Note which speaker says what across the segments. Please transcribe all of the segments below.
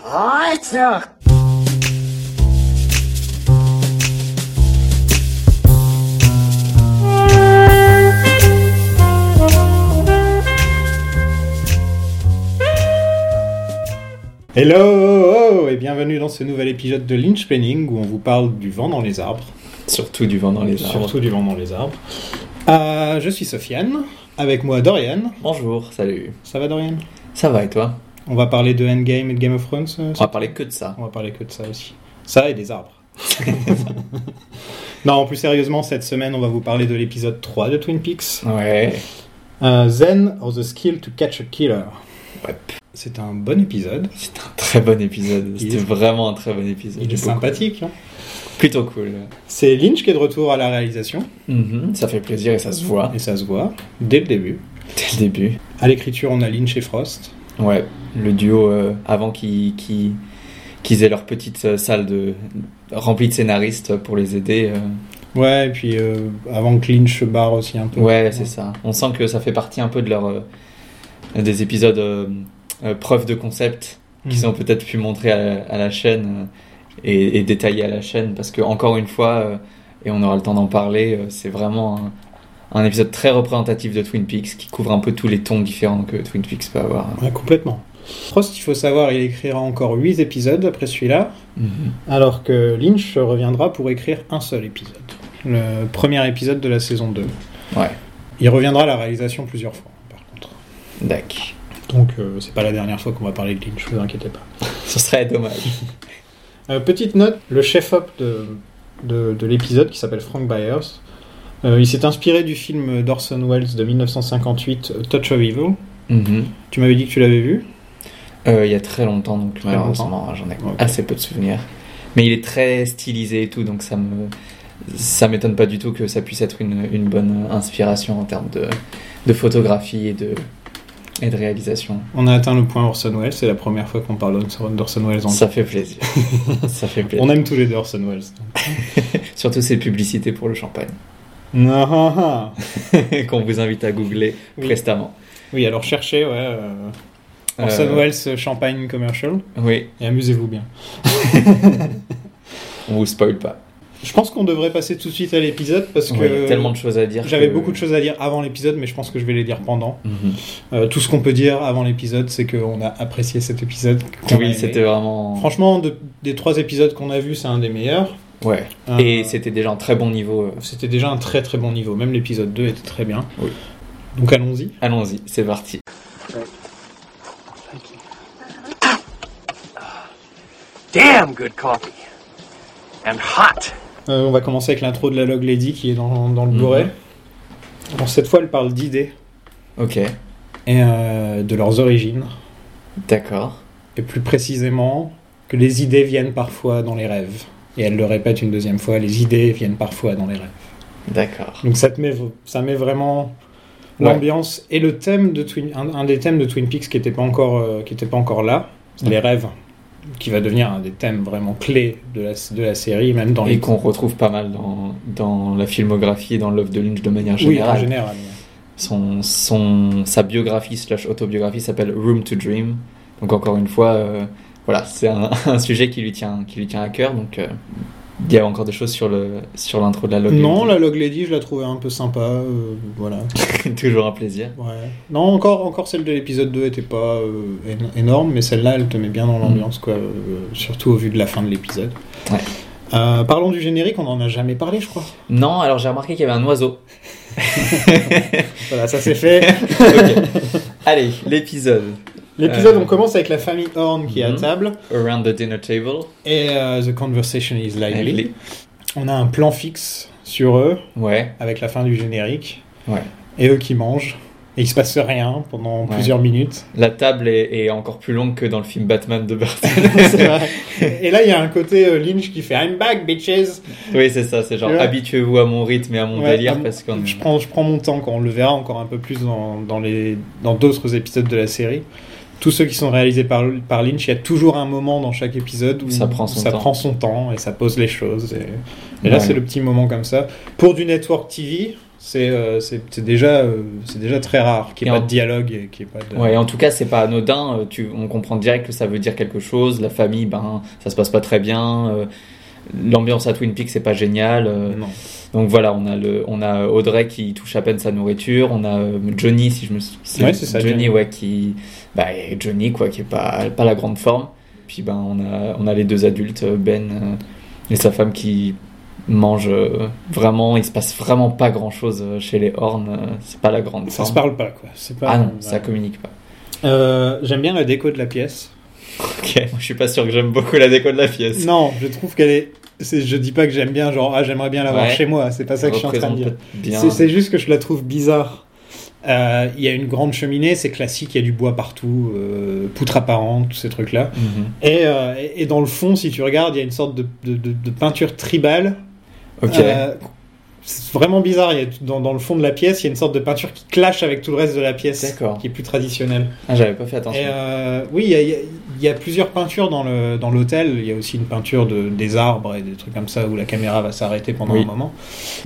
Speaker 1: Right now.
Speaker 2: Hello et bienvenue dans ce nouvel épisode de Lynch Planning où on vous parle du vent dans les arbres.
Speaker 3: Surtout du vent dans les arbres.
Speaker 2: Surtout du vent dans les arbres. Euh, je suis Sofiane, avec moi Dorian.
Speaker 3: Bonjour, salut.
Speaker 2: Ça va Dorian
Speaker 3: Ça va et toi
Speaker 2: On va parler de Endgame et de Game of Thrones euh,
Speaker 3: On va parler que de ça.
Speaker 2: On va parler que de ça aussi. Ça et des arbres. non, plus sérieusement, cette semaine on va vous parler de l'épisode 3 de Twin Peaks.
Speaker 3: Ouais.
Speaker 2: Euh, Zen or the Skill to Catch a Killer.
Speaker 3: Ouais.
Speaker 2: C'est un bon épisode.
Speaker 3: C'est un très bon épisode.
Speaker 2: Il est-
Speaker 3: C'était vraiment un très bon épisode.
Speaker 2: Il est
Speaker 3: J'ai beaucoup-
Speaker 2: sympathique. hein.
Speaker 3: Plutôt cool.
Speaker 2: C'est Lynch qui est de retour à la réalisation
Speaker 3: Mhm, Ça fait plaisir et ça se voit
Speaker 2: Ah, et ça se voit dès le début.
Speaker 3: dès le début.
Speaker 2: À l'écriture, on a Lynch et Frost.
Speaker 3: Ouais. Le duo euh, avant qu'ils qu'ils- qu'ils aient leur petite euh, salle de remplie de scénaristes pour les aider. euh.
Speaker 2: Ouais, et puis euh, avant que Lynch se barre aussi un peu.
Speaker 3: Ouais, c'est ça. On sent que ça fait partie un peu de leur euh, des épisodes euh, euh, preuve de concept.
Speaker 2: Mhm.
Speaker 3: qu'ils ont peut-être pu montrer à, à la chaîne euh, et, et détailler à la chaîne parce que encore une fois euh, et on aura le temps d'en parler euh, c'est vraiment un, un épisode très représentatif de Twin Peaks qui couvre un peu tous les tons différents que Twin Peaks peut avoir
Speaker 2: Ouais, complètement. Frost, il faut savoir, il écrira encore 8 épisodes après celui-là, Mhm. alors que Lynch reviendra pour écrire un seul épisode. Le premier épisode de la saison 2.
Speaker 3: ouais
Speaker 2: Il reviendra à la réalisation plusieurs fois, par contre.
Speaker 3: d'accord
Speaker 2: Donc, euh, c'est pas la dernière fois qu'on va parler de Lynch, vous inquiétez pas.
Speaker 3: ce serait dommage
Speaker 2: Euh, petite note, le chef-op de, de, de l'épisode qui s'appelle Frank Byers, euh, il s'est inspiré du film d'Orson Welles de 1958, A Touch of Evil.
Speaker 3: Mhm.
Speaker 2: Tu m'avais dit que tu l'avais vu.
Speaker 3: Euh, il y a très longtemps donc
Speaker 2: Très
Speaker 3: malheureusement j'en ai
Speaker 2: Ok.
Speaker 3: assez peu de souvenirs mais il est très stylisé et tout donc ça me ça m'étonne pas du tout que ça puisse être une, une bonne inspiration en termes de, de photographie et de et de réalisation
Speaker 2: On a atteint le point Orson Welles, c'est la première fois qu'on parle d'Orson d'Orson Welles. En...
Speaker 3: Ça fait plaisir. ça fait plaisir.
Speaker 2: On aime tous les deux Orson Welles.
Speaker 3: Surtout ces publicités pour le champagne
Speaker 2: Ah, ah, ah.
Speaker 3: qu'on vous invite à googler
Speaker 2: Oui.
Speaker 3: prestamment.
Speaker 2: oui, alors cherchez, ouais. euh, Orson
Speaker 3: Euh,
Speaker 2: Welles Champagne Commercial
Speaker 3: Oui,
Speaker 2: et amusez-vous bien.
Speaker 3: on vous spoil pas.
Speaker 2: Je pense qu'on devrait passer tout de suite à l'épisode parce
Speaker 3: Il y
Speaker 2: que
Speaker 3: a tellement de choses à dire.
Speaker 2: j'avais
Speaker 3: que-
Speaker 2: beaucoup de choses à dire avant l'épisode, mais je pense que je vais les dire pendant.
Speaker 3: Mhm.
Speaker 2: Euh, tout ce qu'on peut dire avant l'épisode, c'est qu'on a apprécié cet épisode. qu'on a aimé.
Speaker 3: Oui, c'était vraiment.
Speaker 2: Franchement, de- des trois épisodes qu'on a vus, c'est un des meilleurs.
Speaker 3: Ouais.
Speaker 2: Euh,
Speaker 3: Et c'était déjà un très bon niveau. euh.
Speaker 2: c'était déjà un très très bon niveau. Même l'épisode 2 était très bien.
Speaker 3: Oui.
Speaker 2: Donc allons-y.
Speaker 3: Allons-y, c'est parti.
Speaker 1: Damn good coffee. And hot.
Speaker 2: Euh, on va commencer avec l'intro de la Log Lady qui est dans, dans le
Speaker 3: Mhm.
Speaker 2: Blu-ray. Bon, cette fois, elle parle d'idées
Speaker 3: Ok,
Speaker 2: et euh, de leurs origines.
Speaker 3: d'accord.
Speaker 2: Et plus précisément, que les idées viennent parfois dans les rêves. Et elle le répète une deuxième fois, les idées viennent parfois dans les rêves.
Speaker 3: D'accord.
Speaker 2: Donc ça, te met, ça met vraiment
Speaker 3: Ouais.
Speaker 2: l'ambiance et le thème de Twin, un, un des thèmes de Twin Peaks qui n'était pas encore euh, qui était pas encore là, c'est les rêves, qui va devenir un des thèmes vraiment clés de la, de la série, même dans
Speaker 3: Et
Speaker 2: les
Speaker 3: qu'on retrouve pas mal dans, dans la filmographie et dans l'œuvre de Lynch de manière
Speaker 2: oui en
Speaker 3: générale.
Speaker 2: général.
Speaker 3: son, son, sa biographie slash autobiographie s'appelle Room to Dream. Donc encore une fois, euh, voilà, c'est un, un sujet qui lui tient, qui lui tient à cœur. Donc euh, il y a encore des choses sur le sur l'intro de la log.
Speaker 2: Non, la Log Lady, je la trouvais un peu sympa, euh, voilà.
Speaker 3: toujours un plaisir.
Speaker 2: Ouais. Non, encore, encore celle de l'épisode 2 était pas euh, éno- énorme, mais celle-là, elle te met bien dans l'ambiance, quoi. euh, surtout au vu de la fin de l'épisode.
Speaker 3: Mm. Ouais.
Speaker 2: Euh, parlons du générique, on en a jamais parlé, je crois.
Speaker 3: Non, alors j'ai remarqué qu'il y avait un oiseau.
Speaker 2: Voilà, ça c'est fait.
Speaker 3: Ok. Allez, l'épisode
Speaker 2: L'épisode,
Speaker 3: Euh.
Speaker 2: on commence avec la famille Horn qui est à
Speaker 3: Mhm.
Speaker 2: table
Speaker 3: Around the Dinner Table.
Speaker 2: et euh, The Conversation is Lively.
Speaker 3: Lively.
Speaker 2: On a un plan fixe sur eux
Speaker 3: Ouais,
Speaker 2: avec la fin du générique
Speaker 3: ouais.
Speaker 2: et eux qui mangent et il se passe rien pendant
Speaker 3: Ouais.
Speaker 2: plusieurs minutes.
Speaker 3: La table est, est encore plus longue que dans le film Batman de Burton.
Speaker 2: C'est vrai. et là, il y a un côté euh, Lynch qui fait I'm back, bitches.
Speaker 3: oui, c'est ça. C'est genre
Speaker 2: Ouais.
Speaker 3: habituez-vous à mon rythme et à mon
Speaker 2: Ouais,
Speaker 3: délire
Speaker 2: euh,
Speaker 3: parce qu'on
Speaker 2: je prends, je prends mon temps quand on le verra encore un peu plus dans, dans les dans d'autres épisodes de la série. Tous ceux qui sont réalisés par, par Lynch, il y a toujours un moment dans chaque épisode où
Speaker 3: Ça prend son
Speaker 2: ça
Speaker 3: temps.
Speaker 2: prend son temps et ça pose les choses. Et, et là,
Speaker 3: Ouais.
Speaker 2: c'est le petit moment comme ça. Pour du Network TV, c'est euh, c'est- c'est déjà, euh, c'est déjà très rare qu'il n'y ait
Speaker 3: Et
Speaker 2: pas
Speaker 3: en-
Speaker 2: de dialogue et qu'il n'y ait pas de.
Speaker 3: Ouais, en tout cas, c'est pas anodin. euh, Tu, on comprend direct que ça veut dire quelque chose. La famille, ben, ça se passe pas très bien. euh, L'ambiance à Twin Peaks, c'est pas génial. euh,
Speaker 2: Non.
Speaker 3: donc voilà, on a le, on a euh, Audrey qui touche à peine sa nourriture. On a euh, Johnny, si je me, sou-
Speaker 2: Ouais, c'est ça,
Speaker 3: Johnny,
Speaker 2: Johnny.
Speaker 3: ouais, qui, bah, et Johnny quoi, qui est pas, pas la grande forme. Puis ben, on a, on a les deux adultes, euh, Ben euh, et sa femme qui mangent euh, vraiment. Il se passe vraiment pas grand chose chez les Horns. euh, c'est pas la grande
Speaker 2: Ça
Speaker 3: forme.
Speaker 2: se parle pas, quoi. C'est pas,
Speaker 3: ah non,
Speaker 2: voilà.
Speaker 3: ça communique pas.
Speaker 2: Euh, J'aime bien la déco de la pièce.
Speaker 3: Ok, moi, je suis pas sûr que j'aime beaucoup la déco de la pièce.
Speaker 2: Non, je trouve qu'elle est. c'est- Je dis pas que j'aime bien, genre, ah, j'aimerais bien l'avoir
Speaker 3: Ouais.
Speaker 2: chez moi, c'est pas ça que je suis en train de
Speaker 3: représente
Speaker 2: dire.
Speaker 3: peut-être bien.
Speaker 2: C'est- C'est juste que je la trouve bizarre. Euh, Il y a une grande cheminée, c'est classique, il y a du bois partout, euh, poutre apparente, tous ces trucs-là.
Speaker 3: Mhm.
Speaker 2: Et, euh, et- et dans le fond, si tu regardes, il y a une sorte de, de- de- de peinture tribale.
Speaker 3: Ok.
Speaker 2: Euh, c'est vraiment bizarre, il y a, dans, dans le fond de la pièce, il y a une sorte de peinture qui clash avec tout le reste de la pièce,
Speaker 3: D'accord.
Speaker 2: qui est plus traditionnelle.
Speaker 3: Ah, j'avais pas fait attention.
Speaker 2: Et euh, oui, il y a- il y, a- il y a plusieurs peintures dans le dans l'hôtel. Il y a aussi une peinture de, des arbres et des trucs comme ça où la caméra va s'arrêter pendant
Speaker 3: Oui.
Speaker 2: un moment.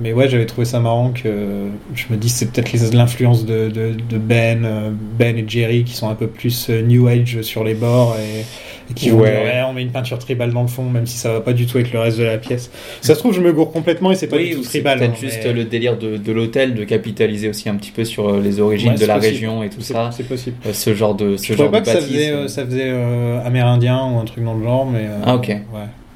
Speaker 2: Mais ouais, j'avais trouvé ça marrant que euh, je me dis c'est peut-être les- l'influence de, de, de Ben, euh, Ben et Jerry qui sont un peu plus euh, New Age sur les bords et, et qui vont
Speaker 3: Ouais.
Speaker 2: dire, ouais, on met une peinture tribale dans le fond, même si ça va pas du tout avec le reste de la pièce. Ça se trouve, je me gourre complètement et c'est pas
Speaker 3: oui,
Speaker 2: du tout
Speaker 3: ou c'est
Speaker 2: tribal.
Speaker 3: peut-être
Speaker 2: hein,
Speaker 3: juste
Speaker 2: mais-
Speaker 3: le délire de, de l'hôtel de capitaliser aussi un petit peu sur euh, les origines
Speaker 2: Ouais,
Speaker 3: de
Speaker 2: c'est
Speaker 3: la
Speaker 2: possible.
Speaker 3: région et tout
Speaker 2: c'est-
Speaker 3: ça.
Speaker 2: C'est possible.
Speaker 3: Euh, ce genre de, ce
Speaker 2: Je
Speaker 3: genre
Speaker 2: crois
Speaker 3: de
Speaker 2: pas que ça
Speaker 3: bâtisse.
Speaker 2: faisait, euh, ça faisait euh, amérindien ou un truc dans le genre, mais. euh,
Speaker 3: Ah, ok.
Speaker 2: ouais.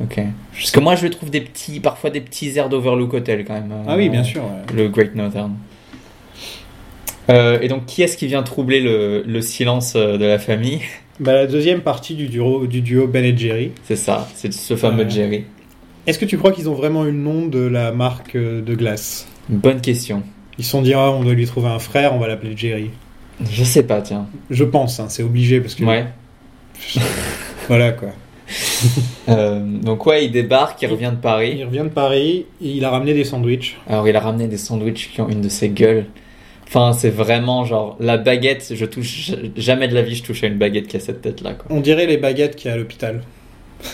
Speaker 3: Ok. Parce que moi, je trouve des petits, parfois des petits airs d'Overlook Hotel quand même. euh,
Speaker 2: Ah oui, bien sûr. ouais.
Speaker 3: Le Great Northern. Euh, et donc, qui est-ce qui vient troubler le, le silence euh, de la famille
Speaker 2: Bah, la deuxième partie du duo, du duo Ben et Jerry.
Speaker 3: C'est ça, c'est ce fameux
Speaker 2: Ouais.
Speaker 3: Jerry.
Speaker 2: Est-ce que tu crois qu'ils ont vraiment eu le nom de la marque euh, de glace
Speaker 3: Bonne question.
Speaker 2: Ils se sont dit, ah, on doit lui trouver un frère, on va l'appeler Jerry.
Speaker 3: Je sais pas, tiens.
Speaker 2: Je pense, hein, c'est obligé parce que.
Speaker 3: Ouais.
Speaker 2: Voilà quoi.
Speaker 3: Euh, donc ouais, il débarque, il revient de Paris.
Speaker 2: Il revient de Paris, il a ramené des sandwichs.
Speaker 3: Alors il a ramené des sandwichs qui ont une de ses gueules. Enfin, c'est vraiment genre la baguette. Je touche jamais de la vie, je touche à une baguette qui a cette tête là. Quoi.
Speaker 2: On dirait les baguettes qu'il y a à l'hôpital.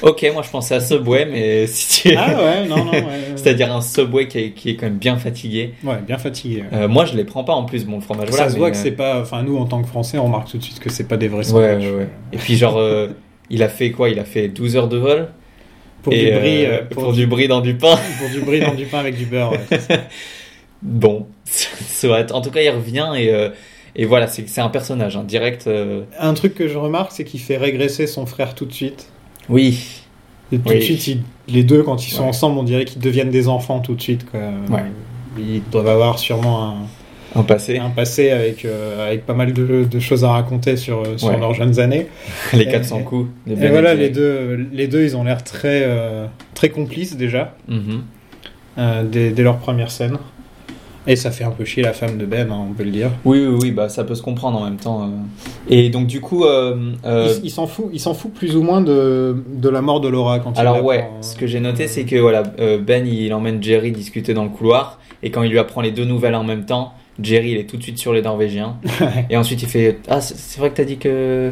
Speaker 3: Ok, moi je pensais à Subway, mais si tu
Speaker 2: Ah ouais, non, non. Ouais, ouais.
Speaker 3: c'est-à-dire un Subway qui est, qui est quand même bien fatigué.
Speaker 2: Ouais, bien fatigué. ouais.
Speaker 3: Euh, moi je les prends pas en plus. Bon, le fromage. voilà,
Speaker 2: ça se
Speaker 3: mais,
Speaker 2: voit que
Speaker 3: euh,
Speaker 2: c'est pas. Enfin, nous en tant que Français, on remarque tout de suite que c'est pas des vrais
Speaker 3: Ouais,
Speaker 2: sandwichs.
Speaker 3: ouais, ouais. Et puis genre, euh, il a fait quoi Il a fait 12 heures de vol
Speaker 2: Pour,
Speaker 3: et,
Speaker 2: du brie,
Speaker 3: euh,
Speaker 2: euh, pour,
Speaker 3: pour, du brie dans du pain.
Speaker 2: pour du brie dans du pain avec du beurre. ouais.
Speaker 3: Bon, soit. En tout cas, il revient et, euh, et voilà, c'est c'est un personnage hein, direct. euh,
Speaker 2: Un truc que je remarque, c'est qu'il fait régresser son frère tout de suite.
Speaker 3: Oui,
Speaker 2: Et tout
Speaker 3: Oui.
Speaker 2: de suite, ils- les deux, quand ils sont
Speaker 3: Ouais.
Speaker 2: ensemble, on dirait qu'ils deviennent des enfants tout de suite. Quoi.
Speaker 3: Ouais.
Speaker 2: Ils doivent avoir sûrement un,
Speaker 3: en passé,
Speaker 2: un passé avec, euh, avec pas mal de, de choses à raconter sur, euh, sur
Speaker 3: Ouais.
Speaker 2: leurs jeunes années.
Speaker 3: les
Speaker 2: Et-
Speaker 3: 400 coups. de
Speaker 2: Et
Speaker 3: Ben
Speaker 2: voilà,
Speaker 3: Jerry.
Speaker 2: les deux, les deux, ils ont l'air très, euh, très complices déjà,
Speaker 3: Mhm.
Speaker 2: euh, dès, dès leur première scène. Et ça fait un peu chier la femme de Ben, hein, on peut le dire.
Speaker 3: Oui, oui, oui, bah, ça peut se comprendre en même temps. euh. Et donc, du coup, euh, euh,
Speaker 2: Il, il s'en fout, il s'en fout plus ou moins de, de la mort de Laura quand il
Speaker 3: alors,
Speaker 2: l'apprend,
Speaker 3: ouais,
Speaker 2: hein.
Speaker 3: ce que j'ai noté, c'est que voilà, euh, Ben il emmène Jerry discuter dans le couloir, et quand il lui apprend les deux nouvelles en même temps, Jerry il est tout de suite sur les Norvégiens, et ensuite il fait Ah, c'est- c'est vrai que t'as dit que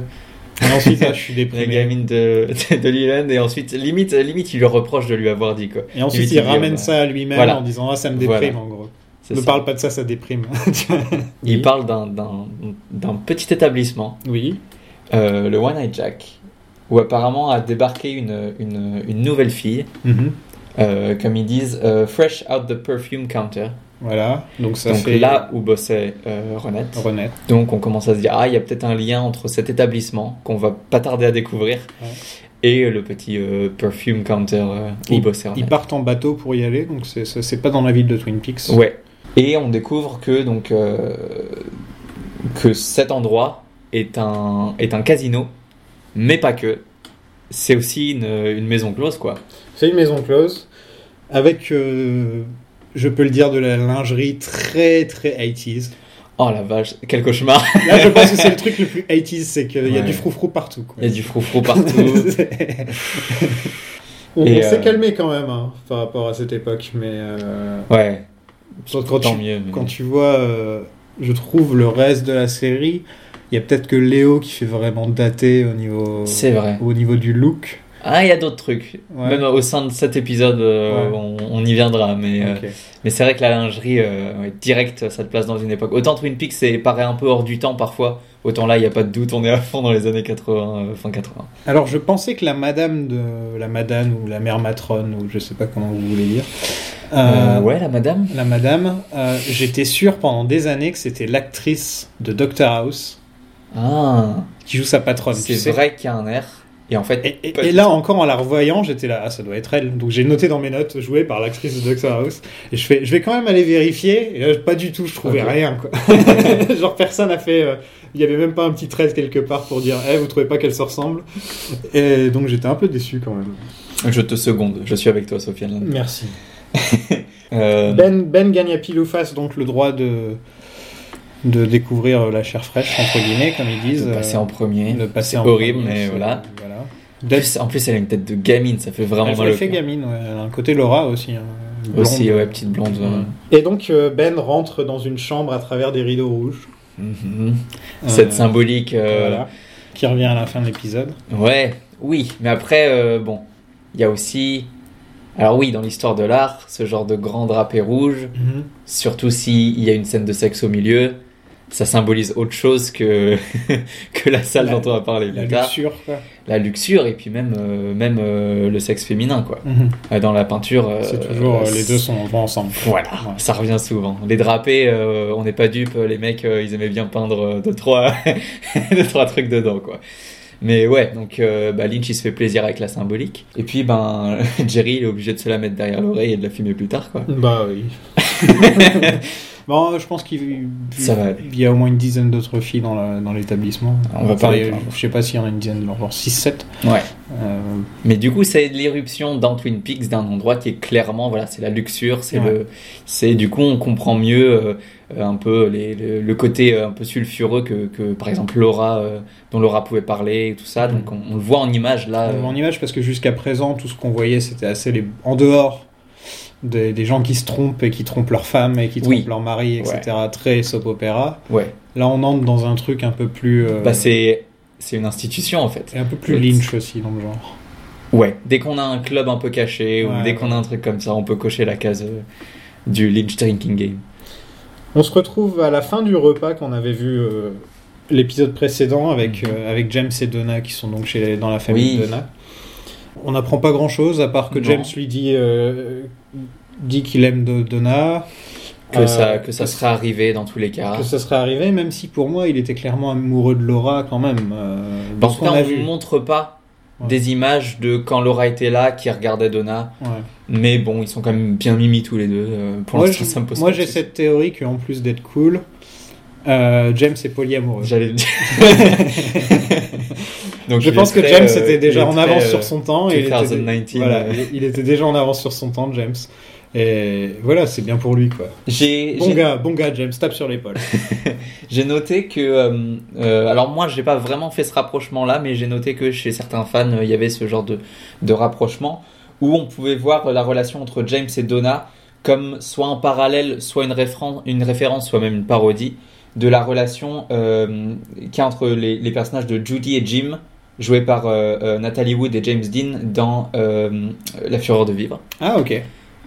Speaker 2: Et ensuite, là, je suis
Speaker 3: la
Speaker 2: déprimé.
Speaker 3: gamine de, de Leland, et ensuite, limite, limite, il lui reproche de lui avoir dit quoi.
Speaker 2: Et ensuite,
Speaker 3: Lui,
Speaker 2: il
Speaker 3: tu dis,
Speaker 2: ramène
Speaker 3: ouais.
Speaker 2: ça à lui-même
Speaker 3: Voilà.
Speaker 2: en disant Ah, ça me déprime
Speaker 3: Voilà.
Speaker 2: en gros.
Speaker 3: C'est
Speaker 2: Ne
Speaker 3: ça.
Speaker 2: parle pas de ça, ça déprime.
Speaker 3: Il parle d'un- d'un d'un petit établissement
Speaker 2: Oui.
Speaker 3: Euh, le One Eye Jack, où apparemment a débarqué une, une, une nouvelle fille,
Speaker 2: Mhm.
Speaker 3: euh, comme ils disent, euh, fresh out the perfume counter.
Speaker 2: Voilà. Donc, ça
Speaker 3: donc
Speaker 2: fait
Speaker 3: là où bossait euh, Renette.
Speaker 2: Renette.
Speaker 3: Donc on commence à se dire, ah, il y a peut-être un lien entre cet établissement qu'on va pas tarder à découvrir
Speaker 2: Ouais.
Speaker 3: et le petit euh, perfume counter euh, où bossait
Speaker 2: Ils
Speaker 3: Renette.
Speaker 2: partent en bateau pour y aller, donc c'est- c'est c'est pas dans la ville de Twin Peaks.
Speaker 3: Ouais. Et on découvre que, donc, euh, que cet endroit est un, est un casino, mais pas que. C'est aussi une, une maison close, quoi.
Speaker 2: C'est une maison close avec, euh, je peux le dire, de la lingerie très très 80s.
Speaker 3: Oh la vache, quel cauchemar
Speaker 2: Là, je pense que c'est le truc le plus 80s, c'est qu'il y a
Speaker 3: Ouais.
Speaker 2: du froufrou partout. Quoi.
Speaker 3: Il y a du froufrou partout.
Speaker 2: on
Speaker 3: Et,
Speaker 2: on s'est
Speaker 3: euh,
Speaker 2: calmé quand même hein, par rapport à cette époque, mais euh,
Speaker 3: Ouais,
Speaker 2: quand, quand
Speaker 3: tant
Speaker 2: tu,
Speaker 3: mieux. mais-
Speaker 2: quand tu vois, euh, je trouve, le reste de la série, il y a peut-être que Léo qui fait vraiment dater au niveau,
Speaker 3: C'est vrai.
Speaker 2: au niveau du look.
Speaker 3: Ah, il y a d'autres trucs.
Speaker 2: Ouais.
Speaker 3: Même au sein de cet épisode, euh,
Speaker 2: Ouais.
Speaker 3: on, on y viendra. Mais, euh,
Speaker 2: Ok.
Speaker 3: mais c'est vrai que la lingerie, euh, ouais, direct, ça te place dans une époque. Autant Twin Peaks, c'est paraît un peu hors du temps parfois. Autant là, il n'y a pas de doute, on est à fond dans les années 80, euh, fin 80.
Speaker 2: Alors je pensais que la madame de la madame ou la mère matrone ou je sais pas comment vous voulez dire.
Speaker 3: Euh,
Speaker 2: euh,
Speaker 3: ouais, la madame
Speaker 2: La madame, euh, j'étais sûr pendant des années que c'était l'actrice de Doctor House
Speaker 3: Ah,
Speaker 2: qui joue sa patronne. tu
Speaker 3: c'est
Speaker 2: sais.
Speaker 3: vrai qu'il y a un air. Et en fait,
Speaker 2: Et, et-
Speaker 3: pas
Speaker 2: et
Speaker 3: du
Speaker 2: là
Speaker 3: tout.
Speaker 2: encore en la revoyant, j'étais là, ah, ça doit être elle. Donc j'ai noté dans mes notes jouée par l'actrice de Doctor House. Et je fais, je vais quand même aller vérifier. Et là, pas du tout, je trouvais
Speaker 3: Ok.
Speaker 2: rien. Quoi. Genre personne a fait, euh, il y avait même pas un petit trait quelque part pour dire, eh, vous trouvez pas qu'elle se ressemble Et donc j'étais un peu déçu quand même.
Speaker 3: je te seconde, je suis avec toi, Sofiane.
Speaker 2: Merci.
Speaker 3: Euh,
Speaker 2: Ben Ben Gagnapi fasse donc le droit de de découvrir euh, la chair fraîche entre guillemets, comme ils disent.
Speaker 3: de passer en premier.
Speaker 2: Le passé en
Speaker 3: horrible,
Speaker 2: premier,
Speaker 3: mais
Speaker 2: c'est-
Speaker 3: voilà.
Speaker 2: voilà.
Speaker 3: En plus- En plus, elle a une tête de gamine, ça fait vraiment
Speaker 2: Elle
Speaker 3: mal
Speaker 2: fait
Speaker 3: au cœur.
Speaker 2: gamine, ouais. elle a un côté Laura aussi. hein. Blonde. euh,
Speaker 3: Aussi, ouais, petite blonde. ouais.
Speaker 2: Et donc euh, Ben rentre dans une chambre à travers des rideaux rouges.
Speaker 3: Mhm. Cette
Speaker 2: Euh,
Speaker 3: symbolique. euh,
Speaker 2: voilà. Qui revient à la fin de l'épisode.
Speaker 3: Ouais, oui, mais après, euh, bon, il y a aussi. Alors, oui, dans l'histoire de l'art, ce genre de grand drapé rouge,
Speaker 2: Mhm.
Speaker 3: surtout s'il y a une scène de sexe au milieu, ça symbolise autre chose que, que la salle
Speaker 2: La-
Speaker 3: dont on va parler
Speaker 2: La
Speaker 3: plus tard.
Speaker 2: luxure, quoi.
Speaker 3: La luxure, et puis même, euh, même euh, le sexe féminin, quoi.
Speaker 2: Mhm.
Speaker 3: Euh, Dans la peinture. euh,
Speaker 2: C'est toujours, euh, les deux sont, vont ensemble.
Speaker 3: Voilà,
Speaker 2: Ouais.
Speaker 3: ça revient souvent. Les drapés, euh, on n'est pas dupes, les mecs, euh, ils aimaient bien peindre euh, deux, trois, deux, trois trucs dedans, quoi. Mais ouais, donc euh, bah, Lynch, il se fait plaisir avec la symbolique. Et puis, ben, Jerry, il est obligé de se la mettre derrière l'oreille et de la fumer plus tard, quoi.
Speaker 2: Bah oui. bon, je pense qu'il
Speaker 3: Ça va aller.
Speaker 2: il y a au moins une dizaine d'autres filles dans la- dans l'établissement.
Speaker 3: On va pas les
Speaker 2: il y a-
Speaker 3: plaindre.
Speaker 2: Je sais pas s'il y en a une dizaine, genre Euh, 6-7.
Speaker 3: Ouais. Mais du coup, c'est l'éruption dans Twin Peaks d'un endroit qui est clairement, voilà, c'est la luxure, c'est
Speaker 2: Ouais.
Speaker 3: le, c'est du coup, on comprend mieux euh, euh, un peu les, le, le côté euh, un peu sulfureux que, que par exemple Laura, euh, dont Laura pouvait parler et tout ça. Donc on, Mm. on le voit en image là. euh,
Speaker 2: En image, parce que jusqu'à présent, tout ce qu'on voyait, c'était assez les... en dehors des, des gens qui se trompent et qui trompent leur femme et qui trompent
Speaker 3: Oui.
Speaker 2: leur mari, etc. Très soap opéra.
Speaker 3: ouais.
Speaker 2: Là, on entre dans un truc un peu plus. euh,
Speaker 3: Bah c'est c'est une institution en fait.
Speaker 2: et un peu plus lynch aussi dans le genre.
Speaker 3: Ouais. Dès qu'on a un club un peu caché
Speaker 2: Ouais.
Speaker 3: ou dès qu'on a un truc comme ça, on peut cocher la case euh, du Lynch Drinking Game.
Speaker 2: On se retrouve à la fin du repas qu'on avait vu euh, l'épisode précédent avec, euh, avec James et Donna qui sont donc chez, dans la famille
Speaker 3: Oui.
Speaker 2: de Donna. On n'apprend pas grand chose à part que
Speaker 3: Non.
Speaker 2: James lui dit, euh, dit qu'il aime Do- Donna.
Speaker 3: Que
Speaker 2: Euh,
Speaker 3: ça que ça sera arrivé dans tous les cas.
Speaker 2: que ça serait arrivé, même si pour moi il était clairement amoureux de Laura quand même. euh, de
Speaker 3: Bon, En
Speaker 2: ce
Speaker 3: tout cas,
Speaker 2: qu'on a
Speaker 3: on
Speaker 2: vu.
Speaker 3: ne montre pas
Speaker 2: Ouais.
Speaker 3: des images de quand Laura était là, qui regardait Donna.
Speaker 2: Ouais.
Speaker 3: Mais bon, ils sont quand même bien mimi tous les deux. euh, Pour
Speaker 2: Moi,
Speaker 3: l'instant,
Speaker 2: j'ai-
Speaker 3: ça me pose
Speaker 2: moi
Speaker 3: pas de
Speaker 2: j'ai
Speaker 3: soucis.
Speaker 2: cette théorie qu'en plus d'être cool, euh, James est polyamoureux.
Speaker 3: J'allais le dire. Donc,
Speaker 2: Je
Speaker 3: il
Speaker 2: pense
Speaker 3: est
Speaker 2: que
Speaker 3: très,
Speaker 2: James
Speaker 3: euh,
Speaker 2: était déjà
Speaker 3: il est
Speaker 2: en
Speaker 3: très,
Speaker 2: avance
Speaker 3: euh,
Speaker 2: sur son temps. et il était-
Speaker 3: 2019,
Speaker 2: voilà,
Speaker 3: euh.
Speaker 2: il- il était déjà en avance sur son temps, James. Et voilà, c'est bien pour lui, quoi.
Speaker 3: J'ai
Speaker 2: Bon
Speaker 3: j'ai-
Speaker 2: gars, bon gars, James, tape sur l'épaule.
Speaker 3: j'ai noté que. euh, euh, alors, moi, j'ai pas vraiment fait ce rapprochement-là, mais j'ai noté que chez certains fans, euh, il y avait ce genre de, de rapprochement où on pouvait voir la relation entre James et Donna comme soit en parallèle, soit une, référence, une référence, soit même une parodie de la relation euh, qu'il y a entre les, les personnages de Judy et Jim, joués par euh, euh, Natalie Wood et James Dean dans euh, La Fureur de Vivre,
Speaker 2: Ah, ok.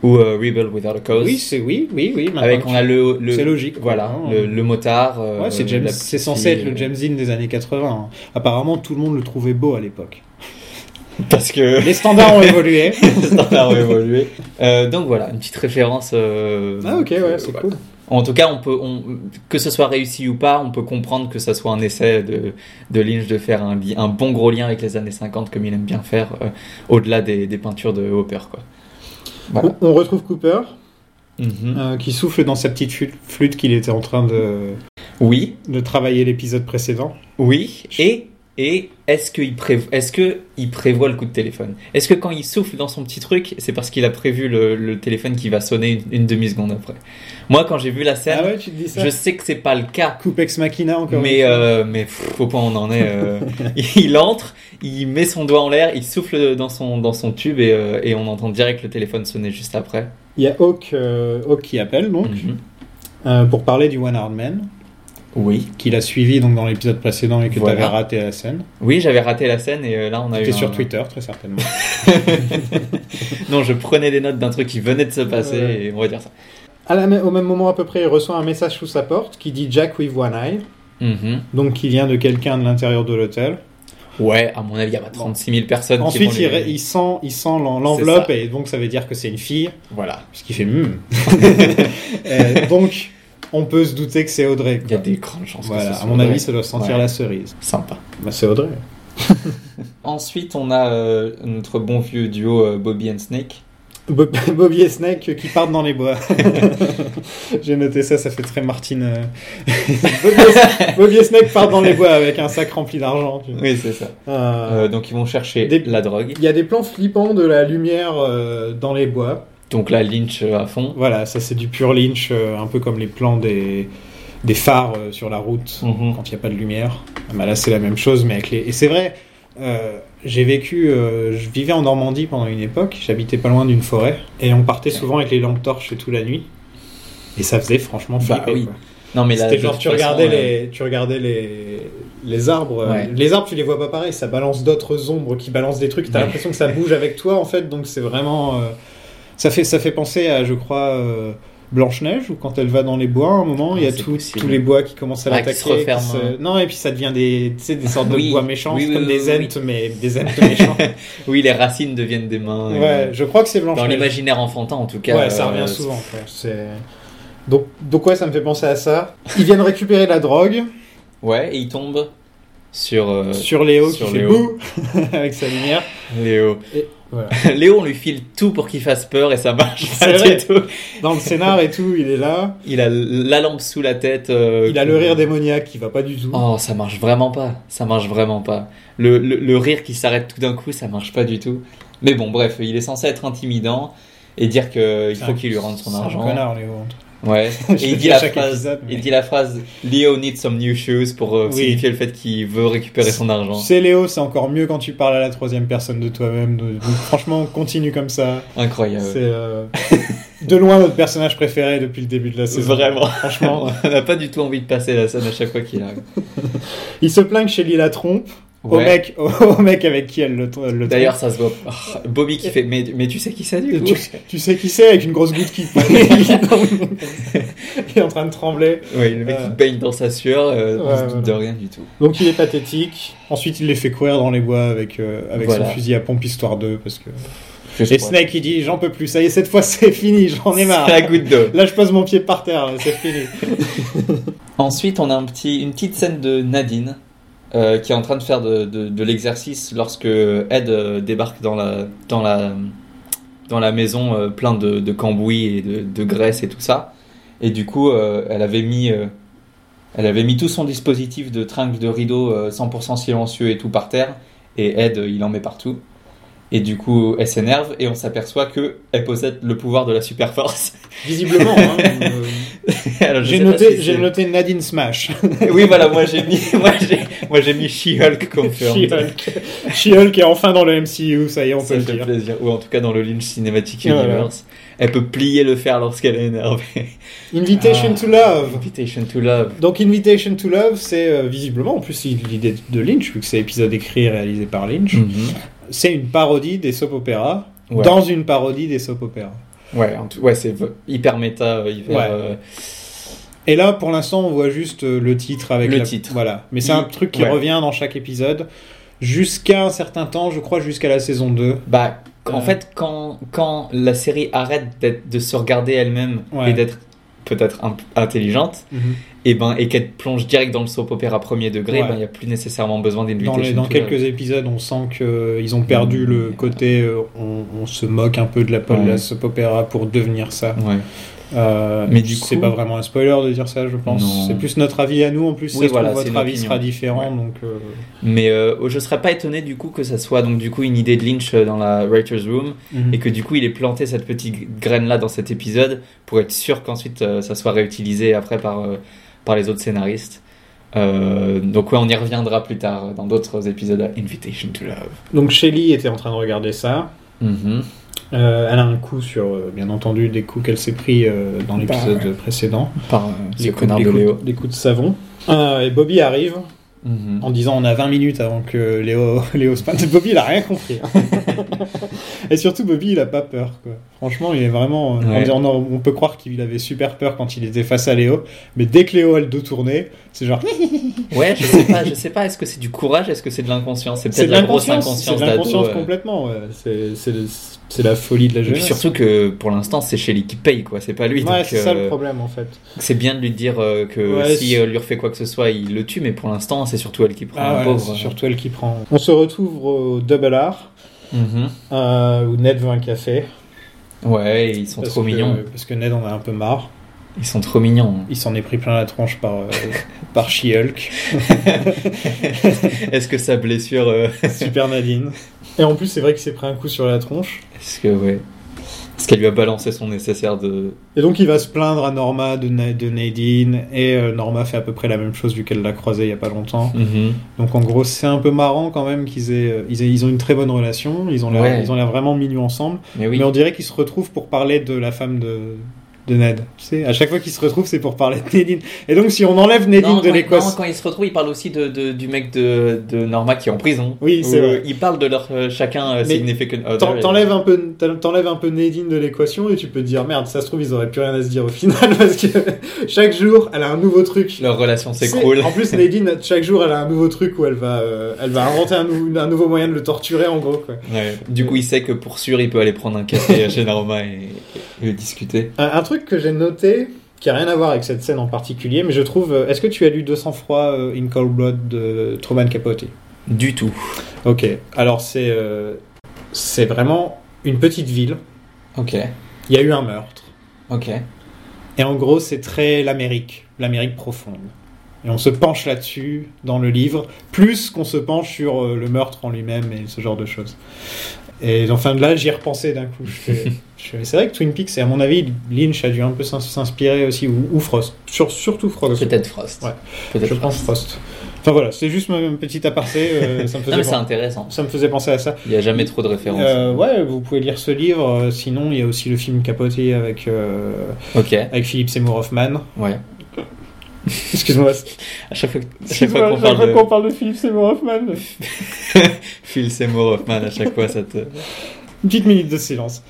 Speaker 3: ou euh, Rebel Without a Cause.
Speaker 2: Oui, c'est oui, oui, oui. maintenant
Speaker 3: avec
Speaker 2: que
Speaker 3: on a le, le-
Speaker 2: C'est logique, quoi.
Speaker 3: voilà
Speaker 2: Hein.
Speaker 3: le, le motard
Speaker 2: tu-
Speaker 3: euh,
Speaker 2: Ouais, c'est James-
Speaker 3: la
Speaker 2: c'est
Speaker 3: petite
Speaker 2: censé être
Speaker 3: fille, euh,
Speaker 2: le James Dean des années 80. hein. Apparemment, tout le monde le trouvait beau à l'époque.
Speaker 3: euh, parce que
Speaker 2: Les standards ont évolué.
Speaker 3: les standards ont évolué Euh, donc voilà une petite référence euh,
Speaker 2: Ah, ok,
Speaker 3: euh,
Speaker 2: ouais, c'est
Speaker 3: voilà.
Speaker 2: cool.
Speaker 3: en tout cas on peut on, que ce soit réussi ou pas on peut comprendre que ça soit un essai de, de Lynch de faire un, li- un bon gros lien avec les années 50 comme il aime bien faire euh, au-delà des, des peintures de Hopper quoi Voilà.
Speaker 2: On on retrouve Cooper
Speaker 3: Mhm.
Speaker 2: euh, qui souffle dans sa petite flûte- flûte qu'il était en train de,
Speaker 3: oui
Speaker 2: de travailler l'épisode précédent.
Speaker 3: Oui, et, et est-ce qu'il prévoit, est-ce que il prévoit le coup de téléphone Est-ce que quand il souffle dans son petit truc, c'est parce qu'il a prévu le, le téléphone qui va sonner une, une demi-seconde après Moi, quand j'ai vu la scène,
Speaker 2: Ah ouais, tu te dis ça.
Speaker 3: je sais que c'est pas le cas.
Speaker 2: Coupe ex machina encore. une
Speaker 3: Mais,
Speaker 2: fois.
Speaker 3: euh, mais pff, au point où on en est, euh, il entre, il met son doigt en l'air, il souffle dans son, dans son tube et, euh, et on entend direct le téléphone sonner juste après.
Speaker 2: Il y a Hawk, euh, Hawk qui appelle donc
Speaker 3: Mhm.
Speaker 2: euh, pour parler du One Hard Man.
Speaker 3: Oui.
Speaker 2: qu'il a suivi donc dans l'épisode précédent et que
Speaker 3: Voilà.
Speaker 2: tu avais raté la scène.
Speaker 3: Oui, j'avais raté la scène et euh, là on a eu.
Speaker 2: C'était sur
Speaker 3: un-
Speaker 2: Twitter, très certainement.
Speaker 3: non, je prenais des notes d'un truc qui venait de se passer
Speaker 2: Ouais.
Speaker 3: et on va dire ça.
Speaker 2: À la mê- au même moment, à peu près, il reçoit un message sous sa porte qui dit Jack with one eye,
Speaker 3: Mhm.
Speaker 2: donc qui vient de quelqu'un de l'intérieur de l'hôtel.
Speaker 3: Ouais, à mon avis, il y a pas 36 000 personnes qui
Speaker 2: Ensuite,
Speaker 3: vont
Speaker 2: il,
Speaker 3: les-
Speaker 2: ré- il sent, il sent l'en- l'enveloppe
Speaker 3: ça.
Speaker 2: et donc ça veut dire que c'est une fille,
Speaker 3: Voilà.
Speaker 2: ce qui fait Hmm. Euh, donc, on peut se douter que c'est Audrey. quoi.
Speaker 3: Il y a des grandes chances que
Speaker 2: Voilà,
Speaker 3: ce
Speaker 2: à
Speaker 3: soit
Speaker 2: mon
Speaker 3: vrai.
Speaker 2: avis, ça doit sentir
Speaker 3: Ouais.
Speaker 2: la cerise.
Speaker 3: Sympa.
Speaker 2: Bah, c'est Audrey.
Speaker 3: Ensuite, on a euh, notre bon vieux duo euh, Bobby and Snake.
Speaker 2: Bob- Bobby et Snake qui partent dans les bois. J'ai noté ça, ça fait très Martine. euh. Bobby, et Snake- Bobby et Snake partent dans les bois avec un sac rempli d'argent. tu vois.
Speaker 3: Oui, c'est ça.
Speaker 2: Euh,
Speaker 3: Euh, donc, ils vont chercher
Speaker 2: Des-
Speaker 3: la drogue.
Speaker 2: Il y a des plans flippants de la lumière euh, dans les bois.
Speaker 3: Donc là, Lynch euh, à fond.
Speaker 2: Voilà, ça c'est du pur Lynch, euh, un peu comme les plans des, des phares euh, sur la route
Speaker 3: Mhm.
Speaker 2: quand il n'y a pas de lumière. Ah, bah là c'est la même chose, mais avec les. Et c'est vrai, euh, j'ai vécu, euh, je vivais en Normandie pendant une époque, j'habitais pas loin d'une forêt, et on partait souvent avec les lampes torches et tout la nuit. Et ça faisait franchement
Speaker 3: Bah
Speaker 2: flipper.
Speaker 3: oui.
Speaker 2: quoi.
Speaker 3: Non, mais là,
Speaker 2: C'était
Speaker 3: de
Speaker 2: genre
Speaker 3: toute
Speaker 2: tu
Speaker 3: façon,
Speaker 2: regardais,
Speaker 3: euh,
Speaker 2: les, tu regardais les, les arbres. euh,
Speaker 3: Ouais.
Speaker 2: Les arbres, tu les vois pas pareil. Ça balance d'autres ombres qui balancent des trucs. T'as
Speaker 3: Ouais.
Speaker 2: l'impression que ça bouge avec toi en fait. Donc c'est vraiment. euh, ça, fait, ça fait penser à, je crois, euh, Blanche-Neige, où quand elle va dans les bois, à un moment, il y a
Speaker 3: Ah, c'est
Speaker 2: tout-
Speaker 3: possible.
Speaker 2: tous les bois qui commencent à
Speaker 3: Ah,
Speaker 2: l'attaquer.
Speaker 3: qui se
Speaker 2: qui
Speaker 3: referment,
Speaker 2: se- Non, et puis ça devient des, tu sais, des sortes de
Speaker 3: Oui.
Speaker 2: bois méchants,
Speaker 3: Oui, oui,
Speaker 2: comme
Speaker 3: oui,
Speaker 2: des
Speaker 3: oui,
Speaker 2: entes, mais des entes méchants.
Speaker 3: euh, Oui, les racines deviennent des mains. et,
Speaker 2: ouais,
Speaker 3: euh,
Speaker 2: je crois que c'est
Speaker 3: Dans
Speaker 2: Blanche-Neige.
Speaker 3: l'imaginaire enfantin, en tout cas.
Speaker 2: Ouais, ça
Speaker 3: euh,
Speaker 2: revient souvent. quoi. C'est- Donc, donc ouais, ça me fait penser à ça. Ils viennent récupérer la drogue.
Speaker 3: Ouais, et il tombe sur euh,
Speaker 2: sur Léo
Speaker 3: sur
Speaker 2: qui fait
Speaker 3: Léo.
Speaker 2: bouh avec sa lumière.
Speaker 3: Léo.
Speaker 2: Voilà.
Speaker 3: Léo, on lui file tout pour qu'il fasse peur et ça marche
Speaker 2: C'est
Speaker 3: pas
Speaker 2: vrai.
Speaker 3: du tout.
Speaker 2: Dans le scénar et tout, il est là.
Speaker 3: Il a la lampe sous la tête. euh,
Speaker 2: Il a le rire démoniaque qui va pas du tout.
Speaker 3: Oh, ça marche vraiment pas. Ça marche vraiment pas. Le, le- le rire qui s'arrête tout d'un coup, ça marche pas du tout. Mais bon, bref, il est censé être intimidant et dire que il
Speaker 2: C'est
Speaker 3: faut
Speaker 2: un-
Speaker 3: qu'il lui rende son
Speaker 2: Ah, c'est un
Speaker 3: argent.
Speaker 2: connard, Léo.
Speaker 3: Ouais.
Speaker 2: Je
Speaker 3: Et
Speaker 2: le
Speaker 3: il
Speaker 2: dis
Speaker 3: dit
Speaker 2: à
Speaker 3: la
Speaker 2: chaque
Speaker 3: phrase.
Speaker 2: épisode, mais-
Speaker 3: Il dit la phrase. Leo needs some new shoes pour euh,
Speaker 2: Oui.
Speaker 3: signifier le fait qu'il veut récupérer son argent.
Speaker 2: C'est Léo, c'est encore mieux quand tu parles à la troisième personne de toi-même. Donc, franchement, continue comme ça. C'est
Speaker 3: Incroyable.
Speaker 2: euh, de loin notre personnage préféré depuis le début de la saison.
Speaker 3: Vraiment.
Speaker 2: Franchement, ouais.
Speaker 3: On n'a pas du tout envie de passer la scène à chaque fois qu'il arrive.
Speaker 2: il se plaint que Shelly la trompe au
Speaker 3: Ouais.
Speaker 2: Oh, mec, au mec avec qui elle le, elle le trompe.
Speaker 3: D'ailleurs, ça se voit. Ah, Bobby qui fait. Mais, mais tu sais qui c'est du
Speaker 2: Et
Speaker 3: coup
Speaker 2: tu sais qui c'est avec une grosse goutte qui il est en train de trembler.
Speaker 3: Ouais, le mec
Speaker 2: Ouais.
Speaker 3: qui baigne dans sa sueur, euh, on
Speaker 2: Ouais,
Speaker 3: se doute
Speaker 2: voilà.
Speaker 3: de rien du tout.
Speaker 2: Donc il est pathétique. Ensuite, il les fait courir dans les bois avec, euh, avec
Speaker 3: Voilà.
Speaker 2: son fusil à pompe histoire 2 parce que.
Speaker 3: Je
Speaker 2: Et
Speaker 3: crois.
Speaker 2: Snake il dit j'en peux plus, ça y est cette fois c'est fini, j'en ai marre.
Speaker 3: C'est la goutte d'eau.
Speaker 2: Là je pose mon pied par terre, c'est fini.
Speaker 3: Ensuite, on a un petit, une petite scène de Nadine euh, qui est en train de faire de, de- de l'exercice lorsque Ed euh, débarque dans la, dans la, dans la maison euh, plein de, de cambouis et de, de graisse et tout ça. Et du coup, euh, elle, avait mis, euh, elle avait mis tout son dispositif de tringle de rideau euh, 100% silencieux et tout par terre. Et Ed, euh, il en met partout. Et du coup, elle s'énerve et on s'aperçoit que elle possède le pouvoir de la super force.
Speaker 2: Visiblement, hein, euh,
Speaker 3: Alors, je
Speaker 2: j'ai
Speaker 3: sais pas
Speaker 2: noté,
Speaker 3: si
Speaker 2: j'ai
Speaker 3: c'est-
Speaker 2: noté Nadine Smash.
Speaker 3: Oui, voilà, moi j'ai mis, moi j'ai, moi j'ai mis She-Hulk confirmed.
Speaker 2: She-Hulk. She-Hulk est enfin dans le MCU, ça y est, on peut
Speaker 3: Ça
Speaker 2: le
Speaker 3: fait
Speaker 2: dire.
Speaker 3: plaisir. Ou en tout cas dans le Lynch Cinematic
Speaker 2: Voilà.
Speaker 3: Universe. Elle peut plier le fer lorsqu'elle est énervée.
Speaker 2: Invitation
Speaker 3: Ah.
Speaker 2: to Love.
Speaker 3: Invitation to Love.
Speaker 2: Donc Invitation to Love, c'est euh, visiblement, en plus l'idée de Lynch, vu que c'est épisode écrit et réalisé par Lynch, c'est une parodie des soap-opéras
Speaker 3: Mm. Ouais.
Speaker 2: dans une parodie des soap-opéras.
Speaker 3: Ouais, en tout- ouais, c'est v- hyper méta, euh, hyper.
Speaker 2: Ouais.
Speaker 3: euh,
Speaker 2: Et là, pour l'instant, on voit juste euh, le titre avec
Speaker 3: Le
Speaker 2: la-
Speaker 3: titre.
Speaker 2: Voilà. Mais c'est
Speaker 3: Il-
Speaker 2: un truc qui
Speaker 3: ouais.
Speaker 2: revient dans chaque épisode jusqu'à un certain temps, je crois, jusqu'à la saison 2.
Speaker 3: Bah, en
Speaker 2: Euh.
Speaker 3: fait, quand, quand la série arrête d'être, de se regarder elle-même
Speaker 2: Ouais.
Speaker 3: et d'être peut-être un- intelligente, et ben et qu'elle plonge direct dans le soap opéra premier degré,
Speaker 2: Ouais.
Speaker 3: ben il n'y a plus nécessairement besoin
Speaker 2: Dans,
Speaker 3: d'invitation.
Speaker 2: les- dans
Speaker 3: to Love.
Speaker 2: quelques épisodes, on sent qu'ils ont perdu
Speaker 3: Mmh.
Speaker 2: le côté euh, on, on se moque un peu de la, pop-
Speaker 3: Ouais.
Speaker 2: la soap opéra pour devenir ça.
Speaker 3: Ouais.
Speaker 2: Euh,
Speaker 3: Mais du
Speaker 2: c'est
Speaker 3: coup-
Speaker 2: pas vraiment un spoiler de dire ça, je pense.
Speaker 3: Non.
Speaker 2: C'est plus notre avis à nous. En plus, si
Speaker 3: Oui,
Speaker 2: ça se trouve,
Speaker 3: voilà, c'est
Speaker 2: votre
Speaker 3: une
Speaker 2: avis
Speaker 3: opinion.
Speaker 2: sera différent. Donc, euh,
Speaker 3: Mais euh, je serais pas étonné du coup que ça soit donc du coup une idée de Lynch euh, dans la writers room
Speaker 2: mhm.
Speaker 3: et que du coup il ait planté cette petite graine là dans cet épisode pour être sûr qu'ensuite euh, ça soit réutilisé après par euh, par les autres scénaristes. Euh, donc ouais, on y reviendra plus tard euh, dans d'autres épisodes à Invitation to Love.
Speaker 2: donc Shelly était en train de regarder ça.
Speaker 3: Mhm.
Speaker 2: Euh, elle a un coup sur, euh, bien entendu, des coups qu'elle s'est pris euh, dans l'épisode précédent.
Speaker 3: par euh, ce
Speaker 2: Les coups,
Speaker 3: Bah, connard
Speaker 2: les
Speaker 3: de
Speaker 2: coups-
Speaker 3: Léo.
Speaker 2: les coups de savon. Euh, et Bobby arrive
Speaker 3: Mhm.
Speaker 2: en disant on a 20 minutes avant que Léo, Léo se passe. Bobby il a rien compris. hein. et surtout Bobby il a pas peur. Quoi. Franchement il est vraiment... euh, on
Speaker 3: Ouais.
Speaker 2: dirait- on, a- on peut croire qu'il avait super peur quand il était face à Léo. Mais dès que Léo a le dos tourné, c'est genre...
Speaker 3: Ouais, je sais pas, je sais pas. Est-ce que c'est du courage Est-ce que c'est de l'inconscience C'est
Speaker 2: C'est
Speaker 3: peut-être
Speaker 2: de
Speaker 3: la grosse
Speaker 2: l'inconscience. C'est
Speaker 3: inconscience
Speaker 2: de
Speaker 3: d'ado.
Speaker 2: l'inconscience
Speaker 3: ouais.
Speaker 2: complètement. ouais. C'est- C'est c'est la folie de la
Speaker 3: Et puis
Speaker 2: jeunesse.
Speaker 3: surtout que pour l'instant, c'est Shelly qui paye, quoi. C'est pas lui.
Speaker 2: ouais,
Speaker 3: donc,
Speaker 2: c'est ça
Speaker 3: euh,
Speaker 2: le problème en fait.
Speaker 3: C'est bien de lui dire euh, que
Speaker 2: Ouais,
Speaker 3: si
Speaker 2: c'est-
Speaker 3: euh, lui refait quoi que ce soit, il le tue, mais pour l'instant, c'est surtout elle qui prend
Speaker 2: Ah,
Speaker 3: la
Speaker 2: voilà,
Speaker 3: pauvre.
Speaker 2: c'est surtout elle qui prend. On se retrouve au Double R,
Speaker 3: Mhm.
Speaker 2: euh, où Ned veut un café.
Speaker 3: Ouais, ils sont
Speaker 2: Parce
Speaker 3: Oh, trop
Speaker 2: que- euh,
Speaker 3: mignons.
Speaker 2: Parce que Ned en a un peu marre.
Speaker 3: Ils sont trop mignons.
Speaker 2: Il s'en est pris plein la tronche par, euh, par She-Hulk,
Speaker 3: Est-ce que sa blessure. euh,
Speaker 2: Super Nadine. Et en plus, c'est vrai qu'il s'est pris un coup sur la tronche.
Speaker 3: Est-ce que, ouais. Est-ce qu'elle lui a balancé son nécessaire de.
Speaker 2: Et donc, il va se plaindre à Norma de, Na- de Nadine. Et euh, Norma fait à peu près la même chose vu qu'elle l'a croisée il y a pas longtemps.
Speaker 3: Mhm.
Speaker 2: Donc, en gros, c'est un peu marrant quand même qu'ils aient, euh, ils aient- ils ont une très bonne relation. Ils ont l'air
Speaker 3: Ouais.
Speaker 2: ils ont l'air vraiment mignons ensemble.
Speaker 3: Mais oui.
Speaker 2: Mais on dirait qu'ils se retrouvent pour parler de la femme de, de Ned. Tu sais, à chaque fois qu'ils se retrouvent, c'est pour parler de Nedine. Et donc, si on enlève Nedine
Speaker 3: Non,
Speaker 2: de
Speaker 3: quand- non,
Speaker 2: l'Écosse.
Speaker 3: quand ils se retrouvent, ils parlent aussi de, de- du mec de, de Norma qui est en prison.
Speaker 2: Oui, c'est
Speaker 3: Où,
Speaker 2: vrai.
Speaker 3: Ils parlent de leur euh, chacun euh,
Speaker 2: Mais
Speaker 3: significant
Speaker 2: t'en-
Speaker 3: other.
Speaker 2: T'enlèves un peu, t'enlèves un peu Nedine de l'équation et tu peux te dire merde, ça se trouve ils auraient plus rien à se dire au final parce que chaque jour elle a un nouveau truc.
Speaker 3: Leur relation
Speaker 2: C'est-
Speaker 3: s'écroule.
Speaker 2: En plus, Nedine chaque jour elle a un nouveau truc où elle va, euh, elle va inventer un, nou- un nouveau moyen de le torturer en gros. Quoi.
Speaker 3: Ouais. Du coup, il sait que pour sûr, il peut aller prendre un café chez Norma et, et discuter.
Speaker 2: Un, un truc que j'ai noté qui a rien à voir avec cette scène en particulier, mais je trouve. euh, Est-ce que tu as lu 200 froid euh, in Cold Blood de Truman Capote
Speaker 3: Du tout.
Speaker 2: Ok, alors c'est euh, c'est vraiment une petite ville.
Speaker 3: Ok.
Speaker 2: Il y a eu un meurtre.
Speaker 3: Ok.
Speaker 2: Et en gros, c'est très l'Amérique, l'Amérique profonde. Et on se penche là-dessus dans le livre, plus qu'on se penche sur euh, le meurtre en lui-même et ce genre de choses. Et enfin là, j'y ai repensé d'un coup. Je fais- je fais, C'est vrai que Twin Peaks, et à mon avis, Lynch a dû un peu s'ins- s'inspirer aussi, ou, ou Frost, Sur- surtout Frost.
Speaker 3: Peut-être Frost.
Speaker 2: Ouais.
Speaker 3: Peut-être
Speaker 2: Je
Speaker 3: Frost.
Speaker 2: pense Frost. Enfin voilà, c'est juste mon petit aparté, euh, ça, me
Speaker 3: Non,
Speaker 2: faisait
Speaker 3: mais c'est
Speaker 2: pen-
Speaker 3: intéressant.
Speaker 2: ça me faisait penser à ça.
Speaker 3: Il n'y a jamais trop de références.
Speaker 2: Euh, ouais, vous pouvez lire ce livre. euh, Sinon, il y a aussi le film Capote avec, euh,
Speaker 3: Ok.
Speaker 2: avec Philippe Seymour Hoffman.
Speaker 3: Ouais.
Speaker 2: Excuse-moi.
Speaker 3: À chaque fois, à chaque fois qu'on parle de
Speaker 2: Philippe Seymour Hoffman.
Speaker 3: Phil Seymour Hoffman, à chaque fois, ça te.
Speaker 2: Une petite minute de silence.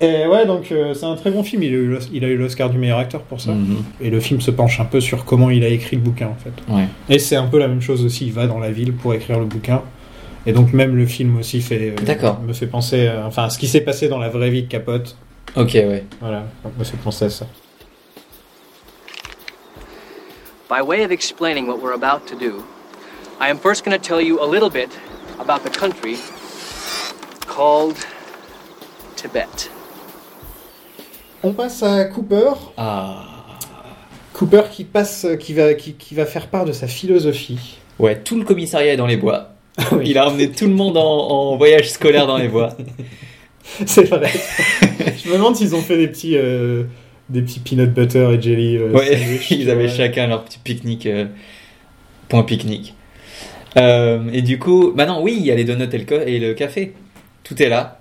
Speaker 2: Et ouais, donc euh, c'est un très bon film. Il a eu l'os- il a eu l'Oscar du meilleur acteur pour ça.
Speaker 3: Mhm.
Speaker 2: Et le film se penche un peu sur comment il a écrit le bouquin en fait.
Speaker 3: Ouais.
Speaker 2: Et c'est un peu la même chose aussi. Il va dans la ville pour écrire le bouquin. Et donc même le film aussi fait, euh,
Speaker 3: D'accord.
Speaker 2: me fait penser, euh, enfin, à ce qui s'est passé dans la vraie vie de Capote.
Speaker 3: Ok, ouais.
Speaker 2: Voilà, me fait penser à ça.
Speaker 1: By way of explaining what we're about to do, I am first going to tell you a little bit about the country called Tibet.
Speaker 2: On passe à Cooper.
Speaker 3: Ah.
Speaker 2: Cooper qui passe, euh, qui va, qui, qui va faire part de sa philosophie.
Speaker 3: Ouais, tout le commissariat est dans les bois.
Speaker 2: Oui.
Speaker 3: Il a emmené tout le monde en, en voyage scolaire dans les bois.
Speaker 2: C'est vrai. Je me demande s'ils ont fait des petits, euh, des petits peanut butter et jelly. euh,
Speaker 3: Ouais,
Speaker 2: sandwich, tu
Speaker 3: ils avaient
Speaker 2: vois.
Speaker 3: chacun leur petit pique-nique, euh, point pique-nique. Euh, et du coup, bah non, oui, il y a les donuts et le, co- et le café. Tout est là.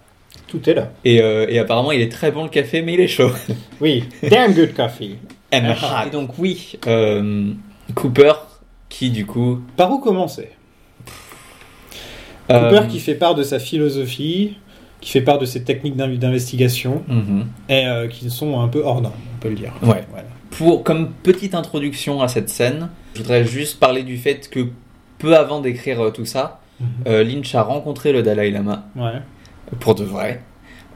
Speaker 2: Tout est là.
Speaker 3: Et, euh, et apparemment, il est très bon le café, mais il est chaud.
Speaker 2: Oui. Damn good coffee.
Speaker 3: And hot. Et donc, oui, euh, Cooper, qui du coup.
Speaker 2: Par où commencer
Speaker 3: euh,
Speaker 2: Cooper qui fait part de sa philosophie, qui fait part de ses techniques d'inv- d'investigation
Speaker 3: mhm.
Speaker 2: et euh, qui sont un peu hors normes, on peut le dire.
Speaker 3: Ouais.
Speaker 2: Voilà.
Speaker 3: Pour, comme petite introduction à cette scène, je voudrais juste parler du fait que peu avant d'écrire euh, tout ça,
Speaker 2: Mhm.
Speaker 3: euh, Lynch a rencontré le Dalai Lama.
Speaker 2: Ouais.
Speaker 3: pour de vrai.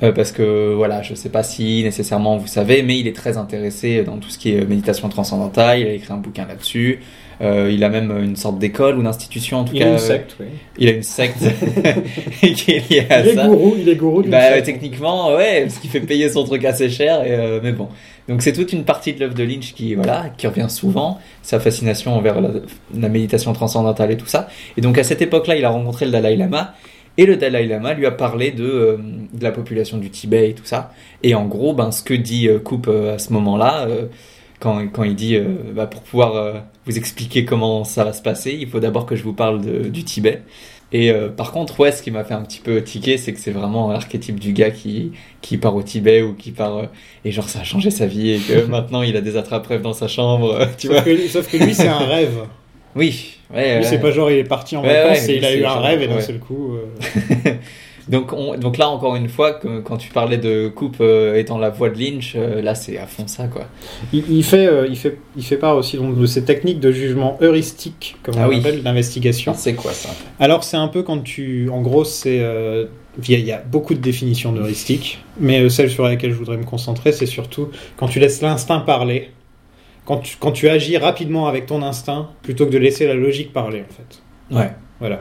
Speaker 3: Euh, parce que voilà, je sais pas si nécessairement vous savez, mais il est très intéressé dans tout ce qui est euh, méditation transcendantale. Il a écrit un bouquin là-dessus. Euh, il a même euh, une sorte d'école ou d'institution en tout
Speaker 2: Il
Speaker 3: cas.
Speaker 2: est une
Speaker 3: euh,
Speaker 2: secte, oui.
Speaker 3: Il a une secte qui est liée à
Speaker 2: Il est
Speaker 3: ah, ça.
Speaker 2: gourou, il est gourou d'une
Speaker 3: Bah, euh,
Speaker 2: secte.
Speaker 3: techniquement, ouais, parce qu'il fait payer son truc assez cher, et, euh, mais bon. Donc c'est toute une partie de l'œuvre de Lynch qui, voilà, qui revient souvent, sa fascination envers la, la méditation transcendantale et tout ça. Et donc à cette époque-là, il a rencontré le Dalai Lama, et le Dalai Lama lui a parlé de, euh, de la population du Tibet et tout ça. Et en gros, ben, ce que dit euh, Coop euh, à ce moment-là, euh, quand, quand il dit, euh, bah, pour pouvoir euh, vous expliquer comment ça va se passer, il faut d'abord que je vous parle de- du Tibet. Et euh, par contre, ouais, ce qui m'a fait un petit peu tiquer, c'est que c'est vraiment l'archétype du gars qui, qui part au Tibet ou qui part. euh, et genre, ça a changé sa vie et que maintenant il a des attrape-rêves dans sa chambre, euh, tu vois.
Speaker 2: Sauf que, sauf que lui, c'est un rêve.
Speaker 3: Oui, ouais.
Speaker 2: Lui,
Speaker 3: ouais.
Speaker 2: c'est pas genre il est parti en
Speaker 3: Ouais,
Speaker 2: vacances
Speaker 3: ouais,
Speaker 2: et il a
Speaker 3: c'est
Speaker 2: eu un
Speaker 3: genre,
Speaker 2: rêve et d'un
Speaker 3: ouais.
Speaker 2: seul coup. euh,
Speaker 3: Donc, on- donc là, encore une fois, que- quand tu parlais de coupe euh, étant la voix de Lynch, euh, là, c'est à fond ça, quoi.
Speaker 2: Il, il fait, euh, il, fait, il fait part aussi donc, de ces techniques de jugement heuristique, comme
Speaker 3: Ah
Speaker 2: on
Speaker 3: oui.
Speaker 2: appelle l'investigation.
Speaker 3: C'est quoi ça
Speaker 2: Alors c'est un peu quand tu... En gros, c'est... euh, il y a- il y a beaucoup de définitions d'heuristique, mais euh, celle sur laquelle je voudrais me concentrer, c'est surtout quand tu laisses l'instinct parler, quand tu, quand tu agis rapidement avec ton instinct, plutôt que de laisser la logique parler, en fait.
Speaker 3: Ouais.
Speaker 2: Voilà.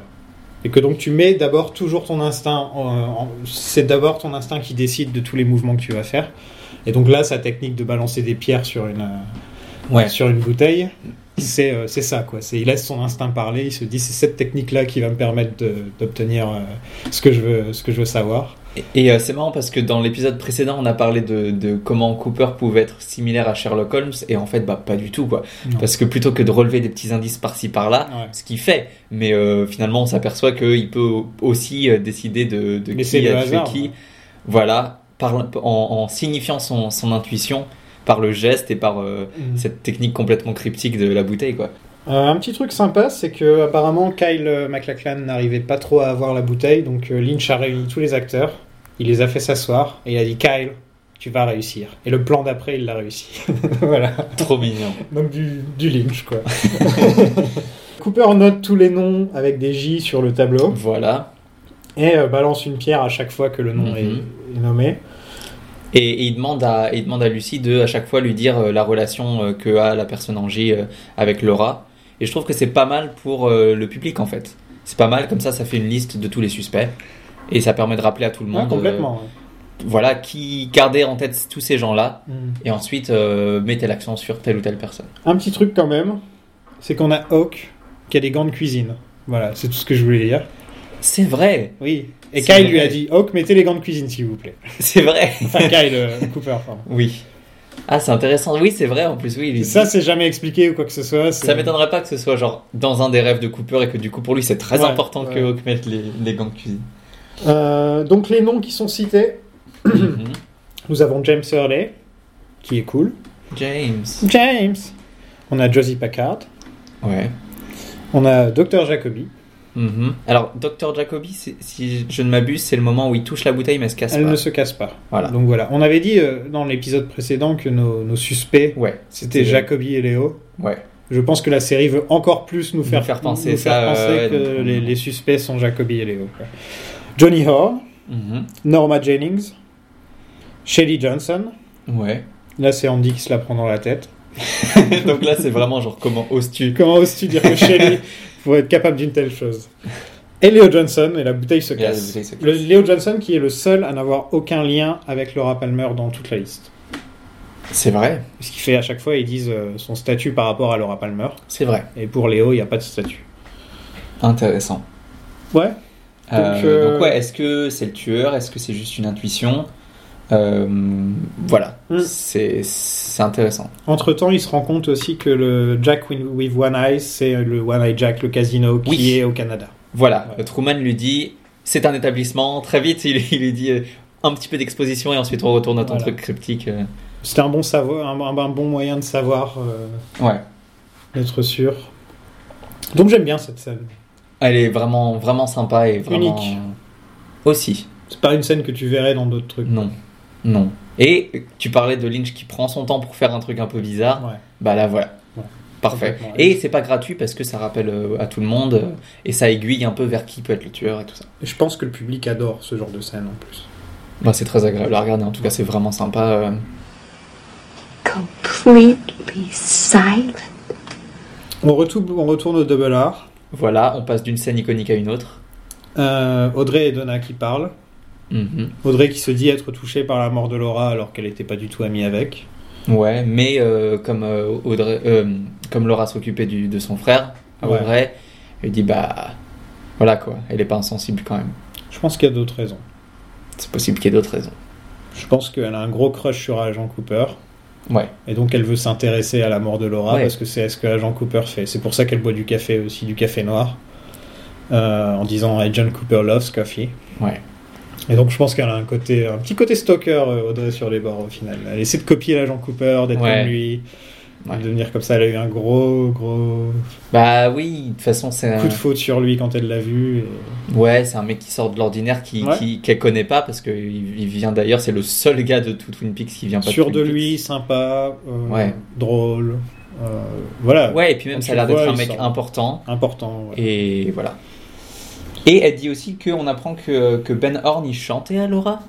Speaker 2: Et que donc tu mets d'abord toujours ton instinct, en- en- c'est d'abord ton instinct qui décide de tous les mouvements que tu vas faire. Et donc là, sa technique de balancer des pierres sur une, euh,
Speaker 3: Ouais.
Speaker 2: sur une bouteille, c'est euh, c'est ça quoi. C'est il laisse son instinct parler, il se dit c'est cette technique là qui va me permettre de- d'obtenir euh, ce que je veux ce que je veux savoir.
Speaker 3: Et, et, euh, c'est marrant parce que dans l'épisode précédent, on a parlé de, de comment Cooper pouvait être similaire à Sherlock Holmes, et en fait, bah, pas du tout, quoi.
Speaker 2: Non.
Speaker 3: Parce que plutôt que de relever des petits indices par-ci par-là,
Speaker 2: Ouais.
Speaker 3: ce qu'il fait, mais euh, finalement, on s'aperçoit qu'il peut aussi euh, décider de, de
Speaker 2: Laisser
Speaker 3: qui
Speaker 2: le
Speaker 3: a tué
Speaker 2: hasard,
Speaker 3: qui,
Speaker 2: ouais.
Speaker 3: voilà, par, en, en signifiant son, son intuition par le geste et par euh, cette technique complètement cryptique de la bouteille, quoi.
Speaker 2: Euh, un petit truc sympa, c'est que apparemment Kyle euh, MacLachlan n'arrivait pas trop à avoir la bouteille, donc euh, Lynch a réuni tous les acteurs, il les a fait s'asseoir et il a dit Kyle, tu vas réussir. Et le plan d'après, il l'a réussi. voilà.
Speaker 3: Trop mignon.
Speaker 2: Donc du, du Lynch quoi. Cooper note tous les noms avec des J sur le tableau.
Speaker 3: Voilà.
Speaker 2: et euh, balance une pierre à chaque fois que le nom
Speaker 3: Mhm.
Speaker 2: est, est nommé.
Speaker 3: Et, et il, demande à, il demande à Lucie de à chaque fois lui dire euh, la relation euh, que a la personne en J euh, avec Laura. Et je trouve que c'est pas mal pour euh, le public en fait. C'est pas mal, comme ça ça fait une liste de tous les suspects. Et ça permet de rappeler à tout le
Speaker 2: Ouais,
Speaker 3: monde euh,
Speaker 2: Ah, complètement.
Speaker 3: voilà, qui gardait en tête tous ces gens-là.
Speaker 2: ouais. Mhm.
Speaker 3: Et ensuite euh, mettez l'accent sur telle ou telle personne.
Speaker 2: Un petit truc quand même, c'est qu'on a Hawk qui a des gants de cuisine. Voilà, c'est tout ce que je voulais dire.
Speaker 3: C'est vrai,
Speaker 2: Oui. Et
Speaker 3: C'est
Speaker 2: Kyle
Speaker 3: vrai.
Speaker 2: lui a dit Hawk, mettez les gants de cuisine s'il vous plaît.
Speaker 3: c'est vrai.
Speaker 2: Enfin, Kyle euh, Cooper, pardon.
Speaker 3: oui. Ah c'est intéressant, oui c'est vrai en plus, oui. il
Speaker 2: Et
Speaker 3: dit-
Speaker 2: Ça, c'est jamais expliqué ou quoi que ce soit. c'est-
Speaker 3: Ça m'étonnerait pas que ce soit genre dans un des rêves de Cooper et que du coup pour lui c'est très
Speaker 2: Ouais,
Speaker 3: important
Speaker 2: ouais.
Speaker 3: que Hawk mette les, les gants de cuisine.
Speaker 2: Euh, donc, les noms qui sont cités
Speaker 3: Mhm.
Speaker 2: nous avons James Hurley, qui est cool.
Speaker 3: James.
Speaker 2: James On a Josie Packard.
Speaker 3: Ouais.
Speaker 2: On a Dr. Jacoby.
Speaker 3: Mhm. Alors, Dr. Jacobi, c'est- si je ne m'abuse, c'est le moment où il touche la bouteille mais elle se casse
Speaker 2: Elle
Speaker 3: pas.
Speaker 2: ne se casse pas.
Speaker 3: Voilà.
Speaker 2: Donc voilà. On avait dit euh, dans l'épisode précédent que nos, nos suspects
Speaker 3: Ouais.
Speaker 2: C'était Jacobi et Léo.
Speaker 3: Ouais.
Speaker 2: Je pense que la série veut encore plus nous faire,
Speaker 3: faire penser
Speaker 2: nous faire
Speaker 3: ça,
Speaker 2: penser
Speaker 3: euh, ouais,
Speaker 2: que
Speaker 3: donc-
Speaker 2: les, les suspects sont Jacobi et Léo. quoi. Johnny Horn,
Speaker 3: Mhm.
Speaker 2: Norma Jennings, Shelly Johnson.
Speaker 3: Ouais.
Speaker 2: Là, c'est Andy qui se la prend dans la tête.
Speaker 3: Donc là, c'est vraiment genre comment oses-tu
Speaker 2: Comment oses-tu dire que Shelly pourrait être capable d'une telle chose Et Léo Johnson, et la bouteille se
Speaker 3: Et là, la
Speaker 2: casse.
Speaker 3: bouteille se casse.
Speaker 2: Le- Léo Johnson qui est le seul à n'avoir aucun lien avec Laura Palmer dans toute la liste.
Speaker 3: C'est vrai.
Speaker 2: Ce qui fait à chaque fois, ils disent euh, son statut par rapport à Laura Palmer.
Speaker 3: C'est vrai.
Speaker 2: Et pour Léo, il n'y a pas de statut.
Speaker 3: Intéressant.
Speaker 2: Ouais.
Speaker 3: Euh,
Speaker 2: Donc,
Speaker 3: Donc,
Speaker 2: euh,
Speaker 3: ouais, est-ce que c'est le tueur Est-ce que c'est juste une intuition Euh, Voilà.
Speaker 2: Mm.
Speaker 3: C'est c'est intéressant.
Speaker 2: Entre temps, il se rend compte aussi que le Jack with- with One Eye, c'est le One Eye Jack, le casino qui
Speaker 3: Oui.
Speaker 2: est au Canada.
Speaker 3: Voilà.
Speaker 2: Ouais.
Speaker 3: Truman lui dit c'est un établissement. Très vite, il, il lui dit euh, un petit peu d'exposition et ensuite on retourne à ton
Speaker 2: Voilà.
Speaker 3: truc cryptique. euh.
Speaker 2: C'était un bon savoir, un, un- un bon moyen de savoir, euh,
Speaker 3: Ouais.
Speaker 2: d'être sûr. Donc j'aime bien cette scène.
Speaker 3: Elle est vraiment, vraiment sympa et vraiment...
Speaker 2: Unique.
Speaker 3: Aussi,
Speaker 2: C'est pas une scène que tu verrais dans d'autres trucs.
Speaker 3: non. Non. Et tu parlais de Lynch qui prend son temps pour faire un truc un peu bizarre.
Speaker 2: Ouais.
Speaker 3: Bah là, voilà.
Speaker 2: Ouais.
Speaker 3: Parfait.
Speaker 2: Complètement, ouais.
Speaker 3: Et c'est pas gratuit parce que ça rappelle euh, à tout le monde euh, et ça aiguille un peu vers qui peut être le tueur et tout ça.
Speaker 2: Et je pense que le public adore ce genre de scène en plus.
Speaker 3: Bah, c'est très agréable à regarder, en tout cas c'est vraiment sympa. euh.
Speaker 4: completely silent.
Speaker 2: On retourne, on retourne au double R.
Speaker 3: Voilà, on passe d'une scène iconique à une autre.
Speaker 2: Euh, Audrey et Donna qui parlent.
Speaker 3: Mhm.
Speaker 2: Audrey qui se dit être touchée par la mort de Laura alors qu'elle n'était pas du tout amie avec.
Speaker 3: Ouais, mais euh, comme, euh, Audrey, euh, comme Laura s'occupait du- de son frère, à
Speaker 2: Ouais.
Speaker 3: Audrey, elle dit bah... Voilà quoi, elle est pas insensible quand même.
Speaker 2: Je pense qu'il y a d'autres raisons.
Speaker 3: C'est possible qu'il y ait d'autres raisons.
Speaker 2: Je pense qu'elle a un gros crush sur Agent Cooper.
Speaker 3: Ouais.
Speaker 2: Et donc elle veut s'intéresser à la mort de Laura
Speaker 3: Ouais.
Speaker 2: parce que c'est ce que Agent Cooper fait. C'est pour ça qu'elle boit du café aussi, du café noir. euh, en disant hey, John Cooper loves coffee.
Speaker 3: Ouais.
Speaker 2: Et donc je pense qu'elle a un côté, un petit côté stalker euh, Audrey sur les bords au final. Elle essaie de copier l'agent Cooper, d'être
Speaker 3: Ouais.
Speaker 2: comme lui,
Speaker 3: Ouais.
Speaker 2: de devenir comme ça. Elle a eu un gros, gros
Speaker 3: Bah oui, de toute façon, c'est un...
Speaker 2: coup de faute sur lui quand elle l'a vu. et-
Speaker 3: Ouais, c'est un mec qui sort de l'ordinaire, qui,
Speaker 2: Ouais.
Speaker 3: qui- qu'elle connaît pas, parce qu'il il vient d'ailleurs, c'est le seul gars de tout Twin Peaks qui vient pas
Speaker 2: Sûr
Speaker 3: Twin
Speaker 2: de
Speaker 3: Peaks.
Speaker 2: lui, sympa, euh,
Speaker 3: Ouais.
Speaker 2: drôle, euh, voilà,
Speaker 3: Ouais, et puis même,
Speaker 2: Quand
Speaker 3: ça a
Speaker 2: tu
Speaker 3: l'air
Speaker 2: le
Speaker 3: d'être
Speaker 2: vois,
Speaker 3: un
Speaker 2: il
Speaker 3: mec
Speaker 2: sort.
Speaker 3: important.
Speaker 2: important. ouais.
Speaker 3: Et voilà. Et elle dit aussi qu'on apprend que, que Ben Horn il chantait à Laura.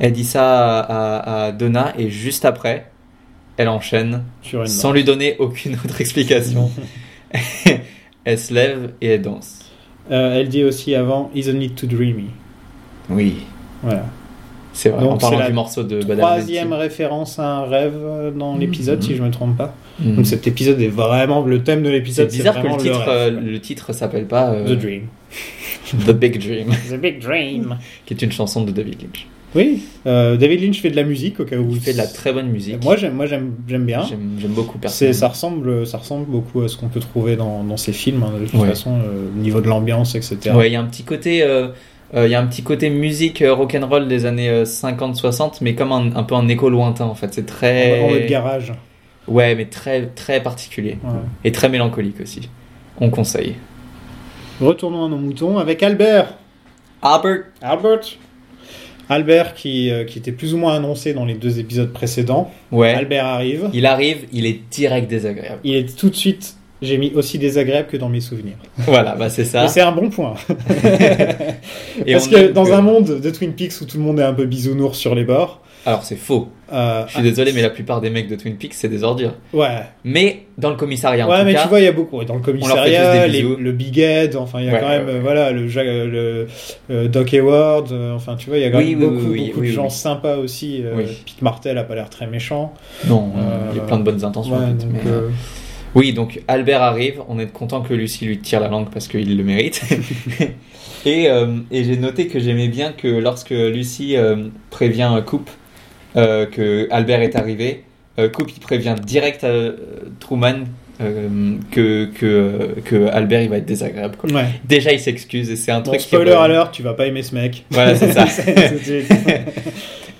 Speaker 3: Elle dit ça à, à- à Donna et juste après, elle enchaîne
Speaker 2: Sur une
Speaker 3: sans lui donner aucune autre explication. elle se lève et elle danse.
Speaker 2: Euh, elle dit aussi avant, Is a need to dreamy.
Speaker 3: Oui,
Speaker 2: Voilà.
Speaker 3: c'est vrai.
Speaker 2: Donc,
Speaker 3: en
Speaker 2: c'est
Speaker 3: parlant
Speaker 2: la
Speaker 3: du morceau de Madame
Speaker 2: Troisième
Speaker 3: Matthews.
Speaker 2: référence à un rêve euh, dans l'épisode,
Speaker 3: Mhm.
Speaker 2: si je me trompe pas.
Speaker 3: Mhm.
Speaker 2: Donc cet épisode est vraiment le thème de
Speaker 3: C'est
Speaker 2: l'épisode.
Speaker 3: bizarre que le
Speaker 2: vraiment
Speaker 3: titre, euh,
Speaker 2: rêve,
Speaker 3: le, titre s'appelle pas
Speaker 2: quoi.
Speaker 3: euh,
Speaker 2: The Dream.
Speaker 3: The Big Dream,
Speaker 2: The Big Dream.
Speaker 3: qui est une chanson de David Lynch.
Speaker 2: Oui, euh, David Lynch fait de la musique au cas où.
Speaker 3: Il fait de la très bonne musique.
Speaker 2: Moi j'aime, moi j'aime, j'aime bien.
Speaker 3: j'aime j'aime beaucoup
Speaker 2: C'est,
Speaker 3: personnellement.
Speaker 2: ça ressemble, ça ressemble beaucoup à ce qu'on peut trouver dans, dans ces films. hein, de toute
Speaker 3: Ouais.
Speaker 2: façon, euh, au niveau de l'ambiance, etc.
Speaker 3: Ouais, il y a un petit côté, euh, euh, il y a un petit côté musique euh, rock'n'roll des années 50-60, mais comme un, un peu en écho lointain en fait. C'est très,
Speaker 2: En mode garage.
Speaker 3: ouais, mais très très particulier
Speaker 2: Ouais.
Speaker 3: et très mélancolique aussi. On conseille.
Speaker 2: Retournons à nos moutons avec Albert.
Speaker 3: Albert,
Speaker 2: Albert. Albert qui, euh, qui était plus ou moins annoncé dans les deux épisodes précédents.
Speaker 3: ouais,
Speaker 2: Albert arrive.
Speaker 3: il arrive, il est direct désagréable.
Speaker 2: Il est tout de suite, j'ai mis aussi désagréable que dans mes souvenirs.
Speaker 3: voilà, bah c'est ça.
Speaker 2: Mais c'est un bon point.
Speaker 3: Et
Speaker 2: Parce
Speaker 3: on
Speaker 2: que
Speaker 3: aime
Speaker 2: dans un monde de Twin Peaks où tout le monde est un peu bisounours sur les bords.
Speaker 3: alors c'est faux.
Speaker 2: euh,
Speaker 3: Je suis désolé, mais la plupart des mecs de Twin Peaks c'est des ordures.
Speaker 2: Ouais,
Speaker 3: Mais dans le commissariat, en
Speaker 2: ouais
Speaker 3: tout
Speaker 2: mais
Speaker 3: cas,
Speaker 2: tu vois, il y a beaucoup. Dans le
Speaker 3: On leur
Speaker 2: commissariat,
Speaker 3: fait tous des
Speaker 2: les-
Speaker 3: bisous.
Speaker 2: le Big Ed, enfin, il y a
Speaker 3: Ouais,
Speaker 2: quand même
Speaker 3: ouais,
Speaker 2: euh,
Speaker 3: ouais.
Speaker 2: voilà, le, Ja- euh, le euh, Doc Hayward, euh, enfin, tu vois, il y a quand
Speaker 3: Oui,
Speaker 2: même
Speaker 3: oui,
Speaker 2: beaucoup,
Speaker 3: oui, oui,
Speaker 2: beaucoup
Speaker 3: oui,
Speaker 2: de gens
Speaker 3: oui.
Speaker 2: sympas aussi. euh,
Speaker 3: Oui.
Speaker 2: Pete Martel a pas l'air très méchant.
Speaker 3: non,
Speaker 2: Euh,
Speaker 3: il y a plein de bonnes intentions. en
Speaker 2: Ouais,
Speaker 3: fait,
Speaker 2: donc,
Speaker 3: mais,
Speaker 2: euh,
Speaker 3: Oui, donc Albert arrive, on est content que Lucie lui tire la langue parce qu'il le mérite. et euh, et j'ai noté que j'aimais bien que lorsque Lucie euh, prévient Coupe euh, que Albert est arrivé, euh, Coupe il prévient direct à euh, Truman euh, que, que, que Albert il va être désagréable. quoi.
Speaker 2: ouais.
Speaker 3: Déjà il s'excuse et c'est un
Speaker 2: Bon,
Speaker 3: truc... qui est
Speaker 2: spoiler
Speaker 3: bon.
Speaker 2: à l'heure, tu vas pas aimer ce mec.
Speaker 3: Voilà, c'est ça.
Speaker 2: C'est tout de suite.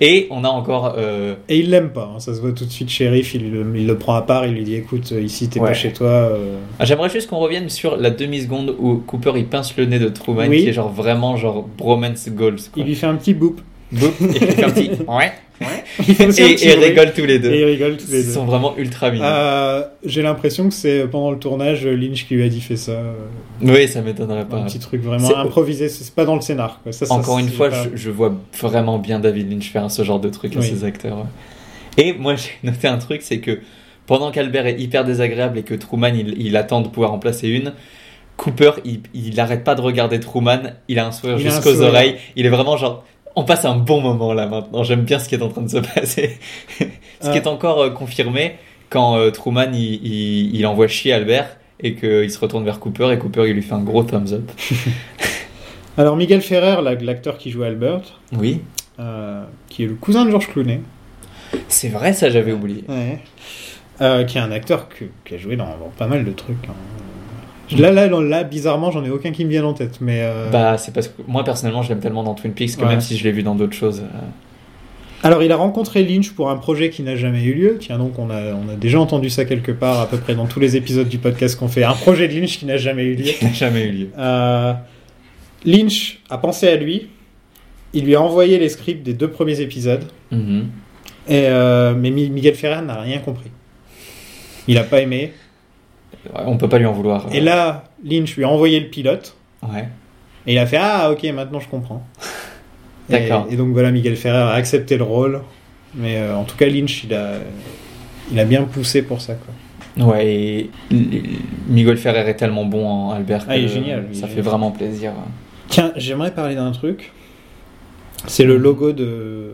Speaker 3: et on a encore... euh,
Speaker 2: Et il l'aime pas, hein, ça se voit tout de suite, shérif, il, le- il le prend à part, il lui dit écoute, euh, ici t'es
Speaker 3: Ouais.
Speaker 2: pas chez toi. euh,
Speaker 3: Ah, J'aimerais juste qu'on revienne sur la demi-seconde où Cooper il pince le nez de Truman
Speaker 2: Oui.
Speaker 3: qui est genre vraiment genre bromance goals. Quoi.
Speaker 2: Il lui fait un petit boop.
Speaker 3: Boum, et puis un petit ouais.
Speaker 2: Il fait aussi un
Speaker 3: et,
Speaker 2: petit
Speaker 3: et
Speaker 2: bruit.
Speaker 3: rigolent tous les deux.
Speaker 2: Et ils rigolent tous les
Speaker 3: Ils
Speaker 2: deux.
Speaker 3: sont vraiment ultra mignons.
Speaker 2: Euh, J'ai l'impression que c'est pendant le tournage Lynch qui lui a dit fait ça. euh,
Speaker 3: Oui, ça m'étonnerait
Speaker 2: un
Speaker 3: pas.
Speaker 2: petit truc vraiment
Speaker 3: C'est-
Speaker 2: improvisé, c'est c'est pas dans le scénar. quoi. Ça, ça,
Speaker 3: Encore
Speaker 2: c'est
Speaker 3: une fois,
Speaker 2: pas-
Speaker 3: je, je vois vraiment bien David Lynch faire ce genre de truc à
Speaker 2: Oui.
Speaker 3: ses acteurs. ouais. Et moi, j'ai noté un truc, c'est que pendant qu'Albert est hyper désagréable et que Truman, il, il attend de pouvoir en placer une, Cooper, il, il arrête pas de regarder Truman, il a un sourire
Speaker 2: Il a un
Speaker 3: jusqu'aux
Speaker 2: sourire.
Speaker 3: oreilles, il est vraiment genre... On passe un bon moment là maintenant, j'aime bien ce qui est en train de se passer. ce qui
Speaker 2: Ah.
Speaker 3: est encore euh, confirmé quand euh, Truman, il, il- il envoie chier Albert et qu'il se retourne vers Cooper et Cooper, il lui fait un gros thumbs up.
Speaker 2: Alors, Miguel Ferrer, la- l'acteur qui joue Albert,
Speaker 3: Oui.
Speaker 2: euh, qui est le cousin de George Clooney,
Speaker 3: C'est vrai, ça j'avais oublié.
Speaker 2: euh, qui est un acteur que- qui a joué dans, dans pas mal de trucs. hein. Je- Là, là, là, là, bizarrement, j'en ai aucun qui me vienne en tête, mais. euh,
Speaker 3: Bah, c'est parce que moi personnellement, je l'aime tellement dans Twin Peaks que
Speaker 2: Ouais.
Speaker 3: même si je l'ai vu dans d'autres choses. euh,
Speaker 2: Alors, il a rencontré Lynch pour un projet qui n'a jamais eu lieu. Tiens, donc, on a, on a déjà entendu ça quelque part, à peu près dans tous les épisodes du podcast qu'on fait. Un projet de Lynch qui n'a jamais eu lieu.
Speaker 3: qui n'a jamais eu lieu.
Speaker 2: Euh, Lynch a pensé à lui. Il lui a envoyé les scripts des deux premiers épisodes.
Speaker 3: Mhm.
Speaker 2: Et, euh, mais Mi- Miguel Ferrer n'a rien compris. Il n'a pas aimé.
Speaker 3: Ouais, on peut pas lui en vouloir. euh,
Speaker 2: Et là, Lynch lui a envoyé le pilote.
Speaker 3: Ouais.
Speaker 2: Et il a fait Ah, ok, maintenant je comprends. Et-
Speaker 3: D'accord.
Speaker 2: Et, donc voilà, Miguel Ferrer a accepté le rôle. Mais euh, en tout cas, Lynch, il a, il a bien poussé pour ça. Quoi.
Speaker 3: Ouais, et l- l- Miguel Ferrer est tellement bon en Albert que
Speaker 2: Ah, il est génial, il est
Speaker 3: ça fait
Speaker 2: génial.
Speaker 3: vraiment plaisir.
Speaker 2: Tiens, j'aimerais parler d'un truc. C'est le logo de,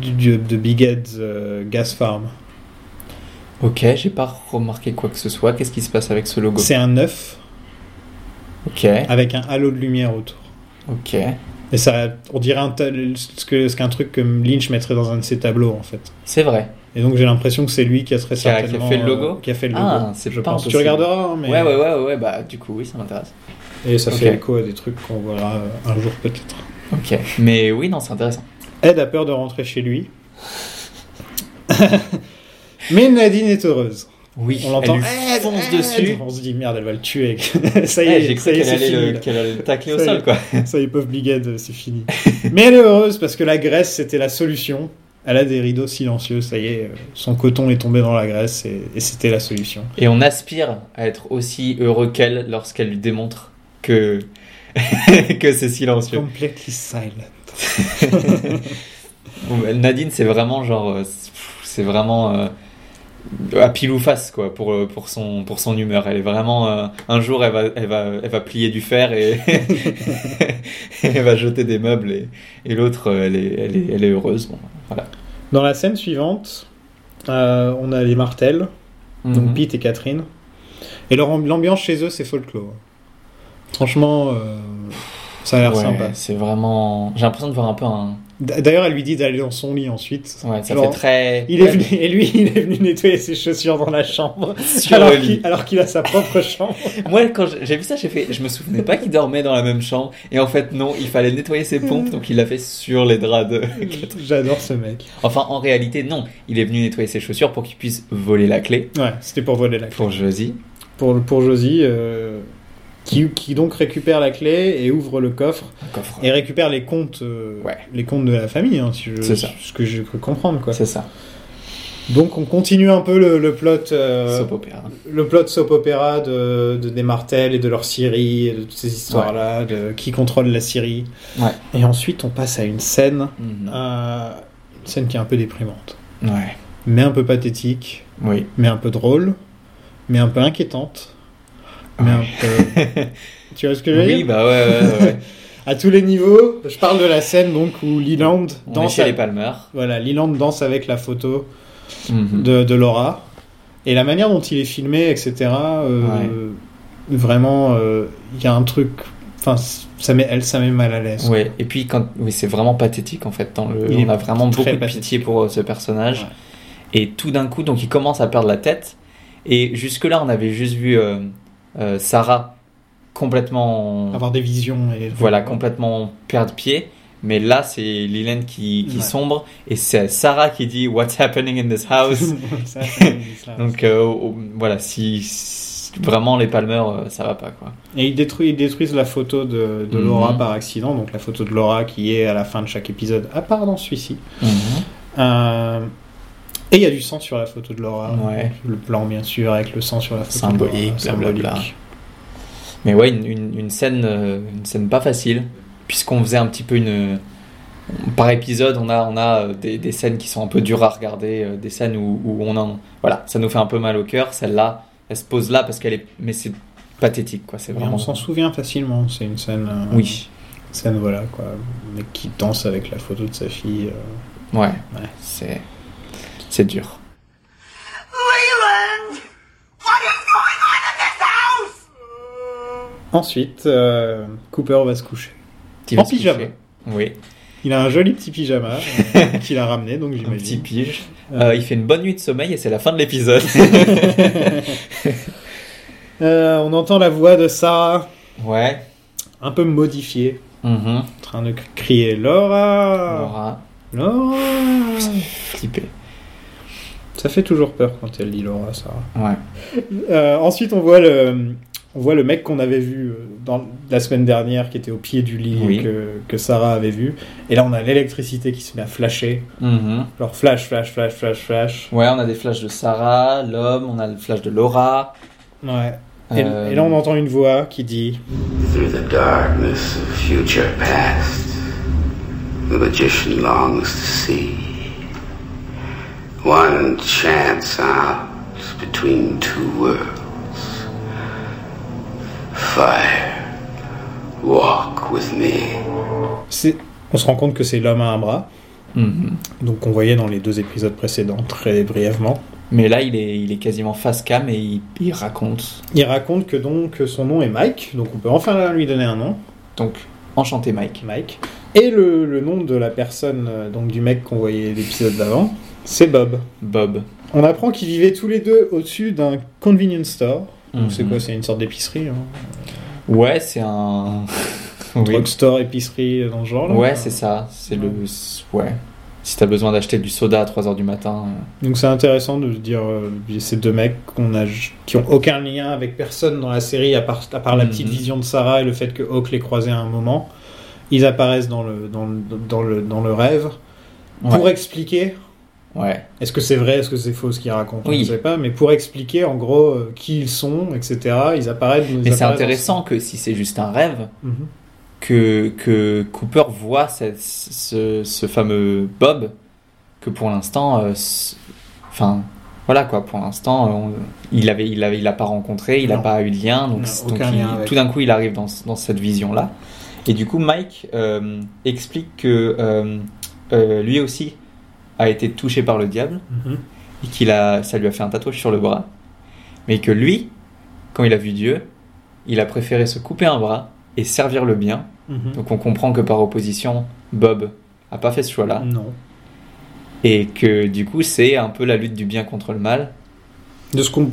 Speaker 2: du- du- de Big Ed's euh, Gas Farm.
Speaker 3: Ok, j'ai pas remarqué quoi que ce soit. Qu'est-ce qui se passe avec ce logo
Speaker 2: C'est un œuf
Speaker 3: Ok,
Speaker 2: avec un halo de lumière autour.
Speaker 3: ok.
Speaker 2: Et ça, on dirait un tel- ce que- ce qu'un truc que Lynch mettrait dans un de ses tableaux en fait.
Speaker 3: C'est vrai.
Speaker 2: Et donc j'ai l'impression que c'est lui qui a très
Speaker 3: Qui a- qui a
Speaker 2: certainement
Speaker 3: fait le logo
Speaker 2: euh, qui a fait le logo.
Speaker 3: Ah, c'est
Speaker 2: je
Speaker 3: pas
Speaker 2: pense. Tu
Speaker 3: impossible.
Speaker 2: regarderas, hein, mais
Speaker 3: Ouais, ouais, ouais, ouais, bah du coup, oui, ça m'intéresse.
Speaker 2: et ça
Speaker 3: Ok.
Speaker 2: fait écho à des trucs qu'on verra euh, un jour peut-être.
Speaker 3: Ok. Mais oui, non, c'est intéressant.
Speaker 2: Ed a peur de rentrer chez lui. mais Nadine est heureuse.
Speaker 3: Oui,
Speaker 2: On l'entend.
Speaker 3: elle lui
Speaker 2: Ed,
Speaker 3: fonce
Speaker 2: Ed
Speaker 3: dessus.
Speaker 2: On se dit merde, elle va le tuer. ça y
Speaker 3: Eh,
Speaker 2: est,
Speaker 3: J'ai
Speaker 2: ça
Speaker 3: cru
Speaker 2: y est,
Speaker 3: qu'elle
Speaker 2: c'est
Speaker 3: allait,
Speaker 2: fini.
Speaker 3: le-
Speaker 2: là.
Speaker 3: qu'elle allait le tacler au
Speaker 2: Ça y
Speaker 3: sol,
Speaker 2: est.
Speaker 3: quoi.
Speaker 2: Ça y est, pauvre Bigade, euh, c'est fini. Mais elle est heureuse parce que la Grèce, c'était la solution. Elle a des rideaux silencieux, ça y est, euh, son coton est tombé dans la Grèce et, et c'était la solution.
Speaker 3: Et on aspire à être aussi heureux qu'elle lorsqu'elle lui démontre que, que c'est silencieux.
Speaker 2: Completely silent.
Speaker 3: Bon, bah, Nadine, c'est vraiment genre. euh, c'est- pff, C'est vraiment. euh, à pile ou face, quoi, pour, euh, pour, son, pour son humeur. Elle est vraiment. euh, un jour, elle va, elle, va, elle va plier du fer et. elle va jeter des meubles et, et l'autre, euh, elle est, elle, est, elle est heureuse. Bon, voilà.
Speaker 2: Dans la scène suivante, euh, on a les Martels, donc
Speaker 3: Mhm.
Speaker 2: Pete et Catherine. Et leur amb- l'ambiance chez eux, c'est folklore. Franchement, euh, ça a l'air
Speaker 3: Ouais,
Speaker 2: sympa.
Speaker 3: C'est vraiment. J'ai l'impression de voir un peu un.
Speaker 2: D- D'ailleurs, elle lui dit d'aller dans son lit ensuite.
Speaker 3: Ouais, ça
Speaker 2: Genre,
Speaker 3: fait très.
Speaker 2: Il est venu, et lui, il est venu nettoyer ses chaussures dans la chambre,
Speaker 3: Sur
Speaker 2: alors
Speaker 3: le
Speaker 2: qu'il
Speaker 3: lit.
Speaker 2: alors qu'il a sa propre chambre.
Speaker 3: Moi, quand j'ai- j'ai vu ça, j'ai fait. Je me souvenais pas qu'il dormait dans la même chambre. Et en fait, non, il fallait nettoyer ses pompes, donc il l'a fait sur les draps de.
Speaker 2: J'adore ce mec.
Speaker 3: Enfin, en réalité, non. Il est venu nettoyer ses chaussures pour qu'il puisse voler la clé
Speaker 2: Ouais, c'était pour voler la clé.
Speaker 3: pour Josie.
Speaker 2: Pour, pour Josie, euh, qui, qui donc récupère la clé et ouvre le coffre
Speaker 3: Un coffre.
Speaker 2: et récupère les comptes, euh,
Speaker 3: Ouais.
Speaker 2: les comptes de la famille, hein, si je-
Speaker 3: C'est ça.
Speaker 2: ce que j'ai cru comprendre. Quoi.
Speaker 3: C'est ça.
Speaker 2: Donc on continue un peu le, le plot, euh,
Speaker 3: Soap opera.
Speaker 2: le plot soap opéra de, de- des Martel et de leur Syrie et de toutes ces histoires-là, de qui contrôle la Syrie.
Speaker 3: Ouais.
Speaker 2: Et ensuite on passe à une scène,
Speaker 3: Mhm.
Speaker 2: euh, une scène qui est un peu déprimante,
Speaker 3: Ouais.
Speaker 2: mais un peu pathétique,
Speaker 3: Oui.
Speaker 2: mais un peu drôle, mais un peu inquiétante, mais un peu... tu vois ce que je veux
Speaker 3: Oui,
Speaker 2: dire
Speaker 3: bah ouais, ouais, ouais, ouais.
Speaker 2: À tous les niveaux, je parle de la scène donc où Leland
Speaker 3: On est
Speaker 2: danse,
Speaker 3: chez
Speaker 2: à-
Speaker 3: les Palmer.
Speaker 2: voilà, Leland danse avec la photo
Speaker 3: Mhm.
Speaker 2: de, de Laura et la manière dont il est filmé, etc. euh,
Speaker 3: Ouais.
Speaker 2: Vraiment, euh, il y a un truc. Enfin, ça met elle, ça met mal à l'aise.
Speaker 3: Ouais, et puis quand oui, c'est vraiment pathétique en fait. Dans le,
Speaker 2: Il est
Speaker 3: on a vraiment
Speaker 2: très
Speaker 3: beaucoup de
Speaker 2: pathétique.
Speaker 3: pitié pour euh, ce personnage.
Speaker 2: Ouais.
Speaker 3: Et tout d'un coup, donc il commence à perdre la tête. Et jusque-là, on avait juste vu euh, euh, Sarah complètement.
Speaker 2: Avoir des visions et
Speaker 3: Voilà, complètement perdre pied. Mais là, c'est Leland qui, qui
Speaker 2: Ouais.
Speaker 3: sombre. Et c'est Sarah qui dit What's happening in this house
Speaker 2: Ah, Ça, ça me dit ça.
Speaker 3: Donc euh, au- voilà, si, si- vraiment les Palmer, euh, ça va pas quoi.
Speaker 2: Et ils détruisent, ils détruisent la photo de, de Laura
Speaker 3: Mhm.
Speaker 2: par accident, donc la photo de Laura qui est à la fin de chaque épisode, à part dans celui-ci. Euh, et il y a du sang sur la photo de Laura.
Speaker 3: Ouais.
Speaker 2: Le plan, bien sûr, avec le sang sur la photo.
Speaker 3: Symbolique,
Speaker 2: de Laura,
Speaker 3: blablabla. Mais ouais, une, une- une scène, euh, une scène pas facile, puisqu'on faisait un petit peu une. Par épisode, on a, on a euh, des, des scènes qui sont un peu dures à regarder, euh, des scènes où, où on en. Voilà, ça nous fait un peu mal au cœur. Celle-là, elle se pose là parce qu'elle est. Mais c'est pathétique, quoi. C'est
Speaker 2: Et
Speaker 3: vraiment.
Speaker 2: on s'en souvient facilement. C'est une scène. euh,
Speaker 3: Oui,
Speaker 2: Scène, voilà, quoi. Le mec qui danse avec la photo de sa fille. euh.
Speaker 3: ouais. C'est. C'est dur.
Speaker 5: Leland! What is going on in this house?
Speaker 2: Ensuite, euh, Cooper va se coucher.
Speaker 3: Tu
Speaker 2: En
Speaker 3: vas se coucher.
Speaker 2: pyjama.
Speaker 3: Oui,
Speaker 2: Il a un joli petit pyjama euh, qu'il a ramené, donc
Speaker 3: un petit
Speaker 2: j'imagine.
Speaker 3: pige. Euh, il fait une bonne nuit de sommeil et c'est la fin de l'épisode.
Speaker 2: Euh, on entend la voix de Sarah,
Speaker 3: ouais.
Speaker 2: un peu modifiée,
Speaker 3: Mhm.
Speaker 2: en train de crier Laura
Speaker 3: Laura,
Speaker 2: Laura
Speaker 3: flippé.
Speaker 2: Ça fait toujours peur quand elle dit Laura, Sarah.
Speaker 3: Ouais.
Speaker 2: Euh, ensuite, on voit le, on voit le mec qu'on avait vu euh, dans, la semaine dernière, qui était au pied du lit,
Speaker 3: Oui.
Speaker 2: et que, que Sarah avait vu. Et là, on a l'électricité qui se met à flasher.
Speaker 3: Mhm.
Speaker 2: Alors, flash, flash, flash, flash, flash.
Speaker 3: Ouais, on a des flashs de Sarah, l'homme, on a le flash de Laura.
Speaker 2: Ouais. Et,
Speaker 3: Euh,
Speaker 2: et là, on entend une voix qui dit
Speaker 6: Through the darkness of future past, the magician longs to see. One chance out between two worlds. Fire, walk with me.
Speaker 2: C'est- On se rend compte que c'est l'homme à un bras,
Speaker 3: Mhm.
Speaker 2: donc on voyait dans les deux épisodes précédents très brièvement.
Speaker 3: Mais là, il est, il est quasiment face cam et il, il raconte.
Speaker 2: Il raconte que donc son nom est Mike, donc on peut enfin lui donner un nom.
Speaker 3: Donc, Enchanté, Mike.
Speaker 2: Mike. Et le, le nom de la personne, euh, donc du mec qu'on voyait l'épisode d'avant, c'est Bob.
Speaker 3: Bob.
Speaker 2: On apprend qu'ils vivaient tous les deux au-dessus d'un convenience store. Donc C'est
Speaker 3: Mhm.
Speaker 2: quoi C'est une sorte d'épicerie hein
Speaker 3: Ouais, c'est un. Oui.
Speaker 2: Drugstore, épicerie, euh, dans ce genre. là.
Speaker 3: Ouais, c'est ça. C'est le. Ouais. Si t'as besoin d'acheter du soda à 3h du matin. euh,
Speaker 2: Donc c'est intéressant de se dire euh, ces deux mecs qu'on a qui ont aucun lien avec personne dans la série à part à part la petite
Speaker 3: Mhm.
Speaker 2: vision de Sarah et le fait que Hawk les croisait à un moment. Ils apparaissent dans le dans le, dans le, dans le rêve
Speaker 3: Ouais.
Speaker 2: pour expliquer.
Speaker 3: Ouais.
Speaker 2: Est-ce que c'est vrai, est-ce que c'est faux ce qu'ils racontent
Speaker 3: Oui.
Speaker 2: Je ne sais pas, mais pour expliquer en gros euh, qui ils sont, etc. Ils apparaissent. ils
Speaker 3: Mais c'est
Speaker 2: apparaissent
Speaker 3: intéressant que si c'est juste un rêve,
Speaker 2: ensemble. Mhm.
Speaker 3: que, que Cooper voit cette- ce, ce fameux Bob, que pour l'instant. euh, s- Enfin. voilà quoi, pour l'instant, euh, on- il avait, il avait, il l'a pas rencontré, il n'a
Speaker 2: Non.
Speaker 3: pas eu de lien, donc,
Speaker 2: Non,
Speaker 3: c'est-
Speaker 2: aucun
Speaker 3: donc il-
Speaker 2: lien avec.
Speaker 3: tout d'un coup, il arrive dans, ce- dans cette vision là. Et du coup, Mike euh, explique que euh, euh, lui aussi a été touché par le diable
Speaker 2: Mhm.
Speaker 3: et qu'il a, ça lui a fait un tatouage sur le bras, mais que lui, quand il a vu Dieu, il a préféré se couper un bras et servir le bien.
Speaker 2: Mhm.
Speaker 3: Donc on comprend que par opposition, Bob a pas fait ce choix-là
Speaker 2: Non.
Speaker 3: et que du coup c'est un peu la lutte du bien contre le mal.
Speaker 2: De ce qu'on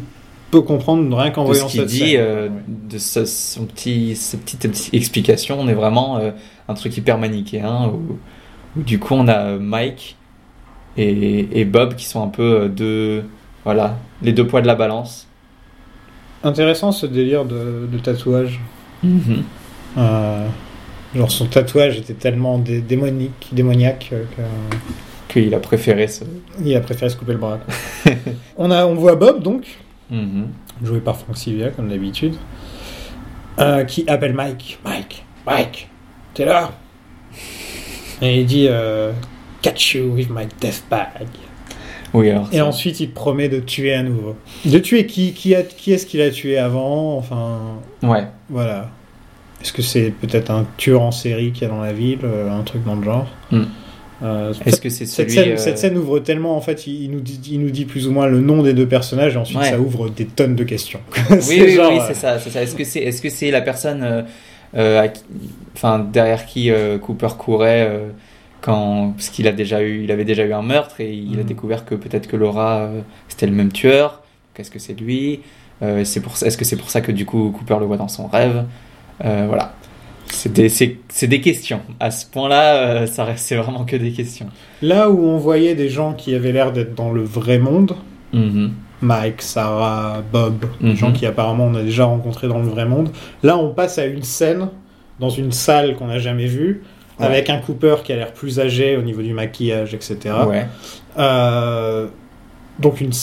Speaker 2: peut comprendre rien qu'en
Speaker 3: de ce
Speaker 2: voyant
Speaker 3: qu'il
Speaker 2: cette
Speaker 3: dit,
Speaker 2: scène.
Speaker 3: euh,
Speaker 2: Ouais.
Speaker 3: de sa, son petit, sa petite ex- explication, on est vraiment euh, un truc hyper manichéen où, où du coup on a euh, Mike et, et Bob qui sont un peu euh, deux, voilà, les deux poids de la balance.
Speaker 2: Intéressant ce délire de, de tatouage.
Speaker 3: Mhm.
Speaker 2: Euh, genre son tatouage était tellement dé- démonique, démoniaque euh,
Speaker 3: Qu'il a préféré ce.
Speaker 2: qu'il a préféré se couper le bras. quoi. on, a, on voit Bob, donc,
Speaker 3: Mhm.
Speaker 2: joué par Frank Sivia, comme d'habitude, euh, qui appelle Mike. Mike, Mike, t'es là Et il dit euh, Catch you with my death bag.
Speaker 3: Oui, alors.
Speaker 2: Et
Speaker 3: ça-
Speaker 2: ensuite, il promet de tuer à nouveau. De tuer qui Qui, a- qui est-ce qu'il a tué avant Enfin,
Speaker 3: Ouais.
Speaker 2: Voilà. Est-ce que c'est peut-être un tueur en série qu'il y a dans la ville, euh, un truc dans le genre
Speaker 3: Hmm.
Speaker 2: Euh,
Speaker 3: Est-ce que c'est
Speaker 2: cette,
Speaker 3: celui.
Speaker 2: scène,
Speaker 3: euh,
Speaker 2: cette scène ouvre tellement, en fait, il, il nous dit, il nous dit plus ou moins le nom des deux personnages et ensuite
Speaker 3: Ouais.
Speaker 2: ça ouvre des tonnes de questions.
Speaker 3: Oui,
Speaker 2: C'est
Speaker 3: oui,
Speaker 2: genre,
Speaker 3: oui,
Speaker 2: euh,
Speaker 3: c'est ça, c'est ça. Est-ce que c'est, est-ce que c'est la personne, euh, euh, à qui- enfin derrière qui euh, Cooper courait euh, quand, parce qu'il a déjà eu, il avait déjà eu un meurtre et il a
Speaker 2: Mhm.
Speaker 3: découvert que peut-être que Laura euh, c'était le même tueur. Qu'est-ce que c'est lui Euh, C'est pour, ça- est-ce que c'est pour ça que du coup Cooper le voit dans son rêve Euh, Voilà. C'est des, c'est, c'est des questions. À ce point-là, euh, ça reste, c'est vraiment que des questions.
Speaker 2: Là où on voyait des gens qui avaient l'air d'être dans le vrai monde, Mm-hmm.
Speaker 3: Mhm.
Speaker 2: Mike, Sarah, Bob,
Speaker 3: Mhm.
Speaker 2: gens qui apparemment on a déjà rencontrés dans le vrai monde, là on passe à une scène dans une salle qu'on n'a jamais vue,
Speaker 3: Ouais.
Speaker 2: avec un Cooper qui a l'air plus âgé au niveau du maquillage, etc.
Speaker 3: Ouais.
Speaker 2: Euh, donc une,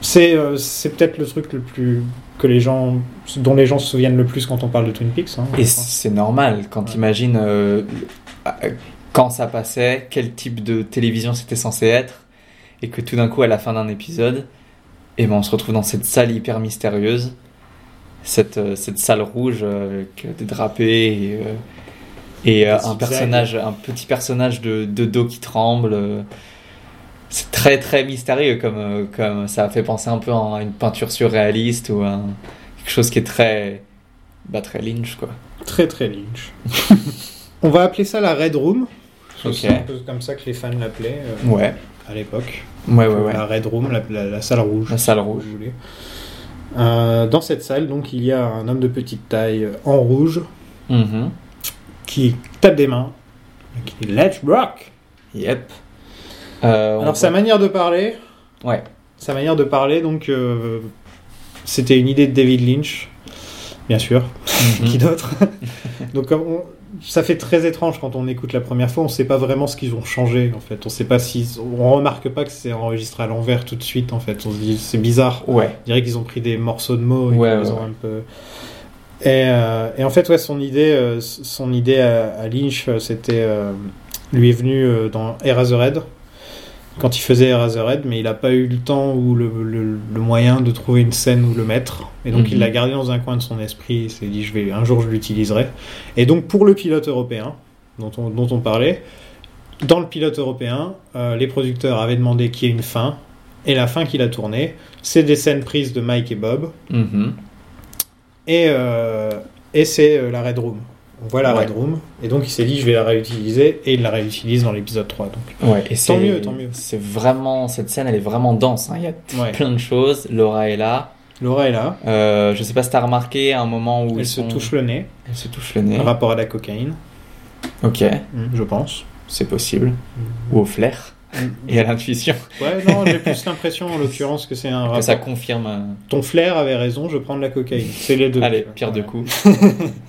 Speaker 2: c'est euh, c'est peut-être le truc le plus que les gens dont les gens se souviennent le plus quand on parle de Twin Peaks. hein, je crois.
Speaker 3: Et c'est normal quand
Speaker 2: Ouais.
Speaker 3: t'imagines euh, euh, quand ça passait, quel type de télévision c'était censé être, et que tout d'un coup à la fin d'un épisode, et ben on se retrouve dans cette salle hyper mystérieuse, cette, euh, cette salle rouge euh, avec euh, des drapés et, euh, et, euh,
Speaker 2: Des
Speaker 3: un
Speaker 2: zigzags.
Speaker 3: personnage, un petit personnage de, de dos qui tremble. euh, c'est très très mystérieux comme, euh, comme ça fait penser un peu à une peinture surréaliste ou à un- quelque chose qui est très bah, très Lynch quoi.
Speaker 2: très très Lynch. on va appeler ça la Red Room.
Speaker 3: Ok.
Speaker 2: C'est un peu comme ça que les fans l'appelaient euh,
Speaker 3: Ouais,
Speaker 2: à l'époque.
Speaker 3: ouais, ouais, ouais.
Speaker 2: La Red Room, la, la- la salle rouge.
Speaker 3: La salle
Speaker 2: si
Speaker 3: rouge.
Speaker 2: vous voulez. Euh, dans cette salle, donc, il y a un homme de petite taille euh, en rouge
Speaker 3: Mhm.
Speaker 2: qui tape des mains et qui dit Let's rock.
Speaker 3: Yep. Euh, on
Speaker 2: Alors sa
Speaker 3: voit-
Speaker 2: manière de parler,
Speaker 3: Ouais.
Speaker 2: sa manière de parler, donc euh, c'était une idée de David Lynch, bien sûr,
Speaker 3: Mhm.
Speaker 2: qui d'autre. donc comme on- ça fait très étrange quand on écoute la première fois, on sait pas vraiment ce qu'ils ont changé en fait. On sait pas si on remarque pas que c'est enregistré à l'envers tout de suite en fait. On se dit c'est bizarre.
Speaker 3: Ouais.
Speaker 2: On dirait qu'ils ont pris des morceaux de mots et
Speaker 3: Ouais,
Speaker 2: qu'ils
Speaker 3: ouais,
Speaker 2: les ont
Speaker 3: ouais.
Speaker 2: un peu. Et, euh, et en fait, ouais, son idée, euh, son idée à, à Lynch, euh, c'était, euh, lui est venue euh, dans Eraserhead quand il faisait Eraserhead, mais il n'a pas eu le temps ou le, le- le moyen de trouver une scène où le mettre, et donc
Speaker 3: Mhm.
Speaker 2: il l'a gardé dans un coin de son esprit. Il s'est dit, je vais un jour, je l'utiliserai. Et donc pour le pilote européen dont on, dont on parlait, dans le pilote européen, euh, les producteurs avaient demandé qu'il y ait une fin, et la fin qu'il a tournée, c'est des scènes prises de Mike et Bob,
Speaker 3: Mhm.
Speaker 2: et, euh, et c'est euh, la Red Room. on voit la
Speaker 3: Ouais.
Speaker 2: Red Room, et donc il s'est dit je vais la réutiliser, et il la réutilise dans l'épisode 3. Donc.
Speaker 3: Ouais, et c'est-
Speaker 2: mieux, tant mieux.
Speaker 3: C'est vraiment, cette scène, elle est vraiment dense. hein. Il y a
Speaker 2: Ouais.
Speaker 3: plein de choses. Laura est là.
Speaker 2: Laura est là,
Speaker 3: Euh, je sais pas si t'as remarqué à un moment où
Speaker 2: elle
Speaker 3: ils
Speaker 2: se
Speaker 3: sont-
Speaker 2: touche le nez,
Speaker 3: elle se touche le nez.
Speaker 2: rapport à la cocaïne,
Speaker 3: Ok,
Speaker 2: je pense.
Speaker 3: c'est possible.
Speaker 2: Mhm.
Speaker 3: Ou au flair et à l'intuition.
Speaker 2: Ouais, non, j'ai plus l'impression en l'occurrence que c'est un
Speaker 3: Que
Speaker 2: rapport.
Speaker 3: ça confirme. euh,
Speaker 2: Ton flair avait raison, je prends de la cocaïne. C'est les deux.
Speaker 3: Allez, pierre de coup.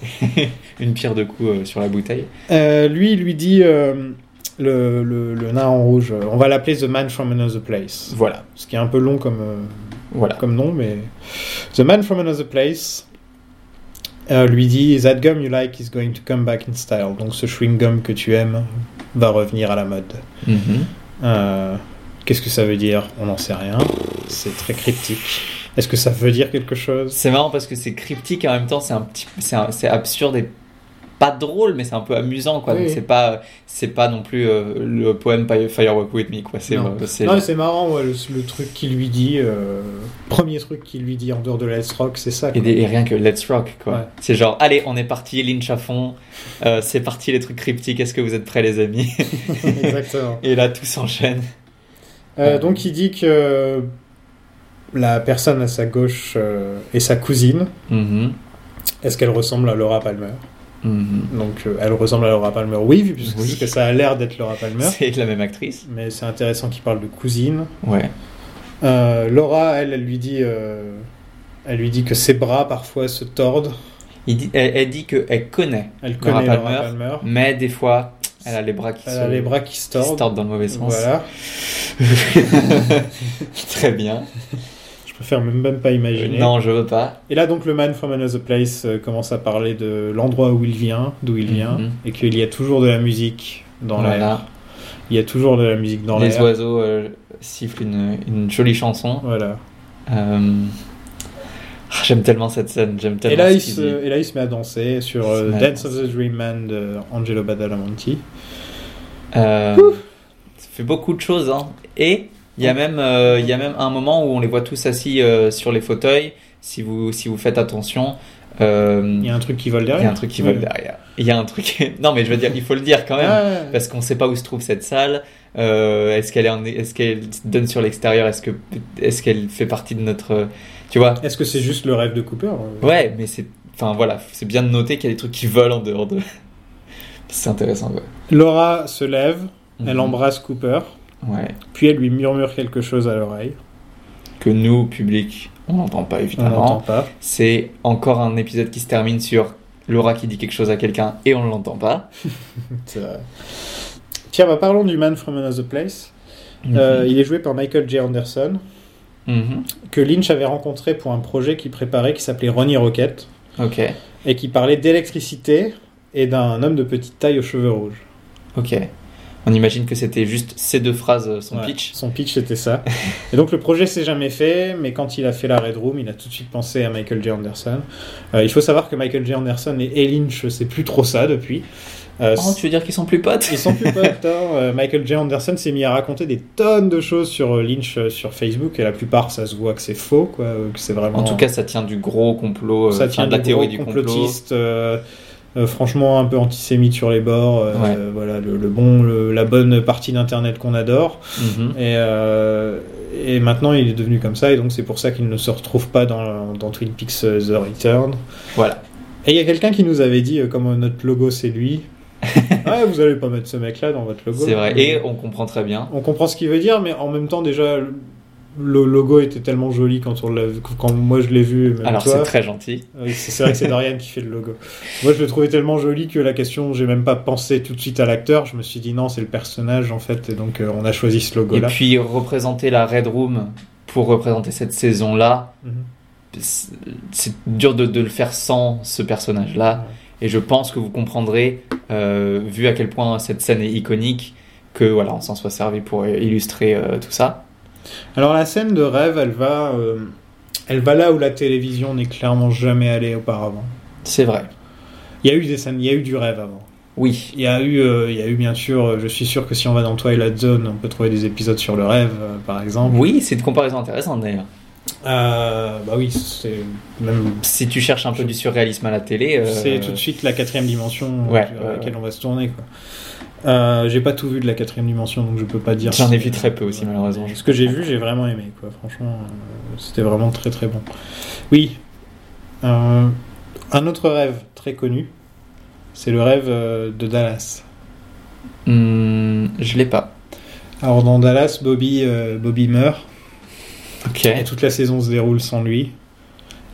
Speaker 3: Une pierre de coup euh, sur la bouteille.
Speaker 2: Euh, lui, il lui dit euh, le, le, le nain en rouge, euh, on va l'appeler The Man from Another Place.
Speaker 3: Voilà,
Speaker 2: Ce qui est un peu long comme, euh,
Speaker 3: voilà.
Speaker 2: comme nom, mais. The Man from Another Place euh, lui dit That gum you like is going to come back in style. Donc ce chewing gum que tu aimes va revenir à la mode.
Speaker 3: Mhm.
Speaker 2: Euh, Qu'est-ce que ça veut dire On n'en sait rien. C'est très cryptique. Est-ce que ça veut dire quelque chose
Speaker 3: C'est marrant parce que c'est cryptique et en même temps c'est un petit, c'est un- c'est absurde et pas drôle, mais c'est un peu amusant quoi.
Speaker 2: Oui,
Speaker 3: Donc
Speaker 2: oui.
Speaker 3: c'est pas, c'est pas non plus euh, le poème Fire- Firework with me quoi. C'est,
Speaker 2: Non.
Speaker 3: euh, c'est-
Speaker 2: Non, mais c'est marrant, ouais, le, le truc qu'il lui dit, euh, premier truc qu'il lui dit en dehors de la rock c'est ça.
Speaker 3: et,
Speaker 2: quoi.
Speaker 3: des- et rien que Let's Rock quoi.
Speaker 2: Ouais.
Speaker 3: C'est genre allez on est parti, Lynch à fond, Euh, c'est parti les trucs cryptiques. Est-ce que vous êtes prêts les amis
Speaker 2: Exactement.
Speaker 3: Et là tout s'enchaîne.
Speaker 2: Euh, donc il dit que la personne à sa gauche euh, est sa cousine. Mm-hmm.
Speaker 3: Mhm.
Speaker 2: Est-ce qu'elle ressemble à Laura Palmer
Speaker 3: Mhm.
Speaker 2: Donc euh, elle ressemble à Laura Palmer, oui, vu puisque
Speaker 3: Oui.
Speaker 2: parce que ça a l'air d'être Laura Palmer.
Speaker 3: C'est la même actrice.
Speaker 2: Mais c'est intéressant qu'il parle de cousine.
Speaker 3: Ouais.
Speaker 2: Euh, Laura, elle, elle lui dit, euh, elle lui dit que ses bras parfois se tordent.
Speaker 3: Il dit, elle, elle dit que elle connaît,
Speaker 2: Elle
Speaker 3: Laura
Speaker 2: connaît Laura
Speaker 3: Palmer.
Speaker 2: Palmer.
Speaker 3: mais des fois elle a les bras qui
Speaker 2: Elle
Speaker 3: se
Speaker 2: a les bras qui se
Speaker 3: qui se
Speaker 2: tordent.
Speaker 3: tordent dans le mauvais sens.
Speaker 2: Voilà.
Speaker 3: Très bien.
Speaker 2: Je préfère même, même pas imaginer.
Speaker 3: non, je veux pas.
Speaker 2: Et là, donc, le man from another place euh, commence à parler de l'endroit où il vient, d'où il vient,
Speaker 3: Mhm.
Speaker 2: et qu'il y a toujours de la musique dans l'air.
Speaker 3: Voilà.
Speaker 2: Il y a toujours de la musique dans
Speaker 3: Les
Speaker 2: l'air.
Speaker 3: oiseaux euh, sifflent une, une jolie chanson.
Speaker 2: Voilà.
Speaker 3: Euh, ah, J'aime tellement cette scène. J'aime tellement.
Speaker 2: Et là,
Speaker 3: ce
Speaker 2: il
Speaker 3: qu'il
Speaker 2: se,
Speaker 3: dit.
Speaker 2: et là, il se met à danser sur
Speaker 3: Il se
Speaker 2: euh,
Speaker 3: met à
Speaker 2: Dance of the Dream Man de Angelo Badalamenti.
Speaker 3: Euh, ça fait beaucoup de choses. hein. Et il y
Speaker 2: Oh.
Speaker 3: a même, euh, il y a même un moment où on les voit tous assis euh, sur les fauteuils. Si vous, si vous faites attention. euh,
Speaker 2: Il y a un truc qui vole
Speaker 3: il y a
Speaker 2: derrière.
Speaker 3: un truc qui vole
Speaker 2: Ouais.
Speaker 3: derrière. Il y a un truc. Non, mais je veux dire, il faut le dire quand même.
Speaker 2: Ah, ouais.
Speaker 3: parce qu'on ne sait pas où se trouve cette salle. Euh, est-ce qu'elle est, en- est-ce qu'elle donne sur l'extérieur Est-ce que, est-ce qu'elle fait partie de notre, tu vois
Speaker 2: Est-ce que c'est juste le rêve de Cooper euh
Speaker 3: Ouais, mais c'est, enfin voilà, c'est bien de noter qu'il y a des trucs qui volent en dehors de. c'est intéressant, ouais.
Speaker 2: Laura se lève, elle
Speaker 3: Mhm.
Speaker 2: embrasse Cooper,
Speaker 3: Ouais.
Speaker 2: puis elle lui murmure quelque chose à l'oreille.
Speaker 3: Que nous, public, on n'entend pas
Speaker 2: On n'entend
Speaker 3: évidemment.
Speaker 2: pas.
Speaker 3: C'est encore un épisode qui se termine sur Laura qui dit quelque chose à quelqu'un et on ne l'entend pas.
Speaker 2: C'est vrai. Pierre, bah, parlons du Man from Another Place. Euh, il est joué par Michael J. Anderson,
Speaker 3: Mhm.
Speaker 2: que Lynch avait rencontré pour un projet qu'il préparait qui s'appelait Ronnie Rocket,
Speaker 3: Ok,
Speaker 2: et qui parlait d'électricité et d'un homme de petite taille aux cheveux rouges.
Speaker 3: ok. On imagine que c'était juste ces deux phrases, euh, son
Speaker 2: Ouais,
Speaker 3: pitch.
Speaker 2: Son pitch, c'était ça. et donc le projet s'est jamais fait, mais quand il a fait la Red Room, il a tout de suite pensé à Michael J. Anderson. Euh, il faut savoir que Michael J. Anderson et, et Lynch, c'est plus trop ça depuis. Euh,
Speaker 3: Oh, tu veux dire qu'ils sont plus potes
Speaker 2: Ils sont plus potes. hein. Euh, Michael J. Anderson s'est mis à raconter des tonnes de choses sur euh, Lynch euh, sur Facebook et la plupart, ça se voit que c'est faux, quoi, euh, que c'est vraiment.
Speaker 3: En tout cas, ça tient du gros complot, euh,
Speaker 2: ça
Speaker 3: enfin,
Speaker 2: tient
Speaker 3: de la
Speaker 2: du
Speaker 3: théorie
Speaker 2: gros
Speaker 3: du complot.
Speaker 2: complotiste, euh, euh, franchement un peu antisémite sur les bords. euh,
Speaker 3: Ouais.
Speaker 2: voilà le, le bon, le- la bonne partie d'Internet qu'on adore.
Speaker 3: Mhm.
Speaker 2: Et, euh, et maintenant, il est devenu comme ça, et donc c'est pour ça qu'il ne se retrouve pas dans, dans Twin Peaks euh, The Return.
Speaker 3: Voilà.
Speaker 2: Et il y a quelqu'un qui nous avait dit, euh, comme notre logo c'est lui, ouais, vous allez pas mettre ce mec-là dans votre logo.
Speaker 3: C'est vrai. Et on comprend très bien.
Speaker 2: On comprend ce qu'il veut dire, mais en même temps, déjà, le le logo était tellement joli quand, on l'a- quand moi je l'ai vu. et Même
Speaker 3: Alors,
Speaker 2: toi.
Speaker 3: c'est très gentil.
Speaker 2: Oui, C'est c'est vrai que c'est Dorian qui fait le logo. Moi, je le trouvais tellement joli que la question, j'ai même pas pensé tout de suite à l'acteur. Je me suis dit non, c'est le personnage en fait, et donc euh, on a choisi ce
Speaker 3: Et
Speaker 2: logo-là.
Speaker 3: puis, représenter la Red Room pour représenter cette saison-là,
Speaker 2: Mhm.
Speaker 3: c'est c'est dur de, de le faire sans ce personnage-là. Et je pense que vous comprendrez, euh, vu à quel point cette scène est iconique, que voilà, on s'en soit servi pour illustrer euh, tout ça.
Speaker 2: Alors la scène de rêve, elle va, euh, elle va là où la télévision n'est clairement jamais allée auparavant.
Speaker 3: C'est vrai.
Speaker 2: Il y a eu des scènes, il y a eu du rêve avant.
Speaker 3: Oui.
Speaker 2: Il y a eu, euh, il y a eu bien sûr. euh, je suis sûr que si on va dans Twilight Zone, on peut trouver des épisodes sur le rêve, euh, par exemple.
Speaker 3: Oui, c'est une comparaison intéressante d'ailleurs.
Speaker 2: Euh, bah oui, c'est même.
Speaker 3: Si tu cherches un peu du surréalisme à la télé, euh,
Speaker 2: C'est tout de suite la quatrième dimension
Speaker 3: Ouais,
Speaker 2: vers
Speaker 3: ouais, ouais.
Speaker 2: laquelle on va se tourner. Quoi. Euh, j'ai pas tout vu de la quatrième dimension, donc je peux pas dire.
Speaker 3: J'en
Speaker 2: si-
Speaker 3: ai vu très peu aussi,
Speaker 2: Ouais.
Speaker 3: malheureusement.
Speaker 2: Ce que j'ai vu, j'ai vraiment aimé. Quoi. Franchement, euh, c'était vraiment très très bon. Oui. Euh, un autre rêve très connu, c'est le rêve euh, de Dallas.
Speaker 3: Hmm, je l'ai pas.
Speaker 2: Alors dans Dallas, Bobby, euh, Bobby meurt
Speaker 3: Ok.
Speaker 2: et toute la saison se déroule sans lui.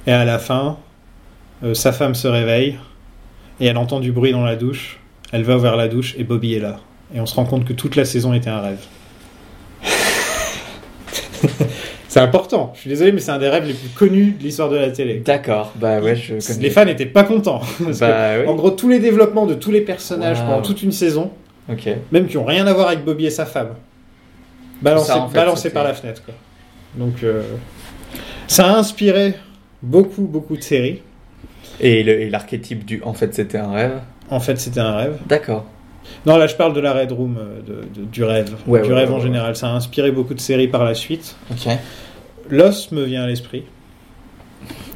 Speaker 2: Et à la fin, euh, sa femme se réveille et elle entend du bruit dans la douche. Elle va vers la douche et Bobby est là. Et on se rend compte que toute la saison était un rêve. c'est important. Je suis désolé, mais c'est un des rêves les plus connus de l'histoire de la télé.
Speaker 3: D'accord. Bah ouais, je connais.
Speaker 2: Les fans n'étaient pas contents. Parce que,
Speaker 3: Bah
Speaker 2: En
Speaker 3: oui.
Speaker 2: gros, tous les développements de tous les personnages
Speaker 3: Wow.
Speaker 2: pendant toute une saison,
Speaker 3: Ok.
Speaker 2: même qui ont rien à voir avec Bobby et sa femme, balancés,
Speaker 3: Ça, en fait,
Speaker 2: balancés
Speaker 3: c'était-
Speaker 2: par la fenêtre. quoi. Donc, euh, ça a inspiré beaucoup, beaucoup de séries.
Speaker 3: Et le- et l'archétype du en fait c'était un rêve.
Speaker 2: En fait, c'était un rêve.
Speaker 3: D'accord.
Speaker 2: Non, là, je parle de la Red Room, euh, de- de- du rêve,
Speaker 3: Ouais,
Speaker 2: du
Speaker 3: ouais,
Speaker 2: rêve
Speaker 3: ouais,
Speaker 2: en
Speaker 3: ouais.
Speaker 2: général. Ça a inspiré beaucoup de séries par la suite.
Speaker 3: Ok.
Speaker 2: Lost me vient à l'esprit.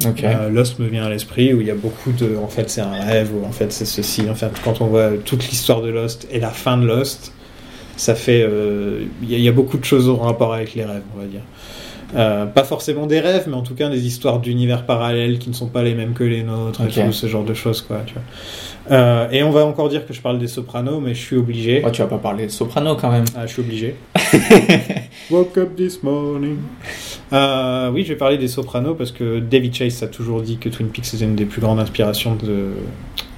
Speaker 3: Ok.
Speaker 2: Euh, Lost me vient à l'esprit où il y a beaucoup de. En fait, c'est un rêve ou en fait, c'est ceci. En fait, quand on voit toute l'histoire de Lost et la fin de Lost, ça fait. euh, Il y, a- il y a beaucoup de choses en rapport avec les rêves, on va dire. Euh, pas forcément des rêves, mais en tout cas des histoires d'univers parallèles qui ne sont pas les mêmes que les nôtres, et
Speaker 3: Ok.
Speaker 2: tout ce genre de choses, quoi. Tu vois. Euh, et on va encore dire que je parle des Sopranos, mais je suis obligé.
Speaker 3: Oh, tu vas pas parler de soprano quand même.
Speaker 2: Ah, je suis obligé. Woke up this morning. Euh, oui, je vais parler des Sopranos parce que David Chase a toujours dit que Twin Peaks était une des plus grandes inspirations de...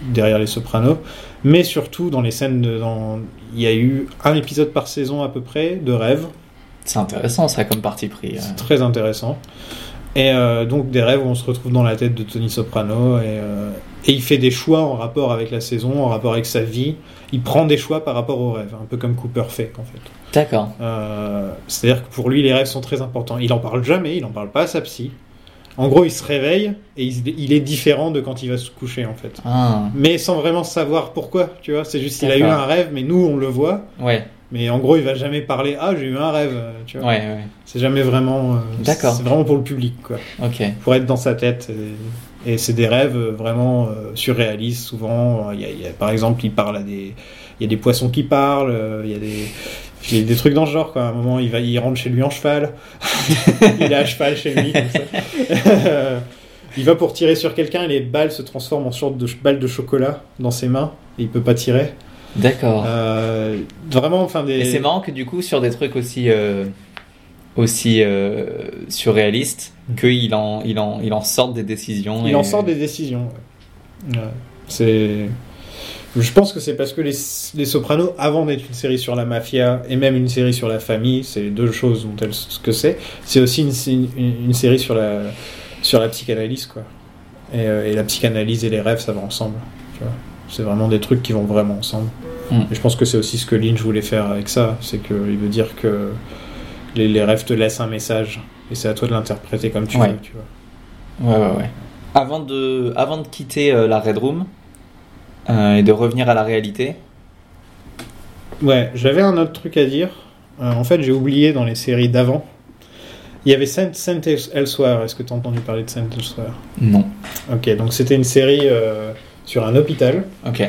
Speaker 2: derrière les Sopranos. Mais surtout, dans les scènes, de- dans... il y a eu un épisode par saison à peu près de rêve.
Speaker 3: C'est intéressant ça comme parti pris. euh.
Speaker 2: C'est très intéressant. Et euh, donc des rêves où on se retrouve dans la tête de Tony Soprano et, euh, et il fait des choix en rapport avec la saison, en rapport avec sa vie. Il prend des choix par rapport aux rêves, un peu comme Cooper fait en fait.
Speaker 3: D'accord.
Speaker 2: Euh, c'est-à-dire que pour lui, les rêves sont très importants. Il en parle jamais, il en parle pas à sa psy. En gros, il se réveille et il, se- il est différent de quand il va se coucher, en fait.
Speaker 3: Ah.
Speaker 2: Mais sans vraiment savoir pourquoi, tu vois. C'est juste qu'il a eu
Speaker 3: D'accord.
Speaker 2: un rêve, mais nous, on le voit.
Speaker 3: Ouais. mais
Speaker 2: Mais en gros, il va jamais parler Ah, j'ai eu un rêve, euh, tu
Speaker 3: Ouais
Speaker 2: vois.
Speaker 3: ouais.
Speaker 2: C'est jamais vraiment. euh,
Speaker 3: D'accord.
Speaker 2: C'est vraiment pour le public, quoi.
Speaker 3: Ok.
Speaker 2: Pour être dans sa tête. Et, et c'est des rêves euh, vraiment euh, surréalistes, souvent. Il y a- il y a- par exemple, il parle à des. Il y a des poissons qui parlent, euh, il y a des. Il y a des trucs dans ce genre, quoi. À un moment, il, va, il rentre chez lui en cheval. il est à cheval chez lui, comme ça. il va pour tirer sur quelqu'un et les balles se transforment en sorte de ch- balles de chocolat dans ses mains. Et il peut pas tirer.
Speaker 3: D'accord.
Speaker 2: Euh, vraiment, enfin, des.
Speaker 3: Et c'est marrant que du coup, sur des trucs aussi, euh, aussi euh, surréalistes, qu'il en, il en, il en sorte des décisions.
Speaker 2: Il
Speaker 3: et-
Speaker 2: en sort des décisions. ouais. Ouais. C'est. Je pense que c'est parce que les, les Sopranos, avant d'être une série sur la mafia et même une série sur la famille, c'est deux choses dont elles ce que c'est. C'est aussi une, une- une série sur la sur la psychanalyse quoi. Et, euh, et la psychanalyse et les rêves, ça va ensemble. tu vois. C'est vraiment des trucs qui vont vraiment ensemble.
Speaker 3: Mm.
Speaker 2: Et je pense que c'est aussi ce que Lynch voulait faire avec ça, c'est que il veut dire que les, les rêves te laissent un message et c'est à toi de l'interpréter comme tu
Speaker 3: Ouais.
Speaker 2: veux. Tu vois.
Speaker 3: Ouais, ouais, ouais. Avant de, avant de quitter euh, la Red Room euh, et de revenir à la réalité,
Speaker 2: Ouais, j'avais un autre truc à dire. Euh, en fait, j'ai oublié dans les séries d'avant. Il y avait Saint, Saint Elsewhere. Est-ce que tu as entendu parler de Saint Elsewhere
Speaker 3: non.
Speaker 2: Ok, donc c'était une série euh, sur un hôpital
Speaker 3: Ok.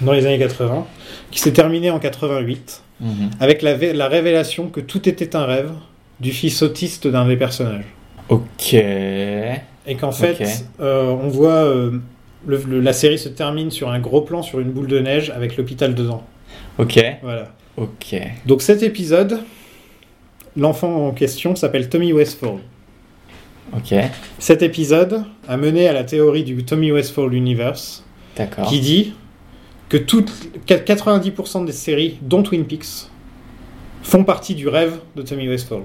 Speaker 2: dans les années 80 qui s'est terminée en 88
Speaker 3: Mhm.
Speaker 2: avec la, vé- la révélation que tout était un rêve du fils autiste d'un des personnages.
Speaker 3: Ok.
Speaker 2: Et qu'en fait,
Speaker 3: Ok.
Speaker 2: euh, on voit. euh, le- le- la série se termine sur un gros plan sur une boule de neige avec l'hôpital dedans.
Speaker 3: Ok.
Speaker 2: Voilà.
Speaker 3: Ok.
Speaker 2: Donc cet épisode, l'enfant en question s'appelle Tommy Westfall.
Speaker 3: Ok.
Speaker 2: Cet épisode a mené à la théorie du Tommy Westfall Universe,
Speaker 3: D'accord.
Speaker 2: qui dit que toutes, 90% des séries, dont Twin Peaks, font partie du rêve de Tommy Westfall.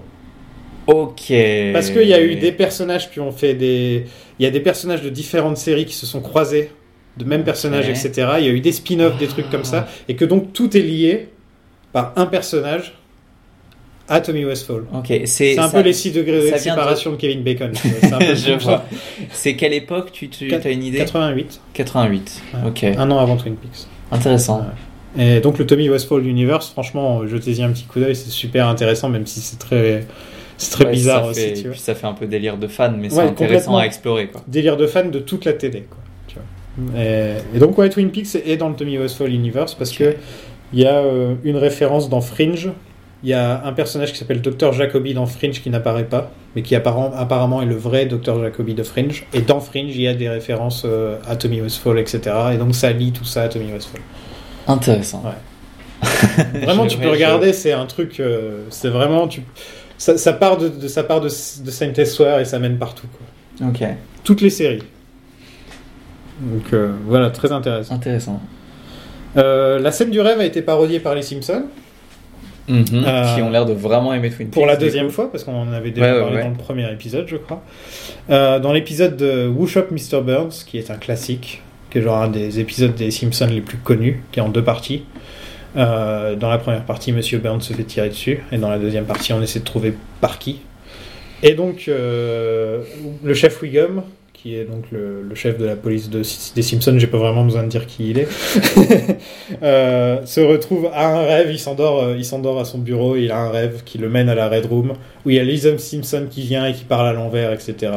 Speaker 3: Ok.
Speaker 2: Parce qu'il y a eu des personnages qui ont fait des... Il y a des personnages de différentes séries qui se sont croisés, de mêmes
Speaker 3: Ok.
Speaker 2: personnages, etc. Il y a eu des spin-offs, des trucs comme ça, et que donc tout est lié par un personnage à Tommy Westfall.
Speaker 3: Ok. C'est
Speaker 2: C'est un
Speaker 3: ça-
Speaker 2: peu les 6 degrés
Speaker 3: ça
Speaker 2: de
Speaker 3: vient de-
Speaker 2: séparation de... Kevin Bacon. tu vois, c'est un peu
Speaker 3: Je
Speaker 2: comme ça.
Speaker 3: vois. C'est quelle époque tu, tu
Speaker 2: Quatre-
Speaker 3: as une idée
Speaker 2: 88,
Speaker 3: 88.
Speaker 2: Ouais.
Speaker 3: Ok.
Speaker 2: un an avant Twin Peaks.
Speaker 3: Intéressant.
Speaker 2: Et donc le Tommy Westfall Universe, franchement, jetez-y un petit coup d'œil, c'est super intéressant, même si c'est très C'est très
Speaker 3: Ouais,
Speaker 2: bizarre
Speaker 3: ça
Speaker 2: aussi,
Speaker 3: fait-
Speaker 2: tu vois.
Speaker 3: puis ça fait un peu délire de fan, mais c'est
Speaker 2: Ouais,
Speaker 3: intéressant
Speaker 2: complètement.
Speaker 3: à explorer. Quoi.
Speaker 2: Délire de fan de toute la TD, quoi. tu vois. Et, et donc, ouais, Twin Peaks est dans le Tommy Westphal Universe parce que il y a euh, une référence dans Fringe. Il y a un personnage qui s'appelle Dr. Jacobi dans Fringe qui n'apparaît pas, mais qui apparem- apparemment est le vrai Dr. Jacobi de Fringe. Et dans Fringe, il y a des références euh, à Tommy Westphal, etc. Et donc, ça lie tout ça à Tommy Westphal.
Speaker 3: Intéressant.
Speaker 2: Vraiment,
Speaker 3: Je-
Speaker 2: tu
Speaker 3: je-
Speaker 2: peux regarder, c'est un truc. euh, c'est vraiment. Tu... Ça, ça part de, de- ça part de, de Saint Soir et ça mène partout. quoi.
Speaker 3: Ok,
Speaker 2: Toutes les séries. Donc euh, voilà, très intéressant.
Speaker 3: intéressant.
Speaker 2: Euh, la scène du rêve a été parodiée par les Simpsons
Speaker 3: Mhm.
Speaker 2: Euh,
Speaker 3: Qui ont l'air de vraiment aimer Twin Peaks.
Speaker 2: pour la
Speaker 3: du coup.
Speaker 2: deuxième fois, parce qu'on en avait déjà
Speaker 3: Ouais, ouais,
Speaker 2: parlé
Speaker 3: ouais.
Speaker 2: dans le premier épisode, je crois. Euh, dans l'épisode de Who Shop Mr. Burns, qui est un classique, qui est genre un des épisodes des Simpsons les plus connus, qui est en deux parties. Euh, dans la première partie, Monsieur Burns se fait tirer dessus, et dans la deuxième partie, on essaie de trouver par qui. Et donc, euh, le chef Wiggum, qui est donc le, le chef de la police de- des Simpsons, j'ai pas vraiment besoin de dire qui il est, euh, se retrouve à un rêve, il s'endort, euh, il s'endort à son bureau, il a un rêve qui le mène à la Red Room, où il y a Lisa Simpson qui vient et qui parle à l'envers, etc.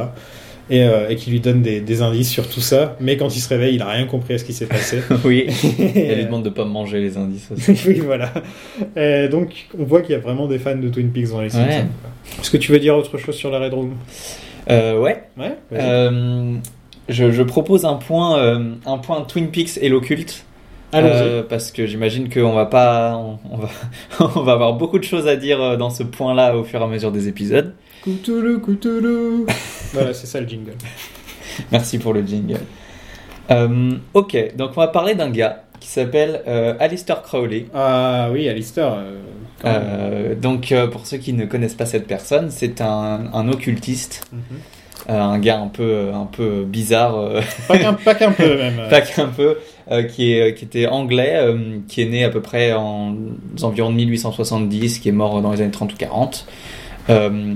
Speaker 2: Et, euh, et qui lui donne des, des indices sur tout ça, mais quand il se réveille, il a rien compris à ce qui s'est passé.
Speaker 3: oui,
Speaker 2: Et,
Speaker 3: elle lui
Speaker 2: euh,
Speaker 3: demande de pas manger les indices aussi.
Speaker 2: oui, voilà. Et donc, on voit qu'il y a vraiment des fans de Twin Peaks dans les Simpsons.
Speaker 3: Ouais.
Speaker 2: quoi. Est-ce que tu veux dire autre chose sur la Red Room
Speaker 3: Euh, ouais,
Speaker 2: Ouais. vas-y.
Speaker 3: Euh, je, je propose un point, euh, un point Twin Peaks et l'occulte.
Speaker 2: Allons-y.
Speaker 3: Euh, parce que j'imagine qu'on va pas, on, on va, on va avoir beaucoup de choses à dire euh, dans ce point-là au fur et à mesure des épisodes.
Speaker 2: Cthulhu, Cthulhu. voilà, c'est ça le jingle.
Speaker 3: Merci pour le jingle. Euh, ok, donc on va parler d'un gars qui s'appelle euh, Alistair Crowley.
Speaker 2: Ah oui, Alistair. euh, quand même.
Speaker 3: Euh, donc euh, pour ceux qui ne connaissent pas cette personne, c'est un, un occultiste,
Speaker 2: Mhm.
Speaker 3: euh, un gars un peu, un peu bizarre. euh,
Speaker 2: Pas qu'un- Pas qu'un peu, même. euh.
Speaker 3: Pas qu'un peu, euh, qui, est, qui était anglais, euh, qui est né à peu près en aux environs de 1870, qui est mort dans les années 30 ou 40, euh,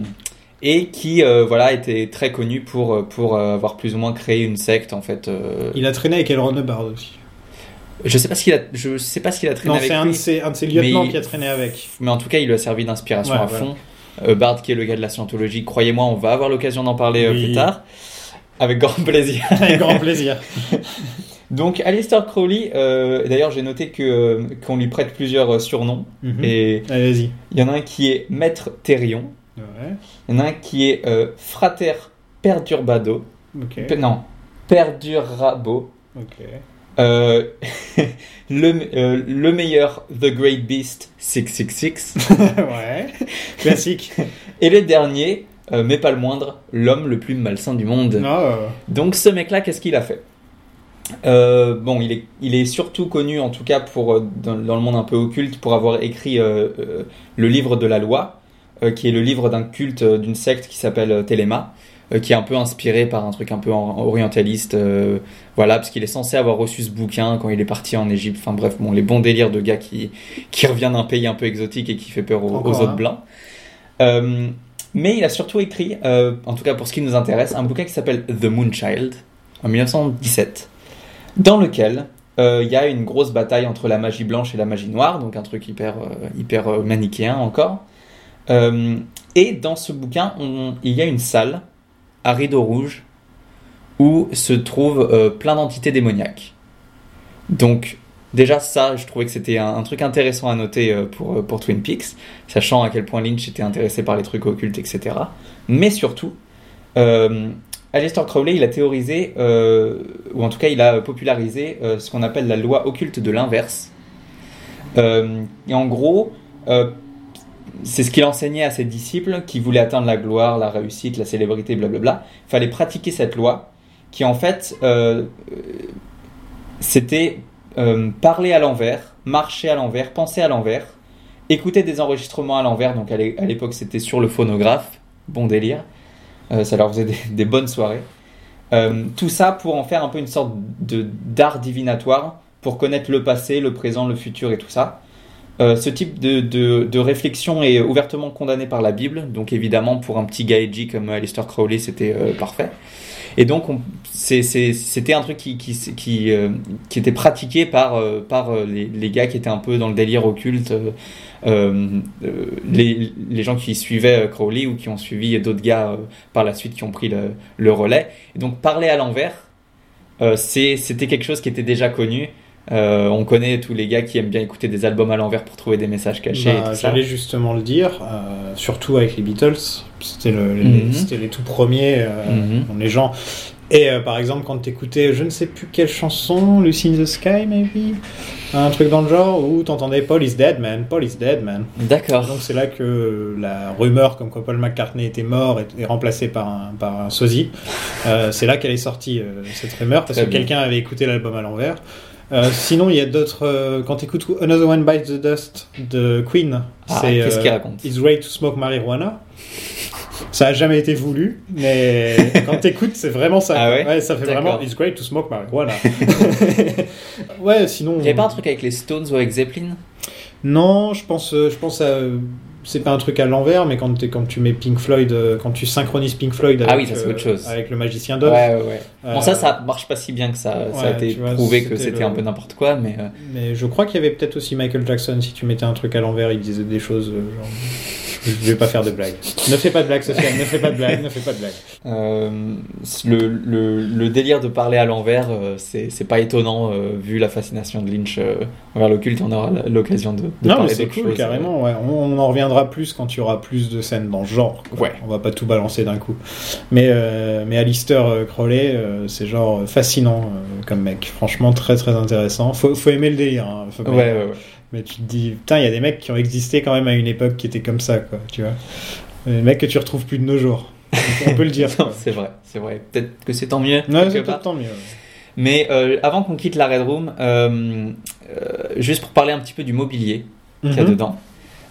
Speaker 3: et qui euh, voilà était très connu pour, euh, pour euh, avoir plus ou moins créé une secte en fait. euh,
Speaker 2: Il a traîné avec Elron Hubbard aussi.
Speaker 3: Je sais pas ce qu'il a, je sais pas ce qu'il a traîné
Speaker 2: Non,
Speaker 3: avec
Speaker 2: c'est un, de
Speaker 3: lui,
Speaker 2: ses- un de ses lieutenants
Speaker 3: mais-
Speaker 2: qui a traîné avec.
Speaker 3: mais en tout cas il lui a servi d'inspiration
Speaker 2: Ouais,
Speaker 3: à
Speaker 2: voilà.
Speaker 3: fond. Euh, Bard qui est le gars de la scientologie, croyez-moi, on va avoir l'occasion d'en parler euh,
Speaker 2: Oui.
Speaker 3: plus tard, avec grand plaisir.
Speaker 2: Avec grand plaisir.
Speaker 3: Donc Alistair Crowley, euh, d'ailleurs j'ai noté que euh, qu'on lui prête plusieurs euh, surnoms.
Speaker 2: Mhm.
Speaker 3: Et
Speaker 2: Allez-y.
Speaker 3: il y en a un qui est Maître Thérion,
Speaker 2: Ouais,
Speaker 3: il y en a un qui est euh, Frater Perdurbado,
Speaker 2: ok.
Speaker 3: Pe- non, Perdurabo,
Speaker 2: ok.
Speaker 3: euh, le, euh, le meilleur The Great Beast 666,
Speaker 2: ouais. Classique.
Speaker 3: et le dernier, euh, mais pas le moindre, l'homme le plus malsain du monde.
Speaker 2: non, euh,
Speaker 3: Donc ce mec-là, qu'est-ce qu'il a fait Euh, bon, il est, il est surtout connu, en tout cas pour, euh, dans, dans le monde un peu occulte, pour avoir écrit euh, euh, le livre de la loi, euh, qui est le livre d'un culte, euh, d'une secte qui s'appelle euh, Téléma, euh, qui est un peu inspiré par un truc un peu en- orientaliste, euh, voilà, parce qu'il est censé avoir reçu ce bouquin quand il est parti en Égypte. Enfin bref, bon, les bons délires de gars qui, qui revient d'un pays un peu exotique et qui fait peur aux, aux
Speaker 2: Encore un.
Speaker 3: autres blancs. Euh, mais il a surtout écrit, euh, en tout cas pour ce qui nous intéresse, un bouquin qui s'appelle The Moonchild, en 1917, dans lequel euh, il y a une grosse bataille entre la magie blanche et la magie noire, donc un truc hyper, euh, hyper euh, manichéen encore. Euh, et dans ce bouquin, on- il y a une salle à rideau rouge où se trouvent euh, plein d'entités démoniaques. Donc déjà ça, je trouvais que c'était un, un truc intéressant à noter euh, pour, euh, pour Twin Peaks, sachant à quel point Lynch était intéressé par les trucs occultes, etc. Mais surtout, euh, Aleister Crowley, il a théorisé, euh, ou en tout cas il a popularisé euh, ce qu'on appelle la loi occulte de l'inverse. Euh, et en gros, euh, c'est ce qu'il enseignait à ses disciples qui voulaient atteindre la gloire, la réussite, la célébrité, blablabla. Il fallait pratiquer cette loi qui en fait, euh, euh, c'était euh, parler à l'envers, marcher à l'envers, penser à l'envers, écouter des enregistrements à l'envers. Donc à l'é- à l'époque c'était sur le phonographe, bon délire. Euh, ça leur faisait des, des bonnes soirées. Euh, tout ça pour en faire un peu une sorte de d'art divinatoire pour connaître le passé, le présent, le futur et tout ça. Euh, ce type de, de- de réflexion est ouvertement condamné par la Bible, donc évidemment pour un petit gaiji comme Alistair Crowley c'était euh, parfait. Et donc on- c'est- c'est- c'était un truc qui, qui, qui, euh, qui était pratiqué par, euh, par euh, les, les gars qui étaient un peu dans le délire occulte, euh, euh, euh, les, les gens qui suivaient euh, Crowley ou qui ont suivi d'autres gars euh, par la suite qui ont pris le, le relais. Et donc parler à l'envers, euh, c'est- c'était quelque chose qui était déjà connu. Euh, on connaît tous les gars qui aiment bien écouter des albums à l'envers pour trouver des messages cachés. et
Speaker 2: Bah,
Speaker 3: tout ça.
Speaker 2: J'allais justement le dire, euh, surtout avec les Beatles, c'était le- les,
Speaker 3: Mhm.
Speaker 2: c'était les tout premiers, euh,
Speaker 3: Mhm.
Speaker 2: dont les gens. Et euh, par exemple, quand t'écoutais, je ne sais plus quelle chanson, Lucy in the Sky, maybe, un truc dans le genre, où t'entendais Paul is dead, man, Paul is dead, man.
Speaker 3: D'accord.
Speaker 2: Donc c'est là que la rumeur comme quoi Paul McCartney était mort est, est remplacée par un, par un sosie. Euh, c'est là qu'elle est sortie, euh, cette rumeur, parce
Speaker 3: Très
Speaker 2: que
Speaker 3: bien.
Speaker 2: quelqu'un avait écouté l'album à l'envers. Euh, sinon, il y a d'autres. euh, quand tu écoutes Another One Bites the Dust de Queen,
Speaker 3: Ah,
Speaker 2: c'est
Speaker 3: qu'est-ce
Speaker 2: euh,
Speaker 3: qu'il raconte
Speaker 2: It's Great to Smoke Marijuana. Ça a jamais été voulu, mais quand t'écoutes, c'est vraiment ça.
Speaker 3: Ah ouais
Speaker 2: ça fait
Speaker 3: D'accord.
Speaker 2: vraiment It's Great to Smoke Marijuana. ouais, sinon.
Speaker 3: Il n'y avait pas un truc avec les Stones ou avec Zeppelin
Speaker 2: Non, je pense, euh, je pense à. euh, C'est pas un truc à l'envers, mais quand, t'es- quand tu mets Pink Floyd, euh, quand tu synchronises Pink Floyd avec,
Speaker 3: Ah oui, ça, c'est
Speaker 2: euh,
Speaker 3: autre chose.
Speaker 2: avec le magicien
Speaker 3: Ouais,
Speaker 2: d'Oz.
Speaker 3: ouais, ouais.
Speaker 2: euh,
Speaker 3: Bon, ça, ça marche pas si bien que ça. ça a
Speaker 2: ouais,
Speaker 3: été
Speaker 2: tu vois,
Speaker 3: prouvé que
Speaker 2: c'était
Speaker 3: c'était
Speaker 2: le-
Speaker 3: un peu n'importe quoi, mais. euh,
Speaker 2: Mais je crois qu'il y avait peut-être aussi Michael Jackson. Si tu mettais un truc à l'envers, il disait des choses euh, genre. Je vais pas faire de blagues. Ne fais pas de blagues, Sofiane, ne fais pas de blagues, ne fais pas de blagues.
Speaker 3: Euh, le, le, le délire de parler à l'envers, euh, c'est c'est pas étonnant euh, vu la fascination de Lynch euh, envers l'occulte. On aura l'occasion de, de
Speaker 2: Non, mais
Speaker 3: parler
Speaker 2: c'est
Speaker 3: d'autres
Speaker 2: cool,
Speaker 3: choses. euh.
Speaker 2: carrément. Ouais. On, on en reviendra plus quand il y aura plus de scènes dans ce genre. quoi.
Speaker 3: Ouais.
Speaker 2: On va pas tout balancer d'un coup. Mais, euh, mais Alistair euh, Crowley, euh, c'est genre euh, fascinant euh, comme mec. Franchement, très très intéressant. Faut, faut aimer le délire. hein. Faut pas-
Speaker 3: Ouais, ouais, ouais.
Speaker 2: Mais tu te dis, putain, il y a des mecs qui ont existé quand même à une époque qui étaient comme ça, quoi. Tu vois. Euh, Des mecs que tu retrouves plus de nos jours. On peut le dire.
Speaker 3: Non,
Speaker 2: quoi.
Speaker 3: c'est vrai, c'est vrai. Peut-être que c'est tant mieux.
Speaker 2: Non,
Speaker 3: quelque
Speaker 2: c'est
Speaker 3: part.
Speaker 2: peut-être tant mieux.
Speaker 3: Mais euh, avant qu'on quitte la Red Room, euh, euh, juste pour parler un petit peu du mobilier. qu'il y a
Speaker 2: Mhm.
Speaker 3: dedans.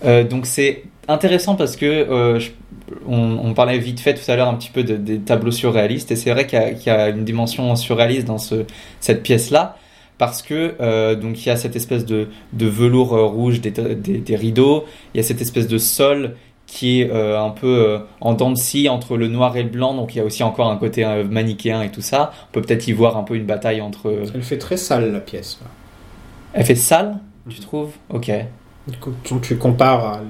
Speaker 3: Euh, donc c'est intéressant parce que euh, je- on, on parlait vite fait tout à l'heure un petit peu de- des tableaux surréalistes et c'est vrai qu'il y, a- qu'il y a une dimension surréaliste dans ce, cette pièce là parce que euh, donc il y a cette espèce de, de velours euh, rouge des, des- des rideaux, il y a cette espèce de sol qui est euh, un peu euh, en dents de scie entre le noir et le blanc, donc il y a aussi encore un côté euh, manichéen et tout ça. On peut peut-être y voir un peu une bataille entre. euh,
Speaker 2: Elle fait très sale, la pièce. là.
Speaker 3: Elle fait sale,
Speaker 2: Mhm.
Speaker 3: tu trouves Ok,
Speaker 2: Quand tu compares à-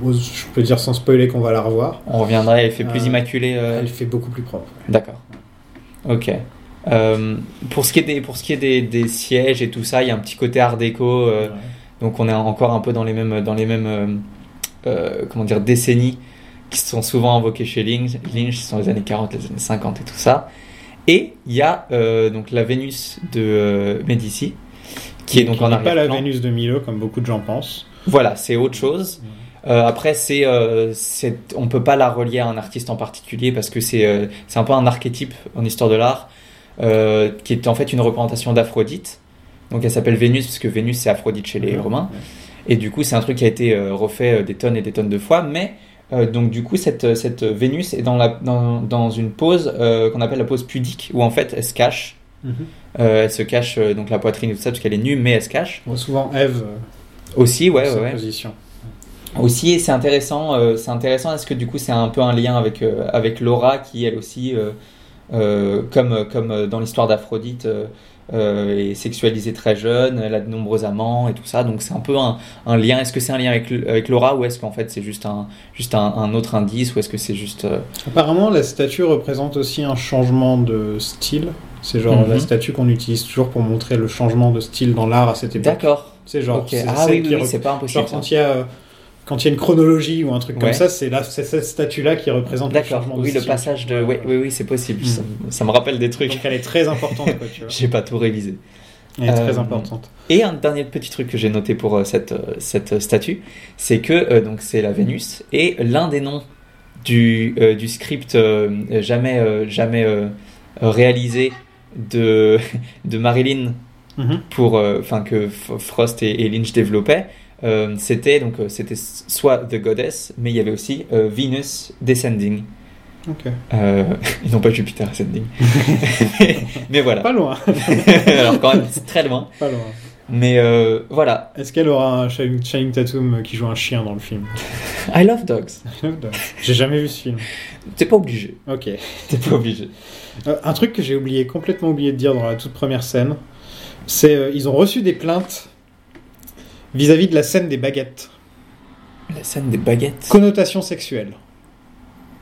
Speaker 2: aux- Je peux dire sans spoiler qu'on va la revoir.
Speaker 3: on reviendra. Elle fait plus
Speaker 2: Euh,
Speaker 3: immaculée. euh,
Speaker 2: Elle fait beaucoup plus propre.
Speaker 3: D'accord. Ok. Euh, pour ce qui est des, pour ce qui est des, des sièges et tout ça, il y a un petit côté art déco. euh,
Speaker 2: Ouais.
Speaker 3: donc on est encore un peu dans les mêmes, dans les mêmes, euh, euh, comment dire, décennies qui sont souvent invoquées chez Lynch. Lynch, ce sont les années 40, les années 50 et tout ça. Et il y a euh, donc la Vénus de euh, Médici, qui est donc en
Speaker 2: n'est pas la
Speaker 3: arrière-plan.
Speaker 2: Vénus de Milo comme beaucoup de gens pensent.
Speaker 3: Voilà, c'est autre chose. Euh, après, c'est, euh, c'est, on peut pas la relier à un artiste en particulier parce que c'est, euh, c'est un peu un archétype en histoire de l'art euh, qui est en fait une représentation d'Aphrodite. Donc elle s'appelle Vénus parce que Vénus c'est Aphrodite chez les Romains. Et du coup, c'est un truc qui a été euh, refait euh, des tonnes et des tonnes de fois. Mais euh, donc du coup, cette, cette Vénus est dans, la, dans, dans une pose euh, qu'on appelle la pose pudique où en fait elle se cache.
Speaker 2: Mhm.
Speaker 3: Euh, elle se cache euh, donc la poitrine et tout ça parce qu'elle est nue, mais elle se cache.
Speaker 2: On voit souvent Eve
Speaker 3: Aussi, ouais,
Speaker 2: dans
Speaker 3: ouais,
Speaker 2: cette
Speaker 3: ouais.
Speaker 2: position.
Speaker 3: Aussi, et c'est intéressant, euh, c'est intéressant, est-ce que du coup c'est un peu un lien avec, euh, avec Laura qui elle aussi, euh, euh, comme, comme euh, dans l'histoire d'Aphrodite, euh, euh, est sexualisée très jeune, elle a de nombreux amants et tout ça, donc c'est un peu un, un lien, est-ce que c'est un lien avec, avec Laura ou est-ce qu'en fait c'est juste, un, juste un, un autre indice ou est-ce que c'est juste... euh,
Speaker 2: Apparemment, la statue représente aussi un changement de style. C'est genre
Speaker 3: Mhm.
Speaker 2: la statue qu'on utilise toujours pour montrer le changement de style dans l'art à cette époque.
Speaker 3: D'accord,
Speaker 2: C'est genre
Speaker 3: ok,
Speaker 2: c'est
Speaker 3: ah
Speaker 2: celle
Speaker 3: oui,
Speaker 2: qui
Speaker 3: oui, oui,
Speaker 2: rep-
Speaker 3: c'est pas impossible.
Speaker 2: genre
Speaker 3: ça.
Speaker 2: quand il y a euh, quand il y a une chronologie ou un truc comme
Speaker 3: Ouais.
Speaker 2: ça, c'est là c'est cette statue là qui représente le
Speaker 3: D'accord,
Speaker 2: changement de
Speaker 3: oui, le
Speaker 2: style.
Speaker 3: passage de... Oui, oui, oui, c'est possible,
Speaker 2: Mm.
Speaker 3: ça, me- ça me rappelle des
Speaker 2: Donc
Speaker 3: trucs,
Speaker 2: elle est très importante quoi, tu vois.
Speaker 3: j'ai pas tout révisé.
Speaker 2: Elle est très
Speaker 3: Euh,
Speaker 2: importante.
Speaker 3: Et un dernier petit truc que j'ai noté pour euh, cette, euh, cette euh, statue, c'est que euh, donc c'est la Vénus et l'un des noms du, euh, du script euh, jamais, euh, jamais euh, réalisé de, de Marilyn
Speaker 2: Mhm.
Speaker 3: pour euh, enfin que F- Frost et, et Lynch développaient, euh, c'était donc euh, c'était soit The Goddess, mais il y avait aussi euh, Venus Descending.
Speaker 2: Ok.
Speaker 3: Euh, ils n'ont pas Jupiter Ascending. mais voilà.
Speaker 2: Pas loin,
Speaker 3: Alors quand même, c'est très loin.
Speaker 2: pas loin.
Speaker 3: Mais euh, voilà,
Speaker 2: Est-ce qu'elle aura un Shining Shining Tatum qui joue un chien dans le film
Speaker 3: I love dogs.
Speaker 2: J'ai jamais vu ce film.
Speaker 3: T'es pas obligé.
Speaker 2: Ok.
Speaker 3: T'es pas obligé.
Speaker 2: Euh, un truc que j'ai oublié, complètement oublié de dire dans la toute première scène, c'est euh, ils ont reçu des plaintes vis-à-vis de la scène des baguettes.
Speaker 3: La scène des baguettes.
Speaker 2: Connotation sexuelle.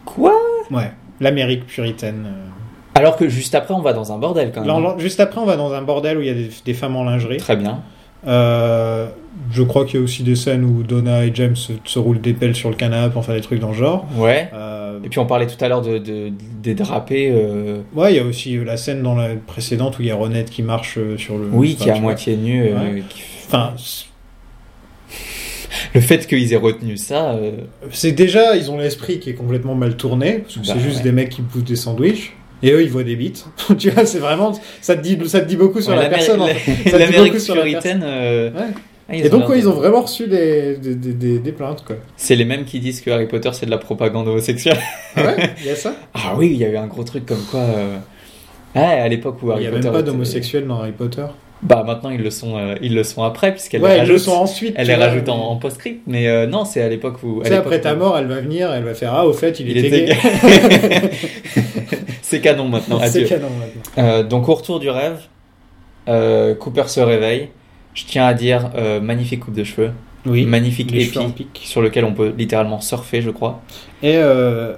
Speaker 3: Quoi
Speaker 2: Ouais. L'Amérique puritaine. euh.
Speaker 3: Alors que juste après, on va dans un bordel quand même.
Speaker 2: Là, on- Juste après, on va dans un bordel où il y a des, des femmes en lingerie.
Speaker 3: Très bien.
Speaker 2: Euh, je crois qu'il y a aussi des scènes où Donna et James se, se roulent des pelles sur le canapé, enfin des trucs dans le genre.
Speaker 3: Ouais.
Speaker 2: Euh,
Speaker 3: Et puis on parlait tout à l'heure de, de- des drapés. euh,
Speaker 2: ouais, il y a aussi la scène dans la précédente où il y a Renette qui marche euh, sur le.
Speaker 3: oui,
Speaker 2: enfin,
Speaker 3: qui est
Speaker 2: je
Speaker 3: à
Speaker 2: sais
Speaker 3: moitié nu. euh,
Speaker 2: Ouais.
Speaker 3: qui-
Speaker 2: pas. Enfin, c'est-
Speaker 3: Le fait qu'ils aient retenu ça, euh,
Speaker 2: c'est déjà, ils ont l'esprit qui est complètement mal tourné, parce que
Speaker 3: Bah,
Speaker 2: c'est juste
Speaker 3: ouais.
Speaker 2: des mecs qui bouffent des sandwichs. Et eux, ils voient des bites. tu vois, c'est vraiment. Ça te dit, ça te dit beaucoup sur
Speaker 3: ouais,
Speaker 2: la
Speaker 3: l'Amérique-
Speaker 2: personne. en fait. Ça dit
Speaker 3: l'Amérique
Speaker 2: beaucoup sur la
Speaker 3: puritaine. euh,
Speaker 2: Ouais.
Speaker 3: ah,
Speaker 2: Et donc,
Speaker 3: l'air
Speaker 2: ouais,
Speaker 3: de-
Speaker 2: ils ont vraiment reçu des, des, des- des- des plaintes, quoi.
Speaker 3: C'est les mêmes qui disent que Harry Potter c'est de la propagande homosexuelle.
Speaker 2: Ah ouais, il y a ça.
Speaker 3: Ah oui, il y a eu un gros truc comme quoi. euh, ouais, à l'époque où
Speaker 2: Il
Speaker 3: Harry
Speaker 2: n'y a
Speaker 3: Potter.
Speaker 2: même pas
Speaker 3: était-
Speaker 2: d'homosexuels dans Harry Potter.
Speaker 3: Bah maintenant ils le sont, euh, ils le sont après puisqu'elle
Speaker 2: ouais,
Speaker 3: les
Speaker 2: ils le
Speaker 3: rajoute.
Speaker 2: sont ensuite.
Speaker 3: Elle
Speaker 2: tu
Speaker 3: les
Speaker 2: vois,
Speaker 3: rajoute en,
Speaker 2: mais-
Speaker 3: en post-script, mais euh, non, c'est à l'époque où. à
Speaker 2: Tu sais, après
Speaker 3: l'époque
Speaker 2: ta
Speaker 3: où-
Speaker 2: mort, elle va venir, elle va faire Ah, au fait, il,
Speaker 3: Il
Speaker 2: était,
Speaker 3: était
Speaker 2: gay.
Speaker 3: gay. c'est canon maintenant,
Speaker 2: C'est
Speaker 3: adieu.
Speaker 2: canon maintenant.
Speaker 3: Euh, donc au retour du rêve, euh, Cooper se réveille. Je tiens à dire, euh, magnifique coupe de cheveux,
Speaker 2: Oui.
Speaker 3: magnifique
Speaker 2: les cheveux en
Speaker 3: épi,
Speaker 2: pique.
Speaker 3: sur lequel on peut littéralement surfer, je crois.
Speaker 2: Et euh,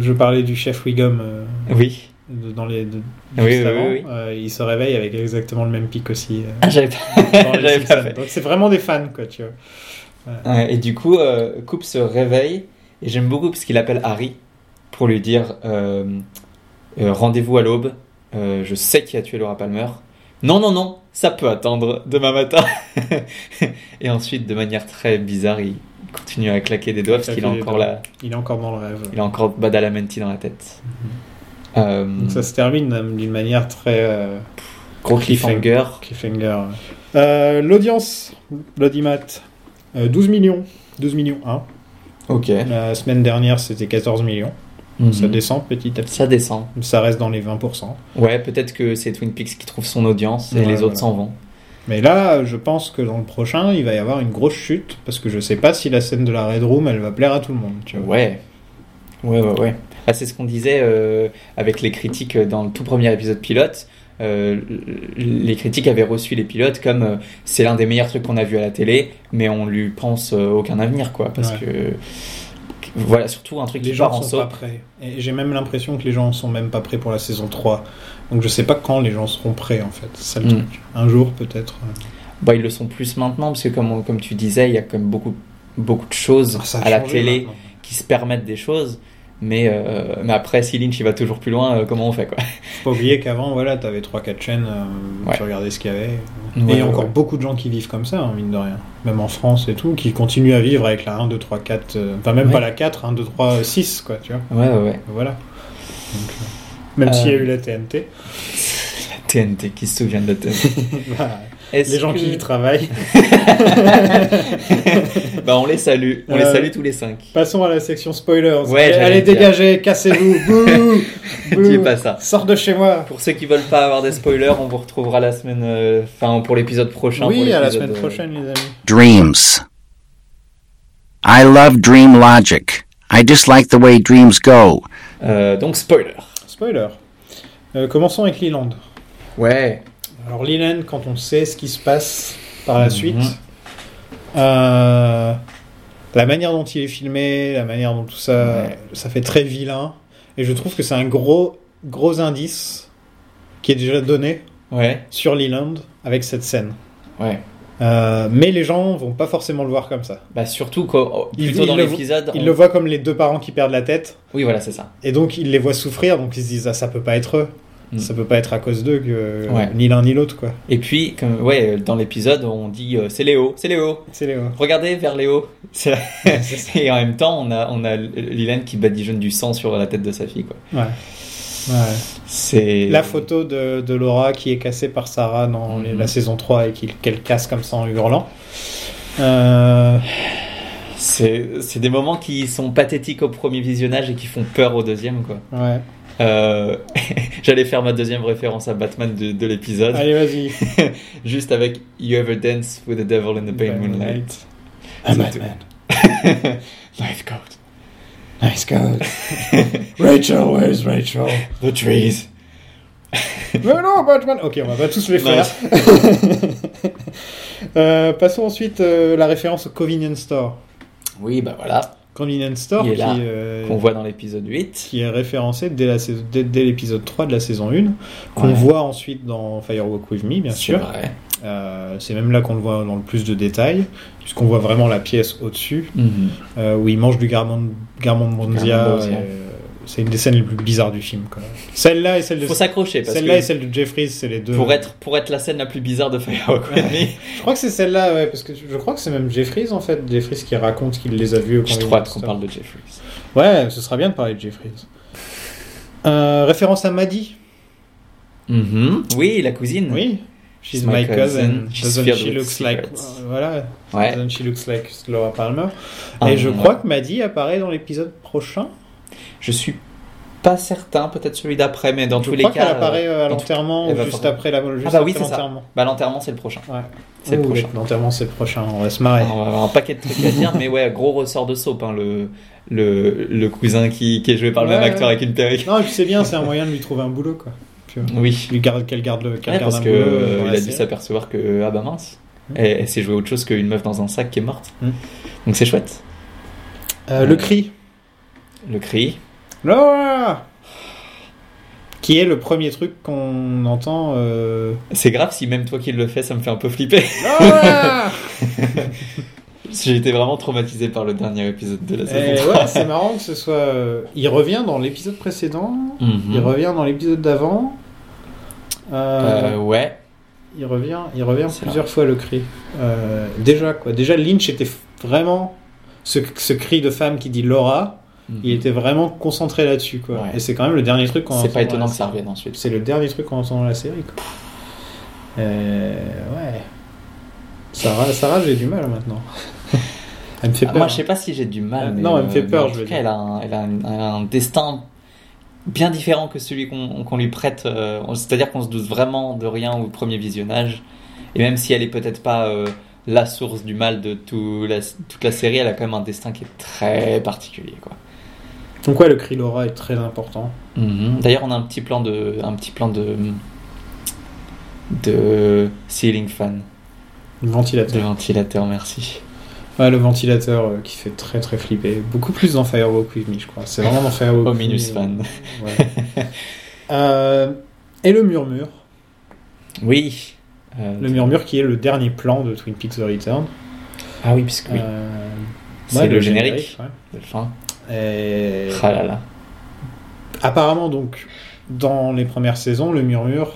Speaker 2: je parlais du chef Wiggum euh,
Speaker 3: Oui.
Speaker 2: de- dans les. de-
Speaker 3: Oui,
Speaker 2: juste
Speaker 3: oui,
Speaker 2: avant.
Speaker 3: oui, oui.
Speaker 2: Euh, il se réveille avec exactement le même pic aussi. euh,
Speaker 3: Ah, j'avais pas,
Speaker 2: dans les
Speaker 3: j'avais pas
Speaker 2: Simpsons.
Speaker 3: fait.
Speaker 2: Donc c'est vraiment des fans, quoi, tu vois.
Speaker 3: Ouais, et du coup, euh, Coupe se réveille et j'aime beaucoup parce qu'il appelle Harry pour lui dire euh, euh, rendez-vous à l'aube. Euh, je sais qui a tué Laura Palmer. Non, non, non, ça peut attendre demain matin. et ensuite, de manière très bizarre, il continue à claquer des doigts parce qu'il a
Speaker 2: Claquer des
Speaker 3: encore
Speaker 2: doigts.
Speaker 3: la,
Speaker 2: Il est encore dans le rêve.
Speaker 3: il a encore Badalamenti dans la tête. Euh,
Speaker 2: Donc Mhm. ça se termine euh, d'une manière très euh,
Speaker 3: gros cliffhanger.
Speaker 2: cliffhanger. Euh, L'audience, l'audimat, euh, 12 millions. 12 millions 1.
Speaker 3: Ok.
Speaker 2: La semaine dernière, c'était 14 millions. Ça descend petit à petit.
Speaker 3: Mhm. Ça descend.
Speaker 2: Ça reste dans les 20%.
Speaker 3: Ouais, peut-être que c'est Twin Peaks qui trouve son audience et
Speaker 2: Ouais,
Speaker 3: les
Speaker 2: voilà.
Speaker 3: autres s'en vont.
Speaker 2: Mais là, je pense que dans le prochain, il va y avoir une grosse chute parce que je sais pas si la scène de la Red Room, elle va plaire à tout le monde. Tu vois.
Speaker 3: Ouais. Ouais, ouais, ouais. Ah, c'est ce qu'on disait euh, avec les critiques dans le tout premier épisode pilote. Euh, les critiques avaient reçu les pilotes comme euh, c'est l'un des meilleurs trucs qu'on a vu à la télé, mais on lui pense euh, aucun avenir, quoi. Parce
Speaker 2: Ouais.
Speaker 3: que. Voilà, surtout un truc
Speaker 2: Les
Speaker 3: qui
Speaker 2: gens
Speaker 3: part en
Speaker 2: sont pas
Speaker 3: soap.
Speaker 2: prêts. Et j'ai même l'impression que les gens sont même pas prêts pour la saison 3. Donc je sais pas quand les gens seront prêts en fait. C'est ça le
Speaker 3: Mm.
Speaker 2: truc. Un jour peut-être.
Speaker 3: Bah, ils le sont plus maintenant, parce que comme, on- comme tu disais, il y a quand même beaucoup, beaucoup de choses
Speaker 2: Ah, ça a
Speaker 3: à la
Speaker 2: changé
Speaker 3: télé
Speaker 2: maintenant.
Speaker 3: qui se permettent des choses. Mais, euh, mais après, si Lynch il va toujours plus loin, euh, comment on fait, quoi
Speaker 2: Faut pas oublier qu'avant, voilà, t'avais 3-4 chaînes, euh,
Speaker 3: Ouais.
Speaker 2: tu regardais ce qu'il y avait. et
Speaker 3: Ouais,
Speaker 2: il y a
Speaker 3: ouais,
Speaker 2: encore
Speaker 3: ouais.
Speaker 2: beaucoup de gens qui vivent comme ça, hein, mine de rien. Même en France et tout, qui continuent à vivre avec la 1, 2, 3, 4. euh, Enfin, même
Speaker 3: Ouais.
Speaker 2: pas la 4, 1, 2, 3, 6, quoi, tu vois.
Speaker 3: Ouais, ouais, ouais.
Speaker 2: Voilà. Donc, euh, même s'il y a
Speaker 3: Euh,
Speaker 2: eu la TNT,
Speaker 3: TNT, qui se souvient de la TNT
Speaker 2: bah,
Speaker 3: Est-ce
Speaker 2: les gens
Speaker 3: que-
Speaker 2: qui y travaillent.
Speaker 3: bah, on les salue, on les
Speaker 2: Euh,
Speaker 3: salue tous les cinq.
Speaker 2: Passons à la section spoilers.
Speaker 3: Ouais,
Speaker 2: allez,
Speaker 3: j'allais
Speaker 2: allez,
Speaker 3: le dire.
Speaker 2: dégagez, cassez-vous. Bouh, bouh.
Speaker 3: Dis pas ça.
Speaker 2: Sors de chez moi.
Speaker 3: Pour ceux qui veulent pas avoir des spoilers, on vous retrouvera la semaine, euh, enfin pour l'épisode prochain. pour
Speaker 2: oui, à la
Speaker 3: l'épisode,
Speaker 2: semaine
Speaker 3: euh,
Speaker 2: prochaine, les amis.
Speaker 7: Dreams. I love dream logic. I dislike the way dreams go.
Speaker 3: euh, donc spoiler.
Speaker 2: Spoiler. Euh, commençons avec Leland.
Speaker 3: Ouais.
Speaker 2: Alors Leland, quand on sait ce qui se passe par la
Speaker 3: Mhm.
Speaker 2: suite, euh, la manière dont il est filmé, la manière dont tout ça,
Speaker 3: Ouais.
Speaker 2: ça fait très vilain. Et je trouve que c'est un gros, gros indice qui est déjà donné
Speaker 3: Ouais.
Speaker 2: sur Leland avec cette scène.
Speaker 3: Ouais.
Speaker 2: Euh, mais les gens vont pas forcément le voir comme ça.
Speaker 3: Bah surtout quand
Speaker 2: Il-
Speaker 3: plutôt
Speaker 2: il
Speaker 3: dans
Speaker 2: le-
Speaker 3: l'épisode.
Speaker 2: Ils
Speaker 3: on-
Speaker 2: le voient comme les deux parents qui perdent la tête.
Speaker 3: Oui voilà c'est ça.
Speaker 2: Et donc ils les voient souffrir, donc ils se disent ah ça peut pas être eux,
Speaker 3: Mm.
Speaker 2: ça peut pas être à cause d'eux que
Speaker 3: Ouais.
Speaker 2: ni l'un ni l'autre quoi.
Speaker 3: Et puis comme ouais euh, dans l'épisode on dit euh, c'est Léo, c'est Léo.
Speaker 2: C'est les
Speaker 3: Regardez vers Léo. C'est-
Speaker 2: c'est ça.
Speaker 3: Et en même temps on a on a Lilan qui badigeonne du sang sur la tête de sa fille quoi.
Speaker 2: Ouais.
Speaker 3: C'est
Speaker 2: La photo de, de Laura qui est cassée par Sarah dans les-
Speaker 3: Mhm.
Speaker 2: la saison 3 et qu'il- qu'elle casse comme ça en hurlant. Euh,
Speaker 3: C'est c'est des moments qui sont pathétiques au premier visionnage et qui font peur au deuxième, quoi.
Speaker 2: ouais.
Speaker 3: Euh, J'allais faire ma deuxième référence à Batman de, de l'épisode,
Speaker 2: Allez, vas-y.
Speaker 3: juste avec You ever dance with the devil in the pale moonlight.
Speaker 2: I'm
Speaker 3: C'est
Speaker 2: Batman.
Speaker 3: Knife coat.
Speaker 2: Nice God. Rachel, where's Rachel?
Speaker 3: The trees.
Speaker 2: Mais non, Batman. Ok, on va pas tous les
Speaker 3: Non.
Speaker 2: faire. Euh, passons ensuite euh, la référence au convenience store.
Speaker 3: Oui, bah voilà,
Speaker 2: Convenience store
Speaker 3: Il est
Speaker 2: qui,
Speaker 3: là,
Speaker 2: euh,
Speaker 3: qu'on voit dans l'épisode 8.
Speaker 2: qui est référencé dès la saison- dès- dès l'épisode 3 de la saison 1, qu'on
Speaker 3: Ouais.
Speaker 2: voit ensuite dans Firewalk With Me, bien
Speaker 3: C'est
Speaker 2: sûr.
Speaker 3: vrai.
Speaker 2: Euh, C'est même là qu'on le voit dans le plus de détails, puisqu'on voit vraiment la pièce au-dessus,
Speaker 3: Mhm.
Speaker 2: euh, où il mange du Garmon Bronzia.
Speaker 3: Garmon Bronzia.
Speaker 2: euh, C'est une des scènes les plus bizarres du film. quoi. Celle-là et celle de
Speaker 3: Faut s'accrocher parce
Speaker 2: Celle-là et
Speaker 3: que
Speaker 2: celle de Jeffries, c'est les deux.
Speaker 3: pour être pour être la scène la plus bizarre de Firewalk With Me,
Speaker 2: Je crois que c'est celle-là, ouais, parce que je crois que c'est même Jeffries en fait, Jeffries qui raconte qu'il les a vus au
Speaker 3: j'ai trop
Speaker 2: Convenience
Speaker 3: hâte qu'on
Speaker 2: Store.
Speaker 3: parle de Jeffries.
Speaker 2: Ouais, ce sera bien de parler de Jeffries. Euh, référence à Maddy.
Speaker 3: Mhm. Oui, la cousine.
Speaker 2: Oui. She's
Speaker 3: She's
Speaker 2: my
Speaker 3: my
Speaker 2: cousin.
Speaker 3: cousin. She's
Speaker 2: Doesn't
Speaker 3: filled
Speaker 2: she
Speaker 3: with
Speaker 2: looks like Euh,
Speaker 3: secrets.
Speaker 2: voilà.
Speaker 3: Ouais.
Speaker 2: Doesn't she looks like Laura Palmer.
Speaker 3: Ah,
Speaker 2: Et je
Speaker 3: ouais.
Speaker 2: crois que Maddy apparaît dans l'épisode prochain.
Speaker 3: Je suis pas certain, peut-être celui d'après, mais dans
Speaker 2: je
Speaker 3: tous les
Speaker 2: crois
Speaker 3: cas.
Speaker 2: qu'elle apparaît euh, à
Speaker 3: dans
Speaker 2: l'enterrement
Speaker 3: tout-
Speaker 2: ou
Speaker 3: elle va
Speaker 2: juste
Speaker 3: apparaître.
Speaker 2: après la juste
Speaker 3: bah oui,
Speaker 2: après
Speaker 3: c'est ça.
Speaker 2: l'enterrement.
Speaker 3: Bah, l'enterrement, c'est le prochain.
Speaker 2: Ouais.
Speaker 3: C'est le
Speaker 2: Ouh,
Speaker 3: prochain. Ah,
Speaker 2: L'enterrement c'est le prochain. On va se marrer.
Speaker 3: On va avoir un paquet de trucs à dire, mais ouais, gros ressort de soap, hein, le, le, le cousin qui, qui est joué par le
Speaker 2: Ouais,
Speaker 3: même
Speaker 2: ouais.
Speaker 3: acteur avec une perruque.
Speaker 2: Non, je sais bien, c'est un moyen de lui trouver un boulot quoi. Tu vois.
Speaker 3: Oui.
Speaker 2: Lui garde qu'elle garde le qu'elle
Speaker 3: Ouais,
Speaker 2: garde
Speaker 3: parce
Speaker 2: un
Speaker 3: que
Speaker 2: boulot,
Speaker 3: euh,
Speaker 2: dans la
Speaker 3: il a dû
Speaker 2: série.
Speaker 3: s'apercevoir que ah bah mince,
Speaker 2: Mm.
Speaker 3: elle, elle s'est jouée autre chose qu'une meuf dans un sac qui est morte.
Speaker 2: Mm.
Speaker 3: Donc c'est chouette.
Speaker 2: Euh, le cri.
Speaker 3: Le cri.
Speaker 2: Laura Qui est le premier truc qu'on entend. euh,
Speaker 3: C'est grave si même toi qui le fais, ça me fait un peu flipper.
Speaker 2: Laura
Speaker 3: J'ai été vraiment traumatisé par le dernier épisode de la
Speaker 2: Et
Speaker 3: saison.
Speaker 2: Eh ouais, c'est marrant que ce soit. euh, Il revient dans l'épisode précédent,
Speaker 3: Mhm.
Speaker 2: il revient dans l'épisode d'avant. Euh,
Speaker 3: Euh, ouais.
Speaker 2: Il revient, il revient
Speaker 3: c'est
Speaker 2: plusieurs fois le cri. Euh, déjà quoi, déjà Lynch était f- vraiment ce, ce cri de femme qui dit Laura, il était vraiment concentré là-dessus quoi.
Speaker 3: Mhm. Ouais.
Speaker 2: Et c'est quand même le dernier truc qu'on
Speaker 3: C'est
Speaker 2: entend
Speaker 3: pas
Speaker 2: dans
Speaker 3: étonnant
Speaker 2: la
Speaker 3: que ça
Speaker 2: série.
Speaker 3: revienne ensuite.
Speaker 2: C'est le dernier truc qu'on entend dans la série. Quoi. Euh, ouais. Sarah, Sarah j'ai du mal maintenant. Elle me fait
Speaker 3: Ah,
Speaker 2: peur.
Speaker 3: moi, je sais pas si j'ai du mal.
Speaker 2: Euh,
Speaker 3: mais,
Speaker 2: non, elle me fait
Speaker 3: mais
Speaker 2: peur,
Speaker 3: en
Speaker 2: je
Speaker 3: tout
Speaker 2: veux dire.
Speaker 3: cas, elle a, un, elle a un- un destin bien différent que celui qu'on qu'on lui prête. euh, on- C'est-à-dire qu'on se doute vraiment de rien au premier visionnage. Et même si elle est peut-être pas euh, la source du mal de tout la- toute la série, elle a quand même un destin qui est très particulier. quoi.
Speaker 2: Donc ouais, le cri Laura est très important.
Speaker 3: Mhm. D'ailleurs, on a un petit plan de, un petit plan de, de ceiling fan,
Speaker 2: Le
Speaker 3: de
Speaker 2: ventilateur.
Speaker 3: ventilateur. Merci.
Speaker 2: Ouais, le ventilateur euh, qui fait très très flipper. Beaucoup plus dans Firewalk With Me, je crois. C'est vraiment dans Firewalk
Speaker 3: Au
Speaker 2: With
Speaker 3: minus
Speaker 2: Me.
Speaker 3: fan.
Speaker 2: Ouais. Euh, et le murmure.
Speaker 3: Oui. Euh,
Speaker 2: Le murmure qui est le dernier plan de Twin Peaks The Return.
Speaker 3: Ah oui, puisque oui.
Speaker 2: Euh,
Speaker 3: c'est
Speaker 2: ouais,
Speaker 3: le, générique.
Speaker 2: ouais.
Speaker 3: de fin.
Speaker 2: Et...
Speaker 3: Ah là là.
Speaker 2: Apparemment, donc, dans les premières saisons, le murmure,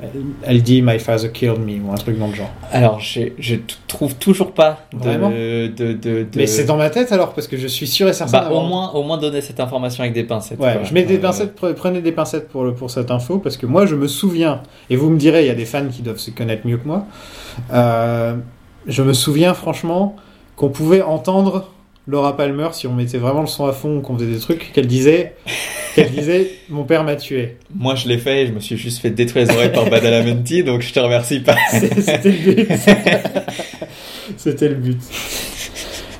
Speaker 2: elle, elle dit My father killed me ou un truc dans le genre.
Speaker 3: Alors, j'ai- je t- trouve toujours pas
Speaker 2: Vraiment
Speaker 3: de, de, de, de-
Speaker 2: Mais c'est dans ma tête alors, parce que je suis sûr et certain.
Speaker 3: Bah, au
Speaker 2: d'avoir-
Speaker 3: moins, au moins donner cette information avec des pincettes.
Speaker 2: Ouais,
Speaker 3: quoi.
Speaker 2: je mets des
Speaker 3: Euh,
Speaker 2: pincettes, pre- prenez des pincettes pour, le, pour cette info, parce que moi je me souviens, et vous me direz, il y a des fans qui doivent se connaître mieux que moi, euh, je me souviens franchement qu'on pouvait entendre Laura Palmer, si on mettait vraiment le son à fond, qu'on faisait des trucs, qu'elle disait, qu'elle disait Mon père m'a tué.
Speaker 3: Moi, je l'ai fait et je me suis juste fait détruire les oreilles par Badalamenti, donc je te remercie pas.
Speaker 2: C'est- C'était le but. C'était le but.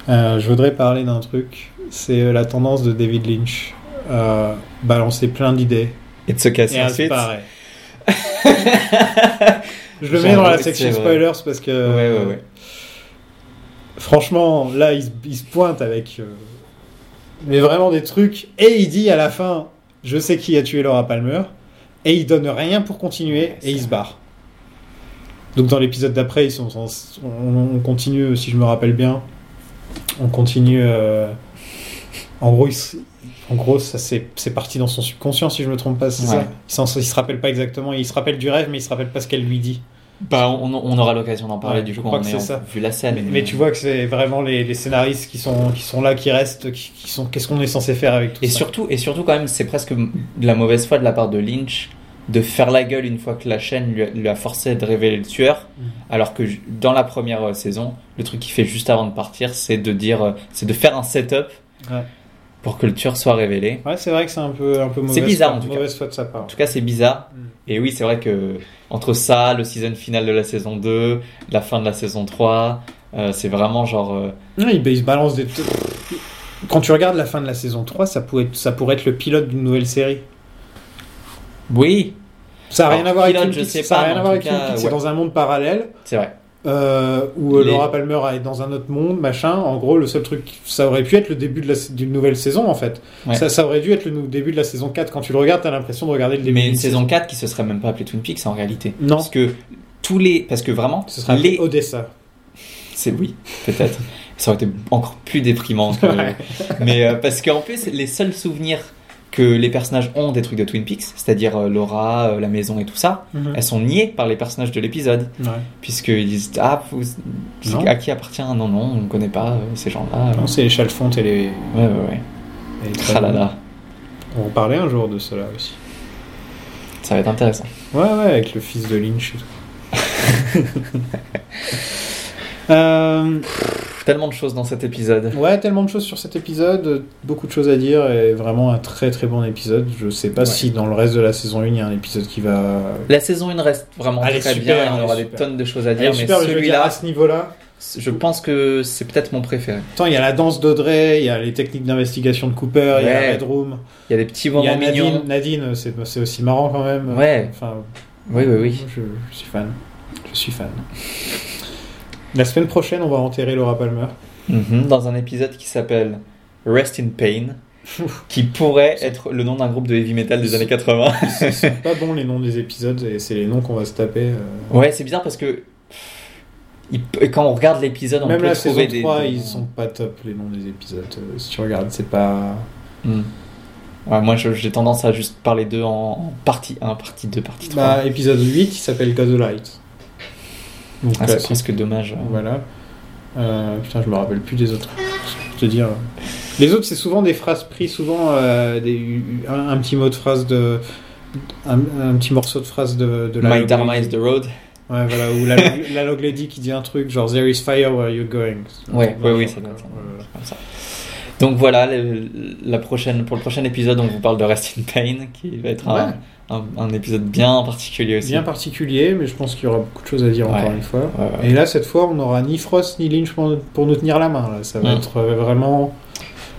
Speaker 2: Euh, je voudrais parler d'un truc, c'est euh, la tendance de David Lynch. Euh, balancer plein d'idées
Speaker 3: Et de se casser
Speaker 2: et à se
Speaker 3: ensuite.
Speaker 2: barrer. Je le mets dans
Speaker 3: J'avoue
Speaker 2: la
Speaker 3: que c'est
Speaker 2: section
Speaker 3: vrai.
Speaker 2: spoilers parce que
Speaker 3: Ouais, ouais, ouais.
Speaker 2: franchement, là, il, se- il se pointe avec euh, mais vraiment des trucs et il dit à la fin, je sais qui a tué Laura Palmer et il donne rien pour continuer
Speaker 3: Ouais,
Speaker 2: et
Speaker 3: c'est
Speaker 2: il se barre. Donc dans l'épisode d'après, ils sont, on, on continue, si je me rappelle bien, on continue. euh, en gros, il s- en gros, ça c'est c'est parti dans son subconscient, si je me trompe pas, c'est
Speaker 3: Ouais.
Speaker 2: ça. Il, s'en- il se rappelle pas exactement, il se rappelle du rêve, mais il se rappelle pas ce qu'elle lui dit.
Speaker 3: Bah, on, on aura l'occasion d'en parler
Speaker 2: Ouais,
Speaker 3: du
Speaker 2: je
Speaker 3: coup
Speaker 2: crois
Speaker 3: en
Speaker 2: que c'est
Speaker 3: ayant
Speaker 2: ça.
Speaker 3: vu la scène.
Speaker 2: Mais, mais tu vois que c'est vraiment les, les scénaristes qui sont, qui sont là, qui restent, qui, qui sont. Qu'est-ce qu'on est censé faire avec tout
Speaker 3: Et
Speaker 2: ça
Speaker 3: surtout, et surtout quand même, c'est presque de la mauvaise foi de la part de Lynch de faire la gueule une fois que la chaîne lui a, lui a forcé de révéler le tueur,
Speaker 2: Mhm.
Speaker 3: alors que ju- dans la première euh, saison, le truc qu'il fait juste avant de partir, c'est de dire, euh, c'est de faire un setup
Speaker 2: Ouais.
Speaker 3: pour que le tueur soit révélé.
Speaker 2: Ouais, c'est vrai que c'est un peu, un peu mauvaise,
Speaker 3: bizarre, en tout cas.
Speaker 2: mauvaise foi de sa part.
Speaker 3: En tout cas, c'est bizarre.
Speaker 2: Mm.
Speaker 3: Et oui, c'est vrai que entre ça, le season final de la saison 2, la fin de la saison 3, euh, c'est vraiment genre. euh,
Speaker 2: Non, il, il se balance des. Quand tu regardes la fin de la saison 3, ça pourrait être, ça pourrait être le pilote d'une nouvelle série.
Speaker 3: Oui,
Speaker 2: Ça n'a
Speaker 3: Alors,
Speaker 2: rien à voir avec
Speaker 3: pilote,
Speaker 2: Twin Peaks,
Speaker 3: je sais
Speaker 2: ça a
Speaker 3: pas,
Speaker 2: rien
Speaker 3: mais
Speaker 2: à
Speaker 3: en
Speaker 2: voir avec
Speaker 3: tout
Speaker 2: Twin
Speaker 3: cas,
Speaker 2: Peaks, c'est
Speaker 3: ouais.
Speaker 2: dans un monde parallèle
Speaker 3: c'est vrai.
Speaker 2: euh, où euh,
Speaker 3: Les-
Speaker 2: Laura Palmer est dans un autre monde, machin. En gros, le seul truc, ça aurait pu être le début de la- d'une nouvelle saison en fait.
Speaker 3: Ouais.
Speaker 2: Ça, ça aurait dû être le nou- début de la saison 4. Quand tu le regardes, t'as l'impression de regarder le début.
Speaker 3: Mais une
Speaker 2: d'une
Speaker 3: saison 4 qui se serait même pas appelée Twin Peaks en réalité.
Speaker 2: Non.
Speaker 3: Parce que tous les. Parce que vraiment,
Speaker 2: Ce sera
Speaker 3: les.
Speaker 2: Odessa.
Speaker 3: C'est oui, peut-être. Ça aurait été encore plus déprimant. que-
Speaker 2: Ouais.
Speaker 3: Mais euh, parce qu'en plus, les seuls souvenirs que les personnages ont des trucs de Twin Peaks, c'est-à-dire euh, Laura, euh, la maison et tout ça,
Speaker 2: Mhm.
Speaker 3: elles sont niées par les personnages de l'épisode.
Speaker 2: Ouais.
Speaker 3: Puisqu'ils disent Ah, vous- c'est
Speaker 2: Non.
Speaker 3: à qui appartient Non, non, on ne connaît pas euh, ces gens-là.
Speaker 2: Non, c'est les Chalfontes et les.
Speaker 3: Ouais, ouais, ouais.
Speaker 2: et les
Speaker 3: Ah là là,
Speaker 2: On parlait un jour de cela aussi.
Speaker 3: ça va être intéressant.
Speaker 2: Ouais, ouais, avec le fils de Lynch et tout. Euh,
Speaker 3: Tellement de choses dans cet épisode.
Speaker 2: ouais, tellement de choses sur cet épisode, beaucoup de choses à dire et vraiment un très très bon épisode. Je sais pas
Speaker 3: Ouais.
Speaker 2: si dans le reste de la saison 1 il y a un épisode qui va.
Speaker 3: La saison 1 reste vraiment
Speaker 2: Elle est
Speaker 3: très
Speaker 2: super,
Speaker 3: bien,
Speaker 2: elle
Speaker 3: on
Speaker 2: est
Speaker 3: aura des
Speaker 2: super.
Speaker 3: tonnes de choses à
Speaker 2: Elle est
Speaker 3: dire, mais
Speaker 2: super, mais je veux dire,
Speaker 3: celui-là,
Speaker 2: à ce niveau-là.
Speaker 3: je pense que c'est peut-être mon préféré.
Speaker 2: Attends, il y a la danse d'Audrey, il y a les techniques d'investigation de Cooper, il y a
Speaker 3: Ouais.
Speaker 2: la Red Room,
Speaker 3: Il y a des petits
Speaker 2: il y a
Speaker 3: moments mignons.
Speaker 2: Nadine. Nadine, c'est bah, c'est aussi marrant quand même.
Speaker 3: Ouais.
Speaker 2: Enfin,
Speaker 3: Oui, oui, oui.
Speaker 2: Je, je suis fan. Je suis fan. La semaine prochaine, on va enterrer Laura Palmer.
Speaker 3: Mhm, Dans un épisode qui s'appelle Rest in Pain, qui pourrait être le nom d'un groupe de heavy metal des années 80.
Speaker 2: C'est pas bon les noms des épisodes et c'est les noms qu'on va se taper. euh.
Speaker 3: ouais, c'est bizarre parce que pff, il peut- quand on regarde l'épisode, on
Speaker 2: Même
Speaker 3: peut
Speaker 2: la saison
Speaker 3: trouver
Speaker 2: 3,
Speaker 3: des. des-
Speaker 2: ils sont pas top les noms des épisodes. Euh, Si tu regardes, c'est pas.
Speaker 3: Mhm. Ouais, moi, je- j'ai tendance à juste parler d'eux en, en partie 1, partie 2, partie 3.
Speaker 2: Bah, épisode 8, il s'appelle God of Light. Donc
Speaker 3: Ah,
Speaker 2: là,
Speaker 3: c'est presque dommage.
Speaker 2: Voilà. Euh, putain, je me rappelle plus des autres. Je te dire. Les autres, c'est souvent des phrases prises, souvent euh, des, un, un petit mot de phrase de. Un, un petit morceau de phrase de, de la.
Speaker 3: My Dharma is the road.
Speaker 2: Ouais, voilà, ou la, la log lady qui dit un truc genre There is fire where you're going.
Speaker 3: Ouais, ouais, oui,
Speaker 2: Genre,
Speaker 3: ça doit être ça.
Speaker 2: euh,
Speaker 3: Comme ça. Donc voilà, le- la prochaine, pour le prochain épisode, on vous parle de Rest in Pain, qui va être un,
Speaker 2: Ouais.
Speaker 3: un- un épisode bien particulier aussi.
Speaker 2: Bien particulier, mais je pense qu'il y aura beaucoup de choses à dire
Speaker 3: Ouais.
Speaker 2: encore une fois.
Speaker 3: Ouais, ouais.
Speaker 2: Et là, cette fois, on n'aura ni Frost ni Lynch pour, pour nous tenir la main. Là. Ça va
Speaker 3: Mm.
Speaker 2: être euh, vraiment.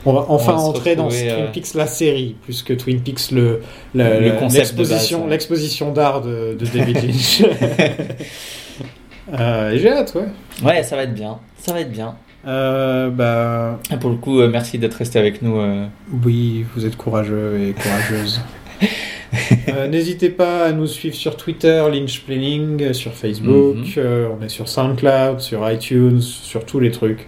Speaker 2: On va enfin
Speaker 3: va se
Speaker 2: entrer dans
Speaker 3: retrouver,
Speaker 2: Twin
Speaker 3: euh,
Speaker 2: Peaks, la série, plus que Twin Peaks, le, la-
Speaker 3: Le
Speaker 2: la-
Speaker 3: concept de
Speaker 2: l'exposition,
Speaker 3: base, ouais.
Speaker 2: l'exposition d'art de, de David Lynch. Euh, et J'ai hâte, ouais.
Speaker 3: Ouais, ça va être bien. Ça va être bien.
Speaker 2: Euh, bah,
Speaker 3: Et pour le coup, euh, merci d'être resté avec nous. euh.
Speaker 2: Oui, vous êtes courageux et courageuse. Euh, N'hésitez pas à nous suivre sur Twitter, Lynchplanning, euh, sur Facebook,
Speaker 3: Mhm.
Speaker 2: euh, on est sur SoundCloud, sur iTunes, sur tous les trucs.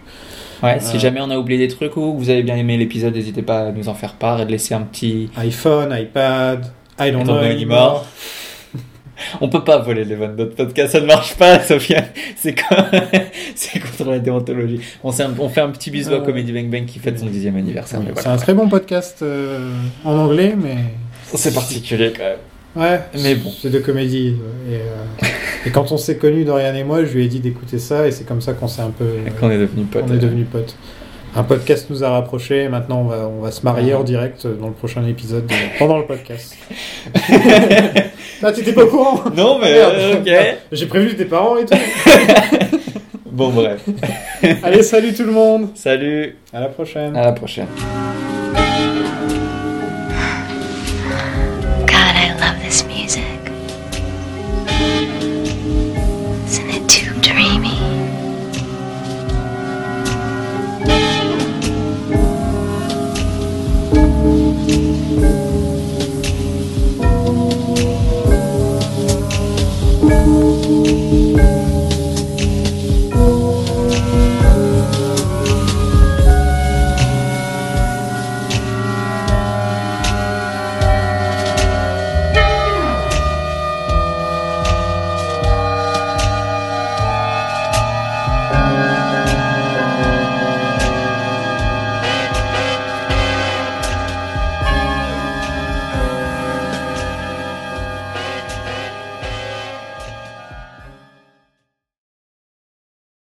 Speaker 3: Ouais, si
Speaker 2: Euh.
Speaker 3: jamais on a oublié des trucs ou que vous avez bien aimé l'épisode, n'hésitez pas à nous en faire part et de laisser un petit.
Speaker 2: iPhone, iPad, I don't
Speaker 3: Don't
Speaker 2: know
Speaker 3: know
Speaker 2: anymore.
Speaker 3: anymore. On peut pas voler les vannes d'autres podcasts, ça ne marche pas, Sophia. C'est quand... c'est contre la déontologie. On, s'est un- on fait un petit bisou à
Speaker 2: Euh.
Speaker 3: Comedy Bang Bang qui fête son dixième anniversaire.
Speaker 2: Oui,
Speaker 3: mais
Speaker 2: C'est
Speaker 3: voilà.
Speaker 2: un très bon podcast euh, en anglais, mais
Speaker 3: C'est particulier quand même.
Speaker 2: ouais,
Speaker 3: Mais bon.
Speaker 2: c'est de comédie. Et, euh, et quand on s'est connus, Dorian et moi, je lui ai dit d'écouter ça, et c'est comme ça qu'on s'est un peu, euh,
Speaker 3: Qu'on est devenu potes.
Speaker 2: on est devenus potes. Un podcast nous a rapprochés, et maintenant on va, on va se marier
Speaker 3: Ah.
Speaker 2: en direct euh, dans le prochain épisode, de- pendant le podcast. Ah, t'étais pas au courant Ah,
Speaker 3: non, mais euh, ok.
Speaker 2: J'ai prévenu tes parents et tout.
Speaker 3: Bon, bref.
Speaker 2: Allez, salut tout le monde
Speaker 3: Salut,
Speaker 2: À la prochaine
Speaker 3: à la prochaine.